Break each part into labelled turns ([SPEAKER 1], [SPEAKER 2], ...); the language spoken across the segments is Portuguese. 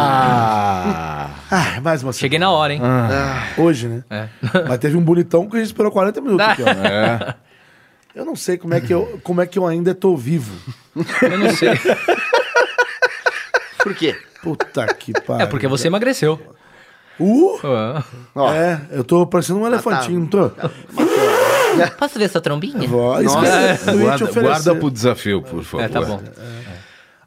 [SPEAKER 1] Ah!
[SPEAKER 2] Ah, mais uma
[SPEAKER 1] Cheguei na hora, hein?
[SPEAKER 2] Hoje, né?
[SPEAKER 1] É.
[SPEAKER 2] Mas teve um bonitão que a gente esperou 40 minutos aqui, ó. Eu não sei como é que eu, como é que eu ainda tô vivo.
[SPEAKER 1] Eu não sei.
[SPEAKER 3] Por quê?
[SPEAKER 2] Puta que pariu.
[SPEAKER 1] É porque você emagreceu.
[SPEAKER 2] Uh!
[SPEAKER 1] Ah.
[SPEAKER 3] Ó,
[SPEAKER 2] É, eu tô parecendo um
[SPEAKER 3] Tá,
[SPEAKER 2] elefantinho, não tô?
[SPEAKER 4] Posso ver sua trombinha?
[SPEAKER 2] Vó, isso que eu ia te
[SPEAKER 5] Guarda, guarda
[SPEAKER 2] oferecer.
[SPEAKER 5] pro desafio, por favor.
[SPEAKER 1] É, tá bom.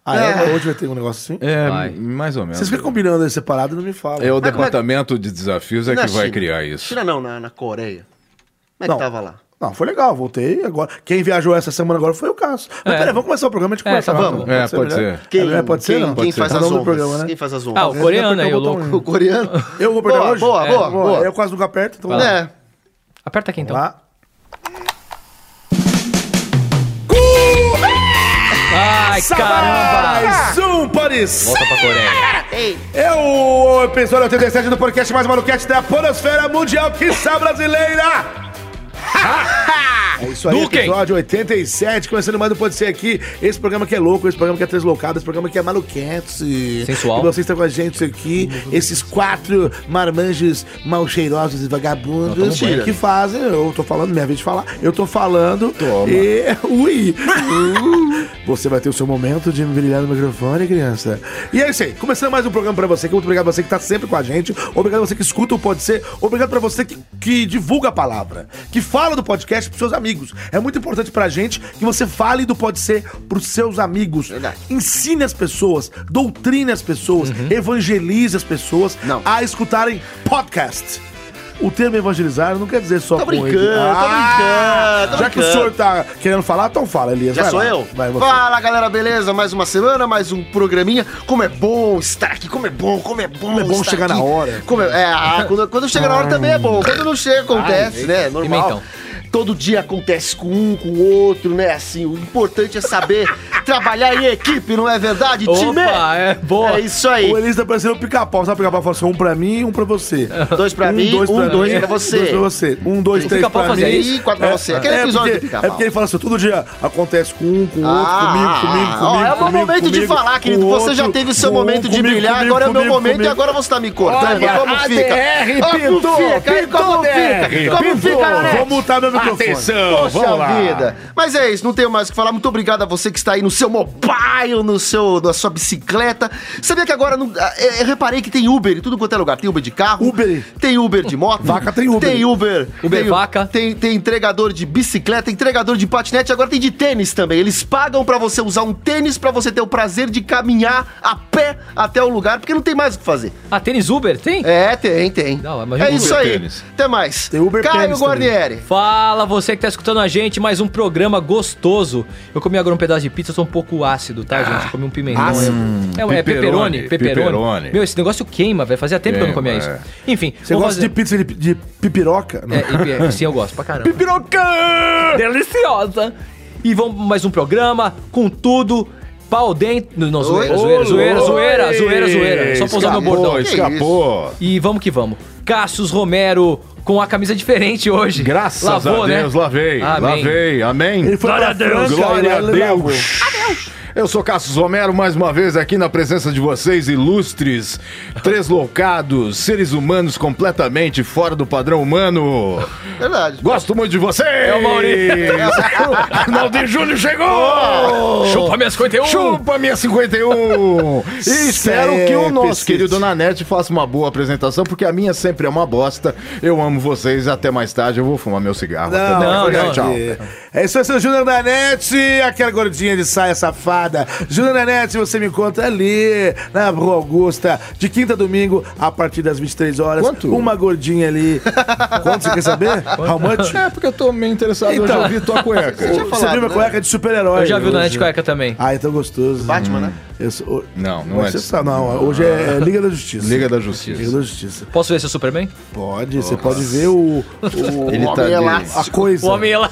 [SPEAKER 2] Ah, é? Hoje vai ter um negócio assim?
[SPEAKER 5] É,
[SPEAKER 1] Vai.
[SPEAKER 5] mais ou menos.
[SPEAKER 2] Vocês ficam combinando aí separado e não me falam.
[SPEAKER 5] É o departamento de desafios é
[SPEAKER 3] na
[SPEAKER 5] que vai
[SPEAKER 3] China.
[SPEAKER 5] criar isso.
[SPEAKER 3] China não, na, na Coreia. Como é
[SPEAKER 2] Não.
[SPEAKER 3] que tava lá?
[SPEAKER 2] Não, foi legal, voltei agora. Quem viajou essa semana agora foi o Cássio. Mas
[SPEAKER 1] É.
[SPEAKER 2] peraí, vamos começar o programa, a gente
[SPEAKER 1] É,
[SPEAKER 2] começa
[SPEAKER 1] tá
[SPEAKER 2] rápido.
[SPEAKER 1] bom.
[SPEAKER 5] É, pode
[SPEAKER 2] melhor?
[SPEAKER 5] ser.
[SPEAKER 3] Quem,
[SPEAKER 2] É, pode ser,
[SPEAKER 3] quem, quem
[SPEAKER 2] não? Pode
[SPEAKER 3] faz
[SPEAKER 2] ser.
[SPEAKER 3] as
[SPEAKER 2] Tá no
[SPEAKER 3] ondas?
[SPEAKER 2] programa, né?
[SPEAKER 3] Quem faz as
[SPEAKER 1] Ah,
[SPEAKER 3] ondas?
[SPEAKER 1] o coreano aí, o
[SPEAKER 2] apertou o
[SPEAKER 1] louco.
[SPEAKER 3] o coreano.
[SPEAKER 2] Eu vou perder
[SPEAKER 3] boa,
[SPEAKER 2] hoje?
[SPEAKER 3] boa,
[SPEAKER 2] É,
[SPEAKER 3] boa, boa,
[SPEAKER 2] Eu quase nunca aperto, então...
[SPEAKER 1] Vai lá.
[SPEAKER 3] É.
[SPEAKER 1] Aperta aqui então.
[SPEAKER 2] Lá.
[SPEAKER 1] Ai, caramba!
[SPEAKER 2] Mais um Paris!
[SPEAKER 1] Volta pra Coreia.
[SPEAKER 2] É o episódio 87 do podcast mais maluquete da Podosfera Mundial Quissá Brasileira! É isso aí,
[SPEAKER 1] Duquem.
[SPEAKER 2] episódio 87, começando mais do Pode Ser aqui. Esse programa que é louco, esse programa que é translocado, esse programa que é maluquete.
[SPEAKER 1] Sensual.
[SPEAKER 2] E vocês estão com a gente aqui, esses quatro marmanjos mal cheirosos e vagabundos
[SPEAKER 1] um
[SPEAKER 3] banho.
[SPEAKER 2] que fazem, eu tô falando, minha vez de falar, eu tô falando. E, ui! Uh, você vai ter o seu momento de brilhar no microfone, criança. E é isso aí, começando mais um programa pra você, que muito obrigado a você que tá sempre com a gente, obrigado a você que escuta o Pode Ser, obrigado pra você que, que divulga a palavra, que fala do podcast pros seus amigos. É muito importante pra gente que você fale do Pode Ser pros seus amigos.
[SPEAKER 3] Verdade. Uhum.
[SPEAKER 2] Ensine as pessoas, doutrine as pessoas, evangelize as pessoas
[SPEAKER 3] Não.
[SPEAKER 2] a escutarem podcast. O termo evangelizar não quer dizer só
[SPEAKER 3] Tô
[SPEAKER 2] correr.
[SPEAKER 3] brincando, tô brincando, tô
[SPEAKER 2] Já que o
[SPEAKER 3] brincando.
[SPEAKER 2] senhor tá querendo falar, então fala, Elias.
[SPEAKER 3] Já
[SPEAKER 2] vai
[SPEAKER 3] sou
[SPEAKER 2] lá.
[SPEAKER 3] eu?
[SPEAKER 2] Vai, você.
[SPEAKER 3] Fala galera, beleza? Mais uma semana, mais um programinha. Como é bom estar aqui, como é bom, como é bom. Como
[SPEAKER 2] é bom chegar na hora.
[SPEAKER 3] Como é, é, ah, quando, quando chega na hora também é bom. Quando não chega, acontece, né? Normal.
[SPEAKER 1] pimentão.
[SPEAKER 3] Todo dia acontece com um, com o outro, né? Assim, o importante é saber trabalhar em equipe, não é verdade, time?
[SPEAKER 1] Opa, é boa.
[SPEAKER 3] É isso aí.
[SPEAKER 2] O Elias tá parecendo o pica-pau. Sabe o pica-pau? Fala assim, um pra mim e um pra você.
[SPEAKER 3] Dois pra mim, um, dois pra você.
[SPEAKER 2] Dois pra você. Um, dois,
[SPEAKER 3] O
[SPEAKER 2] três
[SPEAKER 1] pica-pau
[SPEAKER 2] pra mim. É,
[SPEAKER 1] fazia
[SPEAKER 3] isso? E quatro pra você. Aquele episódio do
[SPEAKER 2] porque,
[SPEAKER 3] pica-pau.
[SPEAKER 2] É porque ele fala assim, todo dia acontece com um, com o outro,
[SPEAKER 3] Ah,
[SPEAKER 2] comigo, comigo,
[SPEAKER 3] ó, é
[SPEAKER 2] comigo,
[SPEAKER 3] o meu
[SPEAKER 2] comigo,
[SPEAKER 3] momento de
[SPEAKER 2] comigo,
[SPEAKER 3] falar,
[SPEAKER 2] com
[SPEAKER 3] querido.
[SPEAKER 2] o
[SPEAKER 3] você já
[SPEAKER 2] outro,
[SPEAKER 3] teve o seu
[SPEAKER 2] com um,
[SPEAKER 3] momento de
[SPEAKER 2] comigo,
[SPEAKER 3] brilhar,
[SPEAKER 2] comigo,
[SPEAKER 3] agora é o meu
[SPEAKER 2] comigo,
[SPEAKER 3] momento e
[SPEAKER 2] comigo.
[SPEAKER 3] agora você tá me cortando.
[SPEAKER 2] Olha,
[SPEAKER 3] como
[SPEAKER 2] ADR
[SPEAKER 3] fica? Ó,
[SPEAKER 2] pintou,
[SPEAKER 3] como fica? E como
[SPEAKER 2] pintou,
[SPEAKER 3] fica?
[SPEAKER 2] DR,
[SPEAKER 3] Como
[SPEAKER 2] pintou.
[SPEAKER 3] fica, Alex?
[SPEAKER 2] Vou mutar meu microfone.
[SPEAKER 5] Atenção,
[SPEAKER 3] Poxa
[SPEAKER 5] vamos lá.
[SPEAKER 3] vida. Mas é isso, não tenho mais o que falar. Muito obrigado a você que está aí no seu mobile, no seu, na sua bicicleta. Sabia que agora, não- ah, eu, eu reparei que tem Uber em tudo quanto é lugar. Tem Uber de carro.
[SPEAKER 2] Uber.
[SPEAKER 3] Tem Uber de moto.
[SPEAKER 2] Vaca tem Uber.
[SPEAKER 3] Tem Uber.
[SPEAKER 1] Uber
[SPEAKER 3] tem,
[SPEAKER 1] vaca.
[SPEAKER 3] Tem, tem entregador de bicicleta, entregador de patinete. Agora tem de tênis também. Eles pagam pra você usar um tênis pra você ter o prazer de caminhar a pé até o lugar, porque não tem mais o que fazer.
[SPEAKER 1] Ah, tênis Uber? Tem?
[SPEAKER 3] É, tem, tem.
[SPEAKER 1] Não, imagina
[SPEAKER 3] é
[SPEAKER 1] o
[SPEAKER 3] isso
[SPEAKER 5] Uber
[SPEAKER 3] aí.
[SPEAKER 5] tênis.
[SPEAKER 3] Até mais.
[SPEAKER 2] Tem Uber
[SPEAKER 3] Caio
[SPEAKER 2] tênis também.
[SPEAKER 3] Guarnieri.
[SPEAKER 1] Fala você que tá escutando a gente, mais um programa gostoso. Eu comi agora um pedaço de pizza, eu sou um pouco ácido, tá, gente? Eu comi um pimentão.
[SPEAKER 2] ácido.
[SPEAKER 1] É, um- é
[SPEAKER 5] Pepperoni,
[SPEAKER 1] peperoni, peperoni.
[SPEAKER 5] pepperoni.
[SPEAKER 1] Meu, esse negócio queima, velho. Fazia tempo que eu não comia
[SPEAKER 5] Queima,
[SPEAKER 1] isso.
[SPEAKER 5] é.
[SPEAKER 1] Enfim,
[SPEAKER 2] Você
[SPEAKER 1] vou
[SPEAKER 2] gosta
[SPEAKER 1] fazer-
[SPEAKER 2] de pizza de, de pipiroca? Não.
[SPEAKER 1] É, e- e- sim, eu gosto pra caramba.
[SPEAKER 2] Pipiroca!
[SPEAKER 1] deliciosa. E vamos mais um programa com tudo. Pau dentro. Não, zoeira,
[SPEAKER 3] Oi?
[SPEAKER 1] zoeira,
[SPEAKER 3] Ô,
[SPEAKER 1] zoeira,
[SPEAKER 5] Oi,
[SPEAKER 1] zoeira, zoeira, zoeira. Só pra usar meu
[SPEAKER 5] escapou,
[SPEAKER 1] bordão.
[SPEAKER 3] Que
[SPEAKER 5] Escapou.
[SPEAKER 1] E vamos que vamos. Cassius Romero com a camisa diferente hoje.
[SPEAKER 5] Graças a Deus, lavei.
[SPEAKER 1] né? Amém.
[SPEAKER 5] Lavei, amém.
[SPEAKER 2] Ele foi pra França,
[SPEAKER 5] Glória a
[SPEAKER 2] ele- ele lavou.
[SPEAKER 5] Deus. Eu sou Cassius Romero, mais uma vez aqui na presença de vocês, ilustres, treslocados, seres humanos completamente fora do padrão humano.
[SPEAKER 3] Verdade.
[SPEAKER 5] Gosto muito de vocês! É
[SPEAKER 1] o Maurício.
[SPEAKER 5] Arnaldo Júnior chegou!
[SPEAKER 1] Chupa minhas 51.
[SPEAKER 5] Chupa minha 51! e Então, espero
[SPEAKER 2] Cê
[SPEAKER 5] que o
[SPEAKER 2] é
[SPEAKER 5] nosso
[SPEAKER 2] persiste.
[SPEAKER 5] querido Nanete faça uma boa apresentação, porque a minha sempre é uma bosta. Eu amo vocês, até mais tarde eu vou fumar meu cigarro. Até mais.
[SPEAKER 2] Não, não,
[SPEAKER 1] não.
[SPEAKER 2] tchau. É isso aí, seu Júnior da Net, aquela gordinha de saia safada. Júnior da Net, você me encontra ali, na Rua Augusta, de quinta a domingo, a partir das 23 horas.
[SPEAKER 5] Quanto?
[SPEAKER 2] Uma gordinha ali. Quanto você quer saber? How much?
[SPEAKER 5] É, porque eu tô meio interessado, eu
[SPEAKER 2] Então.
[SPEAKER 5] já vi tua cueca.
[SPEAKER 3] tinha
[SPEAKER 2] Você
[SPEAKER 3] falado,
[SPEAKER 2] viu minha
[SPEAKER 3] né?
[SPEAKER 2] cueca de super-herói.
[SPEAKER 1] Eu já vi o
[SPEAKER 2] hoje.
[SPEAKER 1] Nanete Cueca também.
[SPEAKER 2] Ai, tão gostoso.
[SPEAKER 3] Batman, né?
[SPEAKER 2] Eu sou-
[SPEAKER 5] Não, não
[SPEAKER 2] Vai
[SPEAKER 5] é
[SPEAKER 2] ser
[SPEAKER 5] isso.
[SPEAKER 2] só- Não, hoje é Liga da Justiça.
[SPEAKER 5] Liga da Justiça.
[SPEAKER 2] Liga da Justiça.
[SPEAKER 1] Posso ver seu Superman?
[SPEAKER 2] Pode, você pode ver o. o-
[SPEAKER 5] Ele
[SPEAKER 6] O
[SPEAKER 5] tá
[SPEAKER 6] homem é
[SPEAKER 5] ali.
[SPEAKER 6] lá.
[SPEAKER 2] a coisa.
[SPEAKER 1] O homem ela.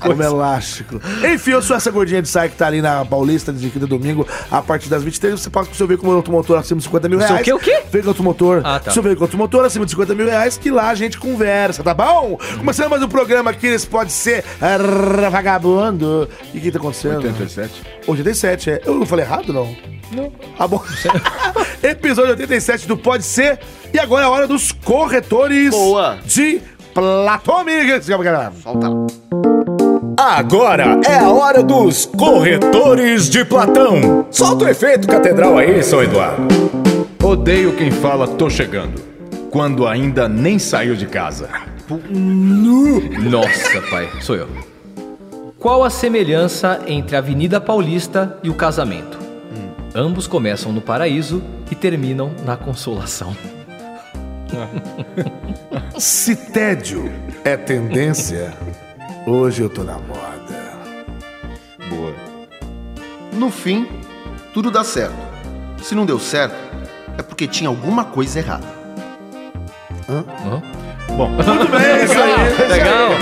[SPEAKER 2] Como é elástico. Enfim, eu sou essa gordinha de saia que tá ali na Paulista de quinta a domingo, a partir das 23. Você passa com o seu veículo automotor acima de 50 mil
[SPEAKER 1] Seu
[SPEAKER 2] reais.
[SPEAKER 1] quê, o quê?
[SPEAKER 2] Veículo automotor.
[SPEAKER 1] Ah, tá.
[SPEAKER 2] Seu veículo automotor acima de 50 mil reais, que lá a gente conversa, tá bom? Começando mais um programa aqui, esse pode ser ah, vagabundo. E o que tá acontecendo?
[SPEAKER 5] 87.
[SPEAKER 2] 87, é. Eu não falei errado, não? Não. Ah, bom. Episódio 87 do Pode Ser. E agora é a hora dos corretores
[SPEAKER 6] Boa.
[SPEAKER 2] de Platômicas.
[SPEAKER 6] Falta lá.
[SPEAKER 7] Agora é a hora dos corretores de Platão. Solta o efeito catedral aí, São Eduardo.
[SPEAKER 5] Odeio quem fala tô chegando, quando ainda nem saiu de casa.
[SPEAKER 1] Nossa, pai. Sou eu. Qual a semelhança entre a Avenida Paulista e o casamento?
[SPEAKER 2] Hum.
[SPEAKER 1] Ambos começam no paraíso e terminam na consolação.
[SPEAKER 2] Se tédio é tendência, hoje eu tô na moda.
[SPEAKER 5] Boa.
[SPEAKER 6] No fim, tudo dá certo. Se não deu certo, é porque tinha alguma coisa errada.
[SPEAKER 5] Bom,
[SPEAKER 2] É isso aí.
[SPEAKER 1] Legal.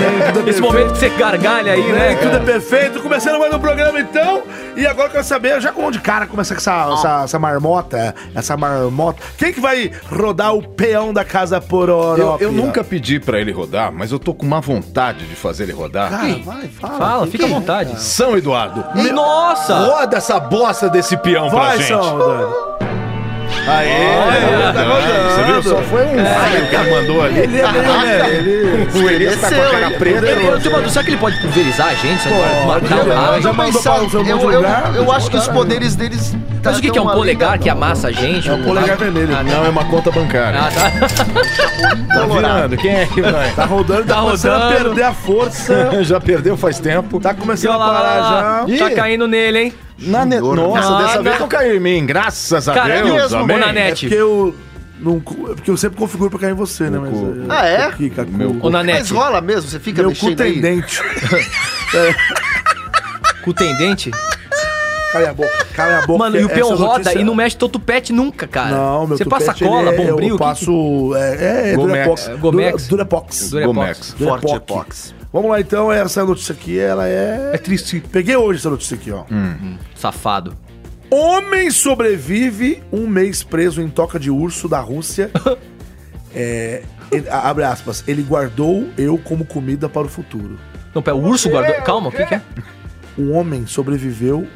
[SPEAKER 1] Esse momento que você gargalha aí, né?
[SPEAKER 2] Tudo é
[SPEAKER 1] cara?
[SPEAKER 2] perfeito. Começando mais um programa, então. E agora eu quero saber, já com de cara começa com
[SPEAKER 5] Ah.
[SPEAKER 2] essa, essa, essa marmota, essa marmota. Quem que vai rodar o peão da casa por hora?
[SPEAKER 5] eu, eu nunca pedi pra ele rodar, mas eu tô com má vontade de fazer ele rodar.
[SPEAKER 6] vai,
[SPEAKER 1] Fala, fica à vontade.
[SPEAKER 5] São Eduardo,
[SPEAKER 1] Nossa!
[SPEAKER 5] roda essa bosta desse peão pra
[SPEAKER 2] Vai,
[SPEAKER 5] gente.
[SPEAKER 2] Sandro.
[SPEAKER 5] Aê! Ah, Você viu? Só foi um
[SPEAKER 2] É,
[SPEAKER 5] raio que ele mandou ali.
[SPEAKER 2] Ele é meio, né? Ele...
[SPEAKER 5] O Elias tá com a cara
[SPEAKER 6] ele-
[SPEAKER 5] preta.
[SPEAKER 1] Ô, seu Madu, será que ele pode pulverizar a gente? Será que ele pode matar o
[SPEAKER 2] já-
[SPEAKER 1] raio?
[SPEAKER 2] já- mandou para o seu
[SPEAKER 6] eu,
[SPEAKER 2] monte de
[SPEAKER 6] eu,
[SPEAKER 2] lugar?
[SPEAKER 6] eu acho que os poderes deles.
[SPEAKER 1] um Mas o que, que é um polegar que amassa a gente?
[SPEAKER 2] É um polegar vermelho.
[SPEAKER 5] Ah, não, é uma conta bancária.
[SPEAKER 1] Ah, tá.
[SPEAKER 5] tá virando. Quem é que vai?
[SPEAKER 2] Tá rodando, tá,
[SPEAKER 1] Tá
[SPEAKER 2] começando a
[SPEAKER 1] rodando.
[SPEAKER 2] perder a força.
[SPEAKER 5] Já perdeu faz tempo.
[SPEAKER 2] Tá
[SPEAKER 1] E
[SPEAKER 2] começando
[SPEAKER 1] olha
[SPEAKER 2] a
[SPEAKER 1] lá,
[SPEAKER 2] parar
[SPEAKER 1] lá, lá.
[SPEAKER 2] já.
[SPEAKER 1] Tá
[SPEAKER 5] Ih.
[SPEAKER 1] caindo nele, hein?
[SPEAKER 5] Na net... Nossa,
[SPEAKER 1] Ah,
[SPEAKER 5] dessa
[SPEAKER 1] na-
[SPEAKER 5] vez não caiu em mim, graças
[SPEAKER 2] Tá
[SPEAKER 5] a
[SPEAKER 1] Cara, é
[SPEAKER 5] Deus.
[SPEAKER 1] mesmo,
[SPEAKER 5] amém.
[SPEAKER 1] Bonanete.
[SPEAKER 2] Porque eu... Não, cu- é porque eu sempre configuro pra cair em você, né? Mas,
[SPEAKER 5] cu.
[SPEAKER 6] Ah, é?
[SPEAKER 2] Aqui, Cacu.
[SPEAKER 5] Meu
[SPEAKER 1] Ô,
[SPEAKER 5] cu.
[SPEAKER 6] Mas
[SPEAKER 1] Nanete,
[SPEAKER 6] rola mesmo, você fica
[SPEAKER 2] Meu cu
[SPEAKER 6] mexendo
[SPEAKER 2] tem
[SPEAKER 6] aí.
[SPEAKER 2] dente.
[SPEAKER 1] cu tem dente?
[SPEAKER 2] Cala a boca, cala a boca.
[SPEAKER 1] Mano, e o
[SPEAKER 2] essa
[SPEAKER 1] peão
[SPEAKER 2] notícia-
[SPEAKER 1] roda e não mexe teu tupete nunca, cara.
[SPEAKER 2] Não, meu
[SPEAKER 1] Você
[SPEAKER 2] tupete,
[SPEAKER 1] passa cola,
[SPEAKER 2] ele é-
[SPEAKER 1] bombril,
[SPEAKER 2] Eu
[SPEAKER 1] que-
[SPEAKER 2] passo... É, é, é
[SPEAKER 5] Gomex.
[SPEAKER 2] Durapox.
[SPEAKER 1] Gomex.
[SPEAKER 2] Dura- Durapox.
[SPEAKER 1] Dura-
[SPEAKER 5] Gomex.
[SPEAKER 6] Forte
[SPEAKER 2] Forte
[SPEAKER 6] Epox.
[SPEAKER 2] Vamos lá, então. Essa notícia aqui, ela é...
[SPEAKER 1] É triste.
[SPEAKER 2] Peguei hoje essa notícia aqui, ó.
[SPEAKER 1] Safado.
[SPEAKER 2] Homem sobrevive um mês preso em toca de urso da Rússia. É, ele- a- abre aspas. Ele guardou eu como comida para o futuro.
[SPEAKER 1] Não, pera, o urso guardou. Calma, o que, que é?
[SPEAKER 2] Um homem sobreviveu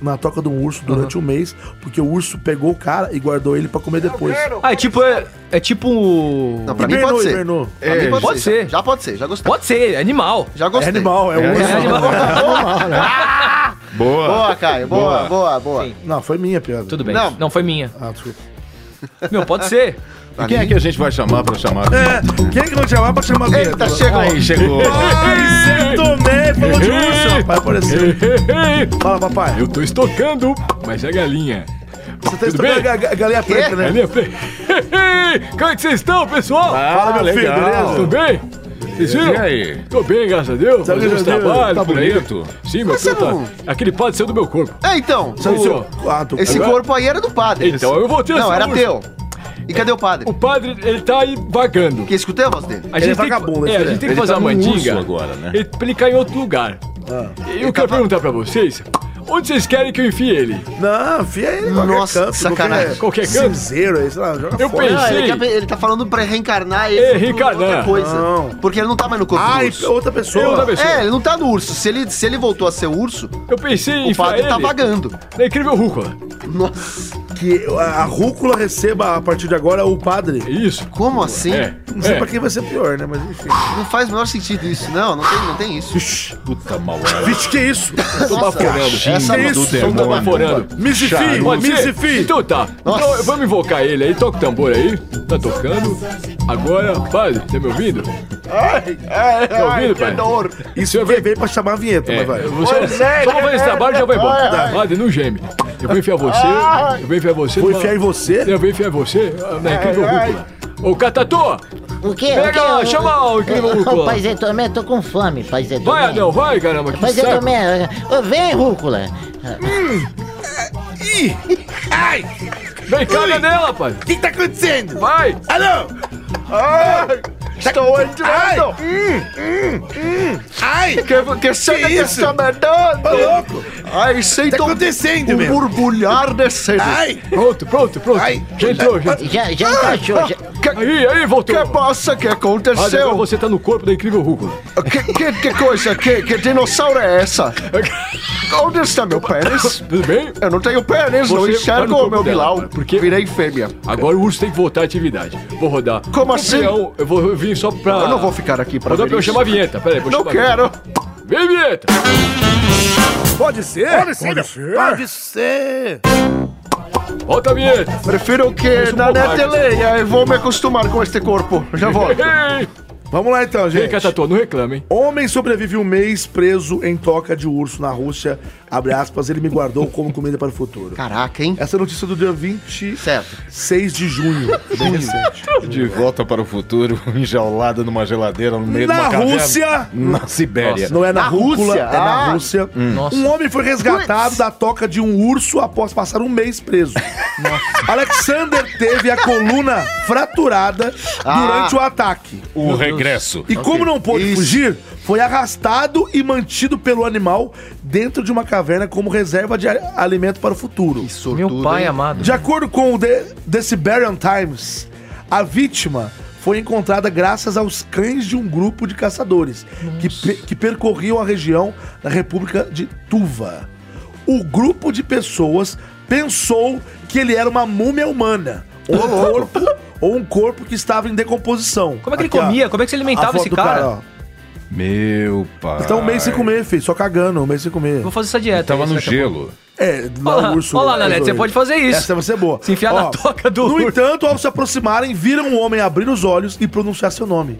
[SPEAKER 2] na toca de um urso durante um mês, porque o urso pegou o cara e guardou ele para comer depois.
[SPEAKER 1] Ah, é tipo. É, é tipo. um-
[SPEAKER 6] Não, pra mim pode ser.
[SPEAKER 2] hibernou.
[SPEAKER 6] Pra mim
[SPEAKER 1] É, pode ser.
[SPEAKER 6] Já pode ser, já gostei.
[SPEAKER 1] Pode ser, é animal.
[SPEAKER 6] Já
[SPEAKER 2] É
[SPEAKER 6] gostei.
[SPEAKER 2] animal, é,
[SPEAKER 5] É,
[SPEAKER 2] um urso.
[SPEAKER 1] É animal.
[SPEAKER 5] Boa.
[SPEAKER 6] Boa, Caio. Boa, boa, boa.
[SPEAKER 1] Sim.
[SPEAKER 2] Não, foi minha piada.
[SPEAKER 1] Tudo bem.
[SPEAKER 6] Não.
[SPEAKER 1] Não. foi minha.
[SPEAKER 2] Ah, desculpa.
[SPEAKER 1] Meu, pode ser.
[SPEAKER 5] E quem é que a gente vai chamar pra chamar?
[SPEAKER 2] É, quem é que vai chamar pra chamar a
[SPEAKER 6] Eita,
[SPEAKER 2] vinheta?
[SPEAKER 6] chegou.
[SPEAKER 5] Aí, chegou.
[SPEAKER 2] Ai, Zé Tomé falou de urso, rapaz, apareceu. Fala, papai.
[SPEAKER 8] Eu tô estocando, mas é galinha.
[SPEAKER 2] Você tá
[SPEAKER 8] Tudo
[SPEAKER 2] estudando
[SPEAKER 8] bem?
[SPEAKER 2] a ga- galinha preta, né?
[SPEAKER 8] Galinha preta. Como é que vocês estão, pessoal?
[SPEAKER 5] Fala, meu filho,
[SPEAKER 8] Ah, Tudo
[SPEAKER 5] beleza?
[SPEAKER 8] bem? Vocês viram?
[SPEAKER 5] E aí?
[SPEAKER 8] Tô bem, graças a Deus.
[SPEAKER 2] Sabe
[SPEAKER 8] Fazendo
[SPEAKER 2] que
[SPEAKER 8] uns
[SPEAKER 2] já deu?
[SPEAKER 8] trabalhos
[SPEAKER 5] Tá
[SPEAKER 8] por aí.
[SPEAKER 5] bonito?
[SPEAKER 8] Sim, meu
[SPEAKER 6] Você
[SPEAKER 8] filho tá...
[SPEAKER 6] não-
[SPEAKER 8] Aquele padre saiu do meu corpo.
[SPEAKER 6] um- É, então. o-
[SPEAKER 2] Seu- ah, tu-
[SPEAKER 6] Esse
[SPEAKER 8] Agora-
[SPEAKER 6] corpo aí era do padre.
[SPEAKER 8] Então, eu voltei a
[SPEAKER 6] Não,
[SPEAKER 8] ser
[SPEAKER 6] era
[SPEAKER 1] é
[SPEAKER 8] urso.
[SPEAKER 6] teu. E cadê o padre?
[SPEAKER 8] O padre, ele tá aí vagando.
[SPEAKER 6] Que escutei a voz dele.
[SPEAKER 2] Ele
[SPEAKER 8] A
[SPEAKER 2] é
[SPEAKER 8] tem que-
[SPEAKER 2] vagabundo, né,
[SPEAKER 8] é, a
[SPEAKER 2] filho?
[SPEAKER 8] gente tem que
[SPEAKER 5] Ele
[SPEAKER 8] fazer
[SPEAKER 5] tá
[SPEAKER 8] uma
[SPEAKER 5] num urso
[SPEAKER 8] mandinga
[SPEAKER 5] agora, né?
[SPEAKER 8] e aplicar em outro lugar.
[SPEAKER 6] Ah.
[SPEAKER 8] eu
[SPEAKER 6] tá
[SPEAKER 8] quero perguntar pra vocês, onde vocês querem que eu enfie ele?
[SPEAKER 2] Não, fia ele em qualquer
[SPEAKER 6] Nossa,
[SPEAKER 2] canto,
[SPEAKER 6] sacanagem.
[SPEAKER 8] Qualquer canto?
[SPEAKER 2] Cinzeiro aí, sei lá, joga
[SPEAKER 8] Eu
[SPEAKER 2] fora.
[SPEAKER 8] pensei-
[SPEAKER 6] Ah, ele,
[SPEAKER 8] Sim.
[SPEAKER 6] quer- ele tá falando pra reencarnar ele
[SPEAKER 8] É,
[SPEAKER 6] em
[SPEAKER 8] reencarnar.
[SPEAKER 6] outra coisa.
[SPEAKER 2] Não.
[SPEAKER 6] Porque ele não tá mais no corpo
[SPEAKER 2] Ah,
[SPEAKER 6] do
[SPEAKER 2] e
[SPEAKER 6] urso.
[SPEAKER 2] outra pessoa.
[SPEAKER 8] Eu também.
[SPEAKER 6] É, ele não tá no urso. Se ele, se ele voltou a ser urso,
[SPEAKER 8] Eu pensei em
[SPEAKER 6] o padre
[SPEAKER 8] enfiar
[SPEAKER 6] tá
[SPEAKER 8] ele
[SPEAKER 6] vagando.
[SPEAKER 8] na incrível rúcula.
[SPEAKER 6] Nossa,
[SPEAKER 2] Que a a rúcula receba a partir de agora o padre.
[SPEAKER 8] É Isso.
[SPEAKER 6] como assim?
[SPEAKER 8] É.
[SPEAKER 2] Não sei
[SPEAKER 8] é.
[SPEAKER 2] pra quem vai ser pior, né? Mas enfim.
[SPEAKER 6] Não faz o menor sentido isso. Não, não tem, não tem isso.
[SPEAKER 5] Puta mal. hora.
[SPEAKER 2] Vixe, que isso?
[SPEAKER 8] Tô baforando.
[SPEAKER 5] Essa
[SPEAKER 2] é
[SPEAKER 5] do
[SPEAKER 2] isso,
[SPEAKER 8] Tô
[SPEAKER 5] demônio.
[SPEAKER 8] baforando.
[SPEAKER 2] Mizifi,
[SPEAKER 8] Pode ser?
[SPEAKER 2] Mizifi.
[SPEAKER 8] Então tá. Então vamos invocar ele aí. Toca o tambor aí. Tá tocando. Agora, padre, tá me ouvindo? Tá ouvindo,
[SPEAKER 6] que
[SPEAKER 8] padre?
[SPEAKER 6] dor.
[SPEAKER 2] Isso
[SPEAKER 8] Senhor, vem.
[SPEAKER 2] veio bem pra chamar a vinheta,
[SPEAKER 8] É,
[SPEAKER 2] mas vai.
[SPEAKER 8] você, só vou fazer esse trabalho e já vai embora. Padre, não geme. Eu vou enfiar você. Eu vou enfiar você.
[SPEAKER 2] Vou
[SPEAKER 8] numa-
[SPEAKER 2] enfiar em você?
[SPEAKER 8] Eu vou enfiar você ah, na incrível rúcula. Ô, Catatô!
[SPEAKER 9] O quê? o quê?
[SPEAKER 8] Pega,
[SPEAKER 9] O-
[SPEAKER 8] chama o incrível
[SPEAKER 9] Ô,
[SPEAKER 8] rúcula.
[SPEAKER 9] pai Zé Tomé, tô com fome, pai Zé Tomé.
[SPEAKER 8] Vai, Adão, vai, caramba. Que
[SPEAKER 9] Pai Zé
[SPEAKER 8] saco.
[SPEAKER 9] Tomé, ô, vem, Rúcula.
[SPEAKER 2] Ih! Ai!
[SPEAKER 8] Vem cá,
[SPEAKER 2] Ui.
[SPEAKER 8] cadê, rapaz?
[SPEAKER 2] O que que tá acontecendo?
[SPEAKER 8] Vai!
[SPEAKER 2] Alô! Tá
[SPEAKER 6] Tá
[SPEAKER 3] Estou entrando!
[SPEAKER 2] Ai! O
[SPEAKER 3] Que, que cena que,
[SPEAKER 2] isso?
[SPEAKER 3] está me dando?
[SPEAKER 2] louco!
[SPEAKER 3] Ai,
[SPEAKER 2] que tá
[SPEAKER 3] sinto
[SPEAKER 2] acontecendo,
[SPEAKER 3] um
[SPEAKER 2] meu?
[SPEAKER 3] borbulhar de sede.
[SPEAKER 2] Ai!
[SPEAKER 8] Pronto, pronto, pronto.
[SPEAKER 2] Ai.
[SPEAKER 8] Já entrou, já.
[SPEAKER 9] Já, já encaixou. Já...
[SPEAKER 3] Que,
[SPEAKER 8] Aí, aí, voltou.
[SPEAKER 3] que passa? Que
[SPEAKER 8] Ah, agora
[SPEAKER 3] aconteceu?
[SPEAKER 8] você tá no corpo da incrível Rúcula.
[SPEAKER 3] Que, que, que coisa? Que, que dinossauro é essa? Onde está meu pênis?
[SPEAKER 8] Tudo bem?
[SPEAKER 3] Eu não tenho pênis, não
[SPEAKER 8] Você tá
[SPEAKER 3] enxergo
[SPEAKER 8] no
[SPEAKER 3] o
[SPEAKER 8] corpo
[SPEAKER 3] meu
[SPEAKER 8] dela,
[SPEAKER 3] bilau.
[SPEAKER 8] cara, porque-
[SPEAKER 3] Virei fêmea.
[SPEAKER 8] Agora o urso tem que voltar à atividade. Vou rodar.
[SPEAKER 3] Como
[SPEAKER 8] O
[SPEAKER 3] assim?
[SPEAKER 8] peão, eu vou vir só pra.
[SPEAKER 3] Eu não vou ficar aqui pra
[SPEAKER 8] Rodar
[SPEAKER 3] ver
[SPEAKER 8] pra eu
[SPEAKER 3] isso.
[SPEAKER 8] chamar a vinheta. Pera aí, vou
[SPEAKER 3] Não
[SPEAKER 8] chamar a
[SPEAKER 3] quero.
[SPEAKER 8] vinheta. Vem, vinheta!
[SPEAKER 2] Pode ser? Pode ser! Pode ser!
[SPEAKER 8] Volta a vinheta!
[SPEAKER 3] Prefiro que
[SPEAKER 8] um
[SPEAKER 3] na
[SPEAKER 8] pouco mais.
[SPEAKER 3] neteleia. Eu vou me acostumar com este corpo. Já volto.
[SPEAKER 8] Ei!
[SPEAKER 2] Vamos lá então,
[SPEAKER 8] Vem cá,
[SPEAKER 2] gente.
[SPEAKER 8] Tatu, não reclama, hein?
[SPEAKER 2] Homem sobrevive um mês preso em toca de urso na Rússia. Abre aspas, ele me guardou como comida para o futuro.
[SPEAKER 3] Caraca, hein?
[SPEAKER 2] Essa é a notícia do dia 26
[SPEAKER 3] Certo.
[SPEAKER 2] de junho. Bem recente.
[SPEAKER 5] De volta para o futuro, enjaulada numa geladeira no meio de
[SPEAKER 2] Na
[SPEAKER 5] uma caverna. Hum.
[SPEAKER 2] Rússia?
[SPEAKER 5] Na Sibéria.
[SPEAKER 2] Não é na,
[SPEAKER 3] Na
[SPEAKER 2] Rússia,
[SPEAKER 3] Rússia?
[SPEAKER 2] é na
[SPEAKER 3] Ah.
[SPEAKER 2] Rússia.
[SPEAKER 5] Hum.
[SPEAKER 1] Nossa.
[SPEAKER 2] Um homem foi resgatado da toca de um urso após passar um mês preso. Alexander teve a coluna fraturada durante o ataque.
[SPEAKER 5] O regresso.
[SPEAKER 2] E como não pôde fugir, foi arrastado e mantido pelo animal dentro de uma caverna como reserva de a- alimento para o futuro.
[SPEAKER 1] Meu pai amado.
[SPEAKER 2] De acordo com o The, The Siberian Times, a vítima foi encontrada graças aos cães de um grupo de caçadores que, pe- que percorriam a região da República de Tuva. O grupo de pessoas pensou que ele era uma múmia humana, ou um corpo, ou um corpo que estava em decomposição.
[SPEAKER 1] Como é que ele
[SPEAKER 2] Aqui, ó,
[SPEAKER 1] comia? Como é que se
[SPEAKER 2] a
[SPEAKER 1] alimentava
[SPEAKER 2] foto
[SPEAKER 1] esse
[SPEAKER 2] do
[SPEAKER 1] cara?
[SPEAKER 2] ó.
[SPEAKER 5] Meu pai.
[SPEAKER 2] Então, um mês sem comer, filho. Só cagando, um mês sem comer.
[SPEAKER 1] Vou fazer essa dieta.
[SPEAKER 5] Tava
[SPEAKER 1] aí,
[SPEAKER 5] no
[SPEAKER 1] daqui a pouco.
[SPEAKER 5] gelo.
[SPEAKER 2] É,
[SPEAKER 1] Olha lá, olha lá, Nanete,
[SPEAKER 2] resolvido.
[SPEAKER 1] você pode fazer isso.
[SPEAKER 2] Essa vai ser boa.
[SPEAKER 1] Se enfiar na toca do
[SPEAKER 2] No
[SPEAKER 1] urso.
[SPEAKER 2] entanto, ao se aproximarem, viram um homem abrir os olhos e pronunciar seu nome.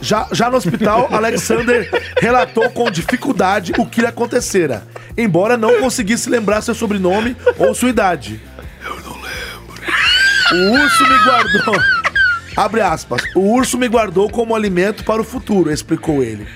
[SPEAKER 2] Já, já no hospital, Alexander relatou com dificuldade o que lhe acontecera, embora não conseguisse lembrar seu sobrenome ou sua idade. Eu não lembro. O urso me guardou. Abre aspas. O urso me guardou como alimento para o futuro, explicou ele.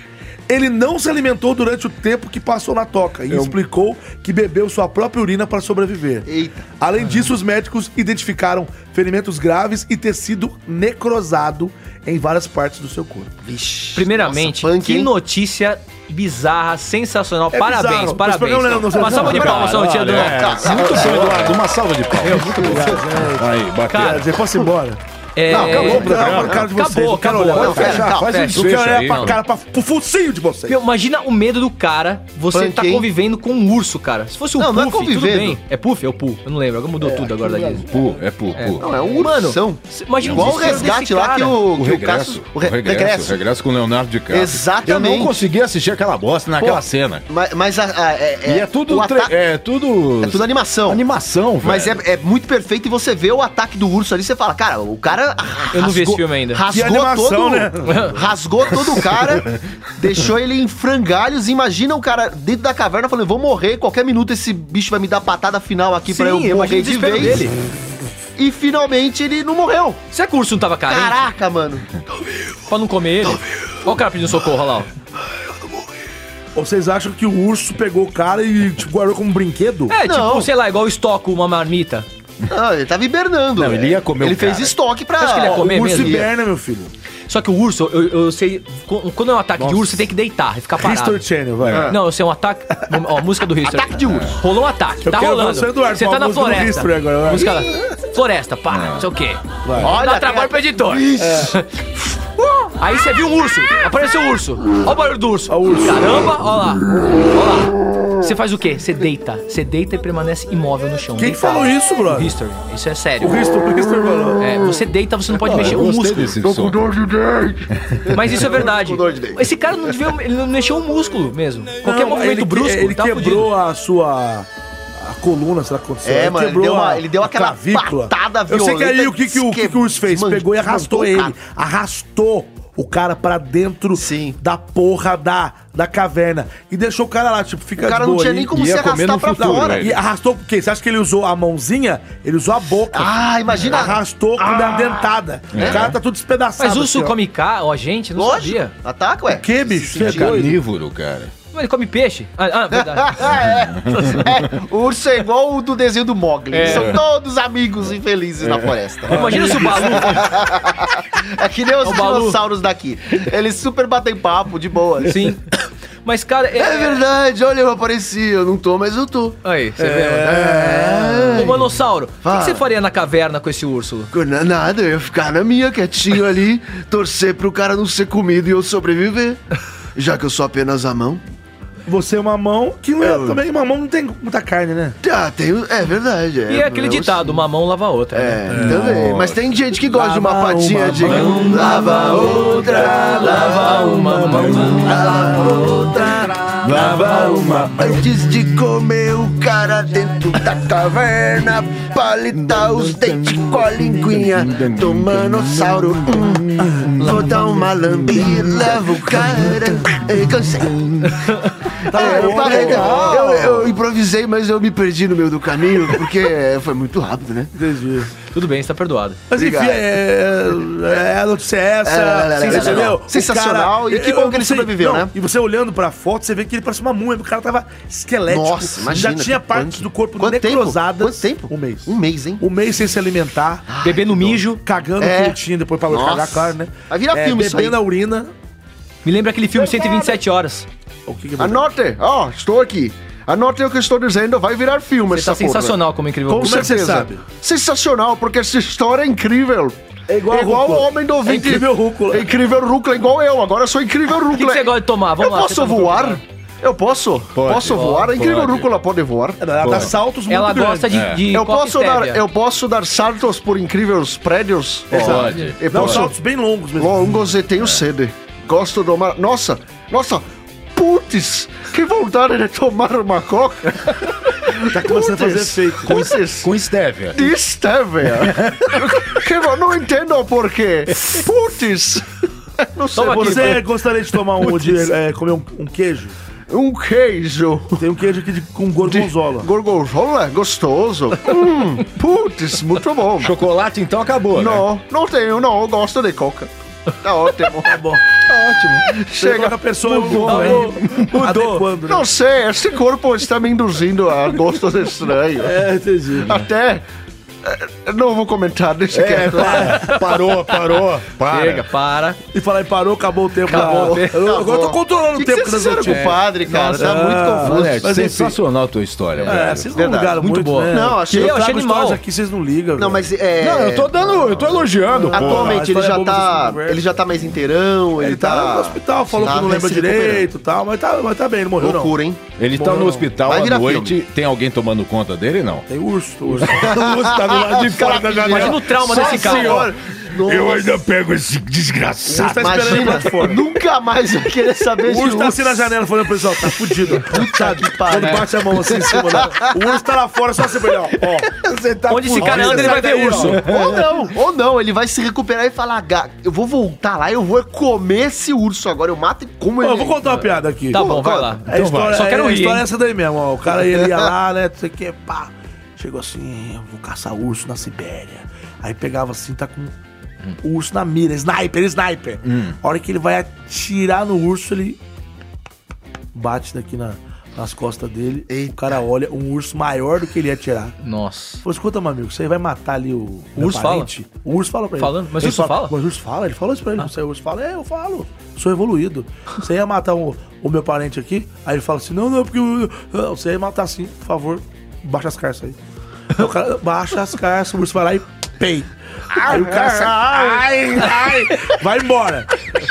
[SPEAKER 2] Ele não se alimentou durante o tempo que passou na toca e explicou que bebeu sua própria urina para sobreviver.
[SPEAKER 3] Eita.
[SPEAKER 2] Além disso, os médicos identificaram ferimentos graves e tecido necrosado em várias partes do seu corpo.
[SPEAKER 3] Vixe.
[SPEAKER 1] Primeiramente,
[SPEAKER 3] Nossa, punk,
[SPEAKER 1] que
[SPEAKER 3] hein?
[SPEAKER 1] notícia bizarra, sensacional.
[SPEAKER 2] É
[SPEAKER 1] parabéns,
[SPEAKER 2] bizarro. Esse
[SPEAKER 1] parabéns.
[SPEAKER 2] programa não é nosso-
[SPEAKER 1] Uma salva de
[SPEAKER 2] Cara,
[SPEAKER 1] palmas, salva de
[SPEAKER 5] olha, é,
[SPEAKER 1] palmas.
[SPEAKER 5] Muito bem, Eduardo. Uma salva de palmas. É, Muito Aí,
[SPEAKER 1] Cara,
[SPEAKER 5] bateu.
[SPEAKER 2] Quer dizer, posso ir embora?
[SPEAKER 1] É,
[SPEAKER 2] Não, acabou o Tá programa.
[SPEAKER 1] acabou,
[SPEAKER 2] Cara de vocês,
[SPEAKER 1] acabou,
[SPEAKER 2] não quero olhar.
[SPEAKER 3] um
[SPEAKER 1] acabou.
[SPEAKER 2] Pode
[SPEAKER 1] Não,
[SPEAKER 2] fechar,
[SPEAKER 1] não,
[SPEAKER 5] faz
[SPEAKER 1] fecha.
[SPEAKER 5] isso.
[SPEAKER 2] Não quero olhar
[SPEAKER 5] aí,
[SPEAKER 2] pra
[SPEAKER 5] não.
[SPEAKER 2] cara, pra, pro focinho de vocês.
[SPEAKER 1] Meu, imagina o medo do cara, você
[SPEAKER 3] Punk,
[SPEAKER 1] tá
[SPEAKER 3] hein?
[SPEAKER 1] convivendo com um urso, cara. Se fosse um
[SPEAKER 3] Não, não é
[SPEAKER 1] puff, tudo
[SPEAKER 3] convivendo.
[SPEAKER 1] bem. É puff? É o puff. Eu não lembro, agora mudou tudo agora da Disney.
[SPEAKER 5] Pu, é pu, pu.
[SPEAKER 3] Não, é um
[SPEAKER 1] Mano,
[SPEAKER 3] ursão.
[SPEAKER 1] cê- imagina
[SPEAKER 3] Igual o
[SPEAKER 1] desespero desse
[SPEAKER 3] resgate lá
[SPEAKER 1] cara.
[SPEAKER 3] que o, que
[SPEAKER 5] O regresso,
[SPEAKER 3] Cassius-
[SPEAKER 5] o regresso, o regresso com o Leonardo DiCaprio.
[SPEAKER 3] Exatamente.
[SPEAKER 5] Eu não consegui assistir aquela bosta naquela
[SPEAKER 3] Pô.
[SPEAKER 5] cena.
[SPEAKER 3] Mas, mas a, a- é,
[SPEAKER 5] e é tudo,
[SPEAKER 3] o
[SPEAKER 5] tre-
[SPEAKER 3] ata-
[SPEAKER 5] é tudo...
[SPEAKER 3] é tudo animação.
[SPEAKER 5] Animação, velho.
[SPEAKER 3] Mas é, é muito perfeito e você vê o ataque do urso ali, você fala, cara, o cara rasgou,
[SPEAKER 1] Eu não vi esse filme ainda.
[SPEAKER 3] Rasgou
[SPEAKER 2] Que animação,
[SPEAKER 3] todo,
[SPEAKER 2] né?
[SPEAKER 3] rasgou todo o cara, deixou ele em frangalhos. Imagina o cara dentro da caverna falando, vou morrer, qualquer minuto esse bicho vai me dar a patada final aqui pra um eu
[SPEAKER 1] Sim, imagina
[SPEAKER 3] morrer de
[SPEAKER 1] o desespero
[SPEAKER 3] vez.
[SPEAKER 1] dele.
[SPEAKER 3] E finalmente ele não morreu.
[SPEAKER 1] Será que o urso não tava carente?
[SPEAKER 3] Caraca, mano.
[SPEAKER 1] Pra não comer ele? Olha o cara pedindo socorro, olha lá. ó.
[SPEAKER 2] Ou vocês acham que o urso pegou o cara e tipo, guardou como um brinquedo?
[SPEAKER 1] É,
[SPEAKER 3] Não.
[SPEAKER 1] tipo, sei lá, igual estoco uma marmita.
[SPEAKER 3] Não, ele tava hibernando.
[SPEAKER 5] Não, ele ia comer
[SPEAKER 3] Ele
[SPEAKER 5] o
[SPEAKER 3] fez
[SPEAKER 5] cara.
[SPEAKER 3] estoque pra.
[SPEAKER 1] um acha que ele ia
[SPEAKER 3] Ó,
[SPEAKER 1] comer um
[SPEAKER 2] o urso
[SPEAKER 1] mesmo?
[SPEAKER 2] hiberna, meu filho.
[SPEAKER 1] Só que o urso, eu, eu sei. co- Quando é um ataque de urso, você tem que deitar e ficar parado.
[SPEAKER 2] History Channel, vai.
[SPEAKER 3] Ah.
[SPEAKER 1] Não, eu sei, um ataque. Ó, música do History.
[SPEAKER 3] Ataque de urso.
[SPEAKER 1] Rolou um ataque,
[SPEAKER 2] Eu
[SPEAKER 1] tá
[SPEAKER 2] quero ver
[SPEAKER 1] rolando.
[SPEAKER 2] o seu Eduardo
[SPEAKER 1] Você
[SPEAKER 2] com a
[SPEAKER 1] tá na
[SPEAKER 2] música do
[SPEAKER 1] floresta.
[SPEAKER 2] History agora, vai.
[SPEAKER 1] Música lá. Floresta, pá, não sei o quê.
[SPEAKER 3] Olha,
[SPEAKER 1] Dá trabalho pro editor. É. Aí você viu um urso, apareceu um urso. Olha o barulho do urso. Caramba, olha lá. Olha lá. Você faz o quê? Você deita. Você deita e permanece imóvel no chão.
[SPEAKER 2] Quem
[SPEAKER 1] deitado.
[SPEAKER 2] falou isso, brother?
[SPEAKER 1] History. Isso é sério.
[SPEAKER 2] O Risto, o Risto falou.
[SPEAKER 1] É, você deita, você não pode mexer
[SPEAKER 5] Eu
[SPEAKER 1] um
[SPEAKER 5] gostei
[SPEAKER 1] músculo.
[SPEAKER 5] desse som.
[SPEAKER 1] Mas isso é verdade.
[SPEAKER 3] dor de dente.
[SPEAKER 1] Esse cara não devia, ele não mexeu um músquelo mesmo. Qualquer
[SPEAKER 2] Não,
[SPEAKER 1] movimento
[SPEAKER 2] ele,
[SPEAKER 1] brusco,
[SPEAKER 2] Ele
[SPEAKER 1] tá
[SPEAKER 2] quebrou a sua. A coluna, será que aconteceu?
[SPEAKER 3] É, mano, ele
[SPEAKER 2] quebrou
[SPEAKER 3] deu uma-
[SPEAKER 2] a-
[SPEAKER 3] ele deu
[SPEAKER 2] a
[SPEAKER 3] aquela patada
[SPEAKER 2] Eu sei que
[SPEAKER 3] violenta
[SPEAKER 2] aí o que, que, o,
[SPEAKER 3] que
[SPEAKER 2] que, que o Urso fez?
[SPEAKER 3] desman-
[SPEAKER 2] Pegou e arrastou
[SPEAKER 3] desmontou o
[SPEAKER 2] ele. Arrastou o cara pra dentro
[SPEAKER 3] Sim.
[SPEAKER 2] da porra da, da caverna. E deixou o cara lá, tipo, fica
[SPEAKER 3] O cara
[SPEAKER 2] de
[SPEAKER 3] não
[SPEAKER 2] boa
[SPEAKER 3] tinha
[SPEAKER 2] aí.
[SPEAKER 3] nem como
[SPEAKER 5] ia
[SPEAKER 3] se
[SPEAKER 5] comer no
[SPEAKER 3] arrastar pra
[SPEAKER 5] futuro,
[SPEAKER 3] fora.
[SPEAKER 5] velho.
[SPEAKER 2] E arrastou por quê? Você acha que ele usou a mãozinha? Ele usou a boca.
[SPEAKER 3] Ah, imagina.
[SPEAKER 2] Arrastou com a dentada. O cara tá tudo despedaçado.
[SPEAKER 1] Ah. É. Mas o urso
[SPEAKER 2] assim, ó.
[SPEAKER 1] come cá, ó, gente, não
[SPEAKER 3] Lógico.
[SPEAKER 1] sabia.
[SPEAKER 3] Ataque, ué.
[SPEAKER 2] Que, bicho?
[SPEAKER 5] É carnívoro, cara.
[SPEAKER 1] Mas ele come peixe. Ah, ah verdade.
[SPEAKER 3] é, o urso é igual o do desenho do Mogli.
[SPEAKER 1] É.
[SPEAKER 3] São todos amigos infelizes na floresta.
[SPEAKER 1] Imagina se o Balu...
[SPEAKER 3] É que nem os
[SPEAKER 1] o Balu.
[SPEAKER 3] dinossauros daqui. Eles super batem papo, de boa.
[SPEAKER 1] Sim. Mas, cara...
[SPEAKER 3] É verdade, olha, eu apareci, eu não tô, mas eu tô.
[SPEAKER 1] Aí, você
[SPEAKER 3] É.
[SPEAKER 1] vê. Ô, Manossauro, o que que você faria na caverna com esse urso?
[SPEAKER 3] Na- Nada, eu ia ficar na minha, quietinho ali, torcer pro cara não ser comido e eu sobreviver. Já que eu sou apenas a mão.
[SPEAKER 2] Você é uma mão que não é, também. Uma mão não tem muita carne, né?
[SPEAKER 3] Ah, tem. É verdade. É,
[SPEAKER 1] E é aquele
[SPEAKER 3] eu-
[SPEAKER 1] ditado, uma mão lava a outra. né?
[SPEAKER 3] É, também. Mas tem gente que gosta de uma
[SPEAKER 2] Lava
[SPEAKER 3] patinha
[SPEAKER 2] uma
[SPEAKER 3] de. um
[SPEAKER 2] mão,
[SPEAKER 3] lava outra, lava
[SPEAKER 1] uma
[SPEAKER 3] mão, lava outra, lava uma. Antes de comer o cara dentro da caverna, palita os dentes com a linguinha. Tomanossauro, hum, vou dar uma lambida, leva o cara. Ei, Cansei. É, eu, parei, eu, eu improvisei, mas eu me perdi no meio do caminho, porque foi muito rápido, né?
[SPEAKER 2] Entendi.
[SPEAKER 1] Tudo bem, você tá perdoado.
[SPEAKER 2] Mas enfim,
[SPEAKER 3] Obrigado.
[SPEAKER 2] é, é, a notícia é
[SPEAKER 3] É, lá, lá, lá,
[SPEAKER 2] essa.
[SPEAKER 3] lá, lá,
[SPEAKER 2] você
[SPEAKER 3] lá,
[SPEAKER 2] entendeu?
[SPEAKER 3] lá. Sensacional,
[SPEAKER 2] O
[SPEAKER 3] e que
[SPEAKER 2] eu-
[SPEAKER 3] bom
[SPEAKER 2] eu
[SPEAKER 3] que ele
[SPEAKER 2] não sei-
[SPEAKER 3] sobreviveu,
[SPEAKER 2] não,
[SPEAKER 3] né?
[SPEAKER 2] E você olhando pra foto, você vê que ele parece uma múmia, o cara tava esquelético.
[SPEAKER 3] Nossa, imagina,
[SPEAKER 2] É, tipo, Já tinha
[SPEAKER 3] que
[SPEAKER 2] partes
[SPEAKER 3] punk.
[SPEAKER 2] do corpo
[SPEAKER 3] Quanto tempo?
[SPEAKER 2] necrosadas.
[SPEAKER 3] Quanto tempo?
[SPEAKER 2] Um mês.
[SPEAKER 3] Um mês, hein?
[SPEAKER 2] Um mês sem se alimentar.
[SPEAKER 1] Bebendo Ah, mijo.
[SPEAKER 2] Cagando
[SPEAKER 3] É.
[SPEAKER 2] curtindo depois pra
[SPEAKER 3] Nossa.
[SPEAKER 2] cagar, claro, né?
[SPEAKER 3] Vai virar filme isso
[SPEAKER 2] Bebendo
[SPEAKER 3] aí.
[SPEAKER 2] a urina.
[SPEAKER 1] Me lembra aquele filme 127 horas.
[SPEAKER 2] O que que é
[SPEAKER 3] Anote, ó, estou aqui. Anote o que eu estou dizendo, vai virar filme
[SPEAKER 1] Você tá
[SPEAKER 3] porra.
[SPEAKER 1] sensacional como incrível.
[SPEAKER 3] Com
[SPEAKER 1] Hulk.
[SPEAKER 2] é que você
[SPEAKER 3] certeza.
[SPEAKER 2] sabe?
[SPEAKER 3] Sensacional, porque essa história é incrível.
[SPEAKER 2] É igual a
[SPEAKER 3] o
[SPEAKER 2] rúcula.
[SPEAKER 3] homem do ouvinte.
[SPEAKER 2] É incrível rúcula.
[SPEAKER 3] É incrível rúcula, igual eu. Agora eu sou incrível rúcula.
[SPEAKER 1] que você gosta de tomar? Vamos
[SPEAKER 3] eu
[SPEAKER 1] lá, você
[SPEAKER 3] posso
[SPEAKER 1] tá no
[SPEAKER 3] voar?
[SPEAKER 1] programa.
[SPEAKER 3] Eu posso?
[SPEAKER 5] Pode.
[SPEAKER 3] posso voar? A incrível
[SPEAKER 5] Pode.
[SPEAKER 3] rúcula pode voar.
[SPEAKER 2] Ela dá saltos muito
[SPEAKER 1] Ela gosta
[SPEAKER 2] grandes.
[SPEAKER 1] de, de
[SPEAKER 3] É. Eu
[SPEAKER 1] coca
[SPEAKER 3] posso,
[SPEAKER 1] e
[SPEAKER 3] dar,
[SPEAKER 1] stevia.
[SPEAKER 3] eu posso dar saltos por incríveis prédios?
[SPEAKER 5] Pode.
[SPEAKER 3] Eu
[SPEAKER 2] Dá uns
[SPEAKER 3] posso
[SPEAKER 2] saltos bem longos mesmo.
[SPEAKER 3] Longos e tenho sede. Gosto de tomar. Nossa, nossa, putz, que vontade de tomar uma coca.
[SPEAKER 2] Tá começando a É fazer efeito.
[SPEAKER 3] Putz,
[SPEAKER 5] Com estévia.
[SPEAKER 3] isso, velho. que eu não entendo o porquê. Putz. Não sei
[SPEAKER 1] Toma
[SPEAKER 3] porquê.
[SPEAKER 2] Você gostaria de tomar um, de, é, comer um, um queijo?
[SPEAKER 3] Um queijo.
[SPEAKER 2] Tem um queijo aqui de, com gorgonzola.
[SPEAKER 3] Gorgonzola? Gostoso. hum, putz, muito bom.
[SPEAKER 5] Chocolate então acabou, né?
[SPEAKER 3] Não, não tenho, não. Eu gosto de coca. Tá ótimo. Tá
[SPEAKER 2] bom.
[SPEAKER 3] ótimo. Chega.
[SPEAKER 2] Chega a pessoa
[SPEAKER 3] Mudou,
[SPEAKER 2] mudou,
[SPEAKER 3] mudou.
[SPEAKER 2] Adequando, né?
[SPEAKER 3] Não sei, esse corpo está me induzindo a gostos estranhos.
[SPEAKER 2] É, entendi.
[SPEAKER 3] Até. eh, Não vou comentar, deixa
[SPEAKER 5] É,
[SPEAKER 3] quieto.
[SPEAKER 5] para. Parou, parou. Para.
[SPEAKER 1] Chega, para.
[SPEAKER 2] E falar, e parou, acabou o tempo.
[SPEAKER 1] Acabou o
[SPEAKER 2] Ah,
[SPEAKER 1] tempo.
[SPEAKER 2] eu-
[SPEAKER 3] Tá
[SPEAKER 2] Agora eu tô
[SPEAKER 3] bom.
[SPEAKER 2] controlando
[SPEAKER 3] Que
[SPEAKER 2] o tempo
[SPEAKER 3] que
[SPEAKER 2] das
[SPEAKER 3] vocês fizeram com o
[SPEAKER 2] notícias. é, Ah,
[SPEAKER 3] padre, cara? tá muito confuso.
[SPEAKER 5] Alex,
[SPEAKER 2] Mas, enfim.
[SPEAKER 5] é sensacional a tua história,
[SPEAKER 2] É,
[SPEAKER 5] velho.
[SPEAKER 2] vocês não
[SPEAKER 3] Verdade.
[SPEAKER 2] ligaram muito,
[SPEAKER 1] Muito boa.
[SPEAKER 2] né?
[SPEAKER 3] Não, achei-
[SPEAKER 2] eu
[SPEAKER 1] eu achei
[SPEAKER 2] trago
[SPEAKER 1] animal.
[SPEAKER 2] histórias aqui, vocês não ligam.
[SPEAKER 3] Não,
[SPEAKER 2] velho.
[SPEAKER 3] mas é.
[SPEAKER 5] Não, eu tô dando, eu tô elogiando,
[SPEAKER 3] Ah,
[SPEAKER 5] pô.
[SPEAKER 3] Atualmente
[SPEAKER 2] Porra,
[SPEAKER 3] ele
[SPEAKER 2] a história é
[SPEAKER 3] já
[SPEAKER 2] boa, mas
[SPEAKER 3] tá.
[SPEAKER 2] não conversa.
[SPEAKER 3] Ele já tá mais inteirão, ele,
[SPEAKER 2] Ele tá, no hospital, falou
[SPEAKER 3] tá
[SPEAKER 2] que não lembra
[SPEAKER 3] se recuperando.
[SPEAKER 2] direito e tal, mas tá, mas tá bem, não morreu
[SPEAKER 3] Loucura, hein?
[SPEAKER 5] Ele tá no hospital
[SPEAKER 3] Vai
[SPEAKER 5] à
[SPEAKER 3] virar
[SPEAKER 5] noite, tem alguém tomando conta dele, não?
[SPEAKER 2] não. Tem urso, urso.
[SPEAKER 5] O urso tá do lado de fora da
[SPEAKER 1] Imagina o trauma desse cara.
[SPEAKER 5] Eu ainda pego esse
[SPEAKER 2] O urso
[SPEAKER 5] desgraçado.
[SPEAKER 2] tá esperando ele pra
[SPEAKER 3] Imagina,
[SPEAKER 2] fora.
[SPEAKER 3] nunca mais vai querer saber
[SPEAKER 2] O urso tá assim
[SPEAKER 3] urso.
[SPEAKER 2] na janela falando pro pessoal, tá fudido. Puta que
[SPEAKER 3] pariu.
[SPEAKER 2] Quando bate a mão assim em cima da... O urso tá lá fora, só você olhar, ó. ó.
[SPEAKER 1] Onde
[SPEAKER 3] Tá
[SPEAKER 1] esse cara
[SPEAKER 2] Olha,
[SPEAKER 1] anda, ele
[SPEAKER 2] sai
[SPEAKER 1] vai ver
[SPEAKER 2] daí,
[SPEAKER 1] urso.
[SPEAKER 2] ó.
[SPEAKER 3] Ou não, É. ou não, ele vai se recuperar e falar, "Ga- eu vou voltar lá, eu vou comer esse urso agora, eu mato e como
[SPEAKER 2] Ó,
[SPEAKER 3] ele.
[SPEAKER 2] eu vou contar uma piada aqui.
[SPEAKER 1] Tá bom, vai
[SPEAKER 3] conta.
[SPEAKER 1] lá.
[SPEAKER 2] É A história,
[SPEAKER 1] Só quero
[SPEAKER 2] a
[SPEAKER 1] rir,
[SPEAKER 2] história
[SPEAKER 1] hein?
[SPEAKER 2] é essa daí mesmo, ó. O cara ele ia lá, né? Não sei o que, pá. Chegou assim, eu vou caçar urso na Sibéria. Aí pegava assim, tá com
[SPEAKER 1] Hum.
[SPEAKER 2] o urso na mira, sniper, sniper. A hora que ele vai atirar no urso, ele bate daqui na- nas costas dele. O cara olha um urso maior do que ele ia atirar.
[SPEAKER 1] Nossa.
[SPEAKER 2] Falou, escuta, meu amigo, você vai matar ali o. meu
[SPEAKER 1] urso fala?
[SPEAKER 2] O urso fala pra ele.
[SPEAKER 1] Falando? Mas
[SPEAKER 2] Ele
[SPEAKER 1] o urso fala? Ah.
[SPEAKER 2] Mas o urso fala, ele falou isso pra ele. Não sei, o urso fala, é, eu falo. Sou evoluído. Você ia matar o, o meu parente aqui? Aí ele fala assim, não, não, porque. eu- eu- Você ia matar sim, por favor, baixa as carças aí. Aí o cara baixa as carças, o urso vai lá e pei. Aí o cara sai, ai, ai, vai embora.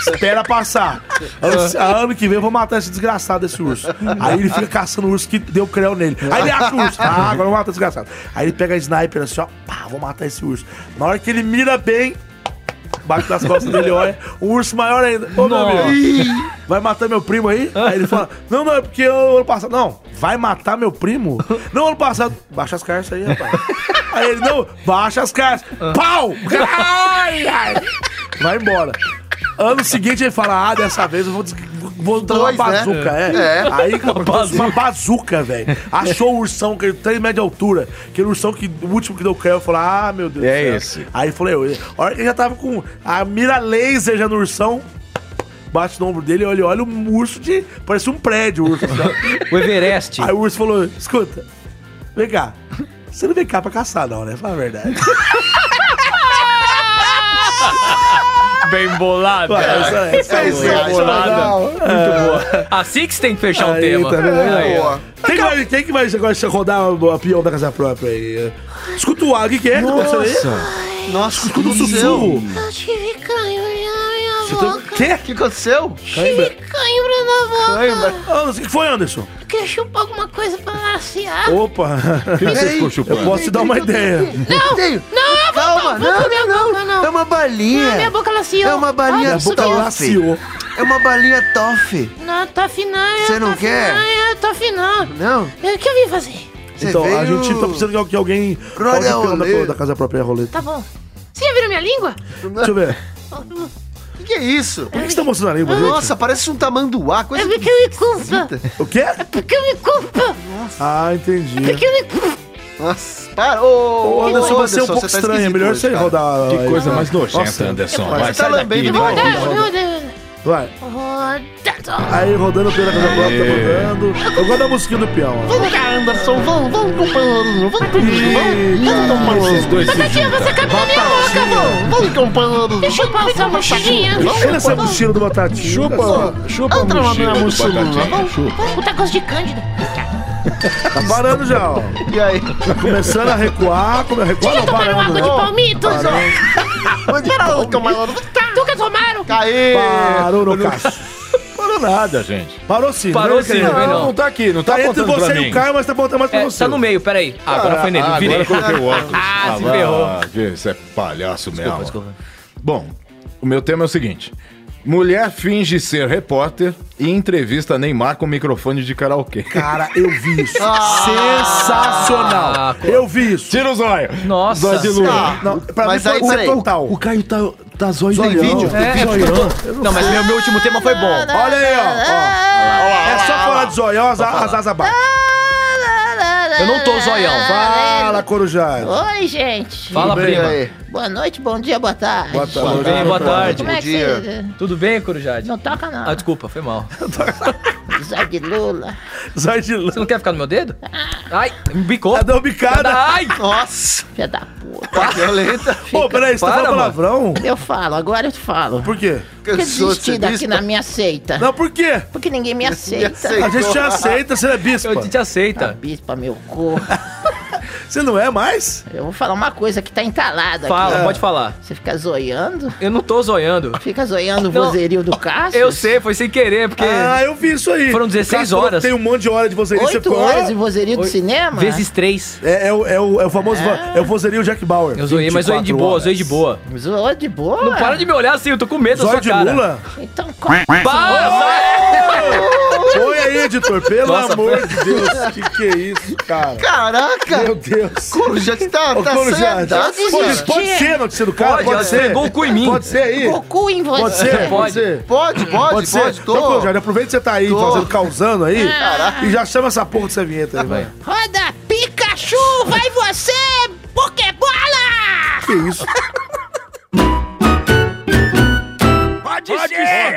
[SPEAKER 2] Espera passar. Ano, a ano que vem eu vou matar esse desgraçado, esse urso. Aí ele fica caçando o urso que deu creu nele. Aí ele acha o urso. Ah, agora eu vou matar esse desgraçado. Aí ele pega a sniper assim, ó, pá, vou matar esse urso. Na hora que ele mira bem, bate nas costas dele, olha, um urso maior ainda. Ô, meu
[SPEAKER 1] Nossa.
[SPEAKER 2] amigo, ih, vai matar meu primo aí? Aí ele fala, não, não, é porque eu ano passado. Não, vai matar meu primo? Não, ano passado. Baixa as cartas aí, rapaz. Aí ele, não, baixa as cartas.
[SPEAKER 5] Ah.
[SPEAKER 2] Pau! Ai, ai. Vai embora. Ano seguinte ele fala, ah, dessa vez eu vou, des- vou dar uma
[SPEAKER 3] Dois, né?
[SPEAKER 2] bazuca, é.
[SPEAKER 3] É.
[SPEAKER 2] Aí cara, uma bazuca, velho. Achou o ursão, que ele tem 3 metros de altura. Aquele ursão que o último que deu creu, falou, ah, meu Deus
[SPEAKER 5] É
[SPEAKER 2] do céu.
[SPEAKER 5] esse.
[SPEAKER 2] Aí falei, eu, a hora que ele já tava com a mira laser já no ursão, bate no ombro dele, olha, olha um urso de. Parece um prédio, o urso. sabe?
[SPEAKER 1] O Everest.
[SPEAKER 2] Aí o urso falou: escuta, vem cá. Você não vem cá pra caçar, não, né? Fala a verdade.
[SPEAKER 1] Bem bolado.
[SPEAKER 2] Vai, essa, essa,
[SPEAKER 3] É
[SPEAKER 2] né?
[SPEAKER 3] sensacional.
[SPEAKER 1] Assim que você tem que fechar o
[SPEAKER 2] Aí,
[SPEAKER 1] tema.
[SPEAKER 2] tá vendo?
[SPEAKER 1] Aí,
[SPEAKER 3] é,
[SPEAKER 1] ó.
[SPEAKER 3] Boa.
[SPEAKER 2] Quem que mais, quem que mais gosta de rodar a peão da casa própria aí? Escuta o ar, o que, que é? Nossa,
[SPEAKER 3] Nossa,
[SPEAKER 2] escuta o sussurro. Então,
[SPEAKER 10] Eu tive cãibra na minha
[SPEAKER 9] tá
[SPEAKER 10] boca.
[SPEAKER 2] Quê?
[SPEAKER 3] O que aconteceu?
[SPEAKER 10] Tive cãibra na boca.
[SPEAKER 3] Cãibra.
[SPEAKER 2] Ah, não sei o que foi, Anderson.
[SPEAKER 10] Eu queria chupar alguma coisa pra maciar.
[SPEAKER 2] Opa,
[SPEAKER 5] Você ficou chupando.
[SPEAKER 2] eu posso te dar uma ideia.
[SPEAKER 10] Não,
[SPEAKER 3] Tenho.
[SPEAKER 10] não, eu vou,
[SPEAKER 3] Calma,
[SPEAKER 10] vou
[SPEAKER 3] não,
[SPEAKER 10] comer
[SPEAKER 3] não,
[SPEAKER 10] a boca,
[SPEAKER 3] não. É uma balinha.
[SPEAKER 10] Não, minha boca laciou.
[SPEAKER 3] É uma balinha
[SPEAKER 10] Ah,
[SPEAKER 2] A boca
[SPEAKER 10] subiu.
[SPEAKER 2] laciou.
[SPEAKER 3] É uma balinha toffee.
[SPEAKER 10] Não, tá final.
[SPEAKER 3] Você não quer?
[SPEAKER 10] Não, tá final.
[SPEAKER 3] Não?
[SPEAKER 10] Eu- O que eu vim fazer?
[SPEAKER 3] Você
[SPEAKER 2] Então, a
[SPEAKER 3] veio-
[SPEAKER 2] gente tá precisando que alguém
[SPEAKER 3] Olha
[SPEAKER 2] roda o peão
[SPEAKER 3] rolê.
[SPEAKER 2] da, da casa própria e a roleta.
[SPEAKER 10] Tá bom. Você já viram minha língua?
[SPEAKER 2] Deixa eu ver.
[SPEAKER 3] O que, que é isso?
[SPEAKER 2] Por que você tá mostrando a língua, gente?
[SPEAKER 3] Nossa, parece um tamanduá. Coisa
[SPEAKER 10] É porque eu me culpa.
[SPEAKER 2] O quê?
[SPEAKER 10] Porque eu me culpa.
[SPEAKER 2] Ah, entendi.
[SPEAKER 10] Porque eu me culpa.
[SPEAKER 3] Nossa, para. Ô,
[SPEAKER 2] Ô, Anderson, você é um pouco
[SPEAKER 3] você tá
[SPEAKER 2] estranho. É
[SPEAKER 3] esquisito
[SPEAKER 2] melhor
[SPEAKER 3] hoje,
[SPEAKER 2] você
[SPEAKER 3] cara.
[SPEAKER 2] rodar.
[SPEAKER 5] Que
[SPEAKER 2] aí.
[SPEAKER 5] coisa mais nojenta,
[SPEAKER 2] Nossa.
[SPEAKER 5] Anderson.
[SPEAKER 3] Você
[SPEAKER 5] Vai,
[SPEAKER 3] tá
[SPEAKER 5] sai daqui.
[SPEAKER 3] lambendo
[SPEAKER 10] Eu vou
[SPEAKER 5] Vai.
[SPEAKER 10] rodar,
[SPEAKER 5] Vai.
[SPEAKER 10] eu vou rodar.
[SPEAKER 2] Vai.
[SPEAKER 10] eu vou rodar.
[SPEAKER 2] Aí rodando o peão da casa própria, tá rodando. Eu gosto da musiquinha do peão. ó.
[SPEAKER 10] Vamos cá, Anderson. Vamos, vamos, companheiro. Vamos, companheiro. Vamos,
[SPEAKER 5] Esses
[SPEAKER 10] companheiro.
[SPEAKER 5] dois se
[SPEAKER 10] Tia,
[SPEAKER 5] juntam.
[SPEAKER 10] você acabou a minha boca, vamos.
[SPEAKER 3] Vamos,
[SPEAKER 9] é um
[SPEAKER 3] companheiro.
[SPEAKER 10] Deixa eu passar uma mochilinha.
[SPEAKER 2] Olha essa mochila do Batatinha.
[SPEAKER 5] Chupa, chupa a
[SPEAKER 3] Entra lá
[SPEAKER 5] mochila
[SPEAKER 3] na
[SPEAKER 5] do
[SPEAKER 3] mochila.
[SPEAKER 10] Tá
[SPEAKER 5] Batatinha. Chupa.
[SPEAKER 10] Vamos botar gosto de Cândido.
[SPEAKER 2] Tá parando já, ó.
[SPEAKER 3] E aí?
[SPEAKER 2] Começando a recuar, come... recuar
[SPEAKER 10] Quer
[SPEAKER 2] não,
[SPEAKER 10] tomar uma
[SPEAKER 2] parando.
[SPEAKER 10] água de
[SPEAKER 2] né?
[SPEAKER 10] palmito?
[SPEAKER 3] Onde tá o camarão?
[SPEAKER 10] Nunca tomaram?
[SPEAKER 3] Aê!
[SPEAKER 2] Parou no cacho.
[SPEAKER 5] Parou nada, gente.
[SPEAKER 2] Parou sim.
[SPEAKER 1] Parou
[SPEAKER 2] né,
[SPEAKER 1] sim,
[SPEAKER 2] cara?
[SPEAKER 1] não vem
[SPEAKER 5] Não,
[SPEAKER 1] não.
[SPEAKER 5] não tá aqui, não tá
[SPEAKER 2] Tá entre
[SPEAKER 5] apontando pra
[SPEAKER 2] você e
[SPEAKER 5] mim.
[SPEAKER 2] o Caio, mas tá apontando mais pra
[SPEAKER 1] É,
[SPEAKER 2] você.
[SPEAKER 1] tá no meio, peraí. Ah, agora foi nele,
[SPEAKER 5] Ah,
[SPEAKER 1] virei.
[SPEAKER 5] agora coloquei o óculos.
[SPEAKER 1] Ah, se
[SPEAKER 5] vai,
[SPEAKER 1] ferrou.
[SPEAKER 5] viu? Isso é palhaço mesmo.
[SPEAKER 1] desculpa.
[SPEAKER 5] Bom, o meu tema é o seguinte. Mulher finge ser repórter e entrevista Neymar com microfone de karaokê.
[SPEAKER 2] Cara, eu vi isso. Sensacional. eu vi isso.
[SPEAKER 5] Tira o zóio.
[SPEAKER 1] Nossa.
[SPEAKER 5] Zóio de lua.
[SPEAKER 2] Não, pra
[SPEAKER 3] Mas
[SPEAKER 2] mim
[SPEAKER 3] aí,
[SPEAKER 2] foi um
[SPEAKER 3] peraí.
[SPEAKER 2] o total.
[SPEAKER 5] O Caio tá, tá zóio
[SPEAKER 3] Tem vídeo?
[SPEAKER 2] Tá
[SPEAKER 1] É, é porque eu tô- Não, mas meu, meu último tema foi bom.
[SPEAKER 2] Olha aí, ó.
[SPEAKER 9] Ah,
[SPEAKER 2] ó. É só falar de zoião, as, as asas baixas.
[SPEAKER 1] Eu não tô zoião.
[SPEAKER 9] Ah, né?
[SPEAKER 2] Fala, Corujade.
[SPEAKER 9] Oi, gente.
[SPEAKER 1] Fala,
[SPEAKER 3] E
[SPEAKER 1] prima.
[SPEAKER 3] aí?
[SPEAKER 9] Boa noite, bom dia, boa tarde.
[SPEAKER 2] Boa tarde.
[SPEAKER 1] Tudo bem? Boa tarde.
[SPEAKER 9] Como é que
[SPEAKER 3] Bom
[SPEAKER 9] você...
[SPEAKER 1] Tudo bem, Corujade?
[SPEAKER 9] Não toca, não.
[SPEAKER 1] Ah, desculpa, foi mal. Você
[SPEAKER 9] Zé de Lula.
[SPEAKER 2] Zóio de lã.
[SPEAKER 1] não quer ficar no meu dedo? Ai, me bicou.
[SPEAKER 2] Dá uma bicada.
[SPEAKER 1] Ai,
[SPEAKER 3] Nossa,
[SPEAKER 9] Filha da puta.
[SPEAKER 3] tá violenta.
[SPEAKER 2] Pô, peraí, você tá
[SPEAKER 1] Para,
[SPEAKER 2] falando
[SPEAKER 1] mano.
[SPEAKER 2] palavrão?
[SPEAKER 9] Eu falo, agora eu falo. Por
[SPEAKER 2] Por quê?
[SPEAKER 9] que
[SPEAKER 3] Cansou de
[SPEAKER 9] desisti
[SPEAKER 3] ser
[SPEAKER 9] daqui
[SPEAKER 3] bispa?
[SPEAKER 9] na minha seita?
[SPEAKER 2] Não, por quê?
[SPEAKER 9] Porque ninguém me aceita.
[SPEAKER 3] aceita.
[SPEAKER 2] A gente te aceita, você é bispa.
[SPEAKER 1] eu te aceita.
[SPEAKER 9] Bispa, meu corpo.
[SPEAKER 2] Você não é mais?
[SPEAKER 9] Eu vou falar uma coisa que tá entalada
[SPEAKER 1] Fala,
[SPEAKER 9] aqui.
[SPEAKER 1] pode falar.
[SPEAKER 9] Você fica zoiando?
[SPEAKER 1] Eu não tô zoiando.
[SPEAKER 9] Fica zoiando o
[SPEAKER 1] Não.
[SPEAKER 9] vozerio do Cássio?
[SPEAKER 1] Eu sei, foi sem querer, porque...
[SPEAKER 2] Ah, eu vi isso aí.
[SPEAKER 1] Foram 16
[SPEAKER 2] Cássio falou que
[SPEAKER 1] horas.
[SPEAKER 2] Tem um monte de hora de vozeria. você
[SPEAKER 9] Oito
[SPEAKER 2] ficou,
[SPEAKER 9] horas
[SPEAKER 2] "Ah".
[SPEAKER 9] de vozerio do
[SPEAKER 1] Oi-
[SPEAKER 9] cinema?
[SPEAKER 1] Vezes três.
[SPEAKER 2] É, é o, é, o, é o famoso. va- É o vozerio Jack Bauer.
[SPEAKER 1] Eu zoei, mas zoei de
[SPEAKER 2] 24
[SPEAKER 1] boa,
[SPEAKER 2] horas.
[SPEAKER 1] zoei de boa.
[SPEAKER 9] Zoou de boa?
[SPEAKER 1] Não para de me olhar assim, eu tô com medo da
[SPEAKER 2] Zóio
[SPEAKER 1] sua
[SPEAKER 2] de
[SPEAKER 1] cara.
[SPEAKER 2] Lula?
[SPEAKER 9] Então, corre.
[SPEAKER 1] Para, sai!
[SPEAKER 2] Põe aí, editor. Pelo
[SPEAKER 1] Nossa,
[SPEAKER 2] amor de Deus. Que que é isso, cara? Meu
[SPEAKER 3] Caraca!
[SPEAKER 2] Deus.
[SPEAKER 3] Corujade tá,
[SPEAKER 2] Ô,
[SPEAKER 3] tá
[SPEAKER 2] Corujade,
[SPEAKER 3] saiadaço,
[SPEAKER 2] pode-
[SPEAKER 3] cara.
[SPEAKER 2] Pode ser a notícia do cara?
[SPEAKER 1] Pode, ó, pegou o cu em mim.
[SPEAKER 2] Pode ser aí?
[SPEAKER 9] Goku em você.
[SPEAKER 2] Pode ser?
[SPEAKER 1] Pode.
[SPEAKER 2] ser?
[SPEAKER 3] Pode, pode,
[SPEAKER 2] Pode
[SPEAKER 3] pode,
[SPEAKER 2] ser?
[SPEAKER 3] tô.
[SPEAKER 2] Então, Corujade, aproveita que você tá aí
[SPEAKER 3] Tô.
[SPEAKER 2] fazendo, causando aí.
[SPEAKER 3] Caraca.
[SPEAKER 2] E já chama essa porra dessa vinheta aí, vai.
[SPEAKER 9] Roda Pikachu, vai você, Pokébola!
[SPEAKER 2] Que isso?
[SPEAKER 5] Pode ser.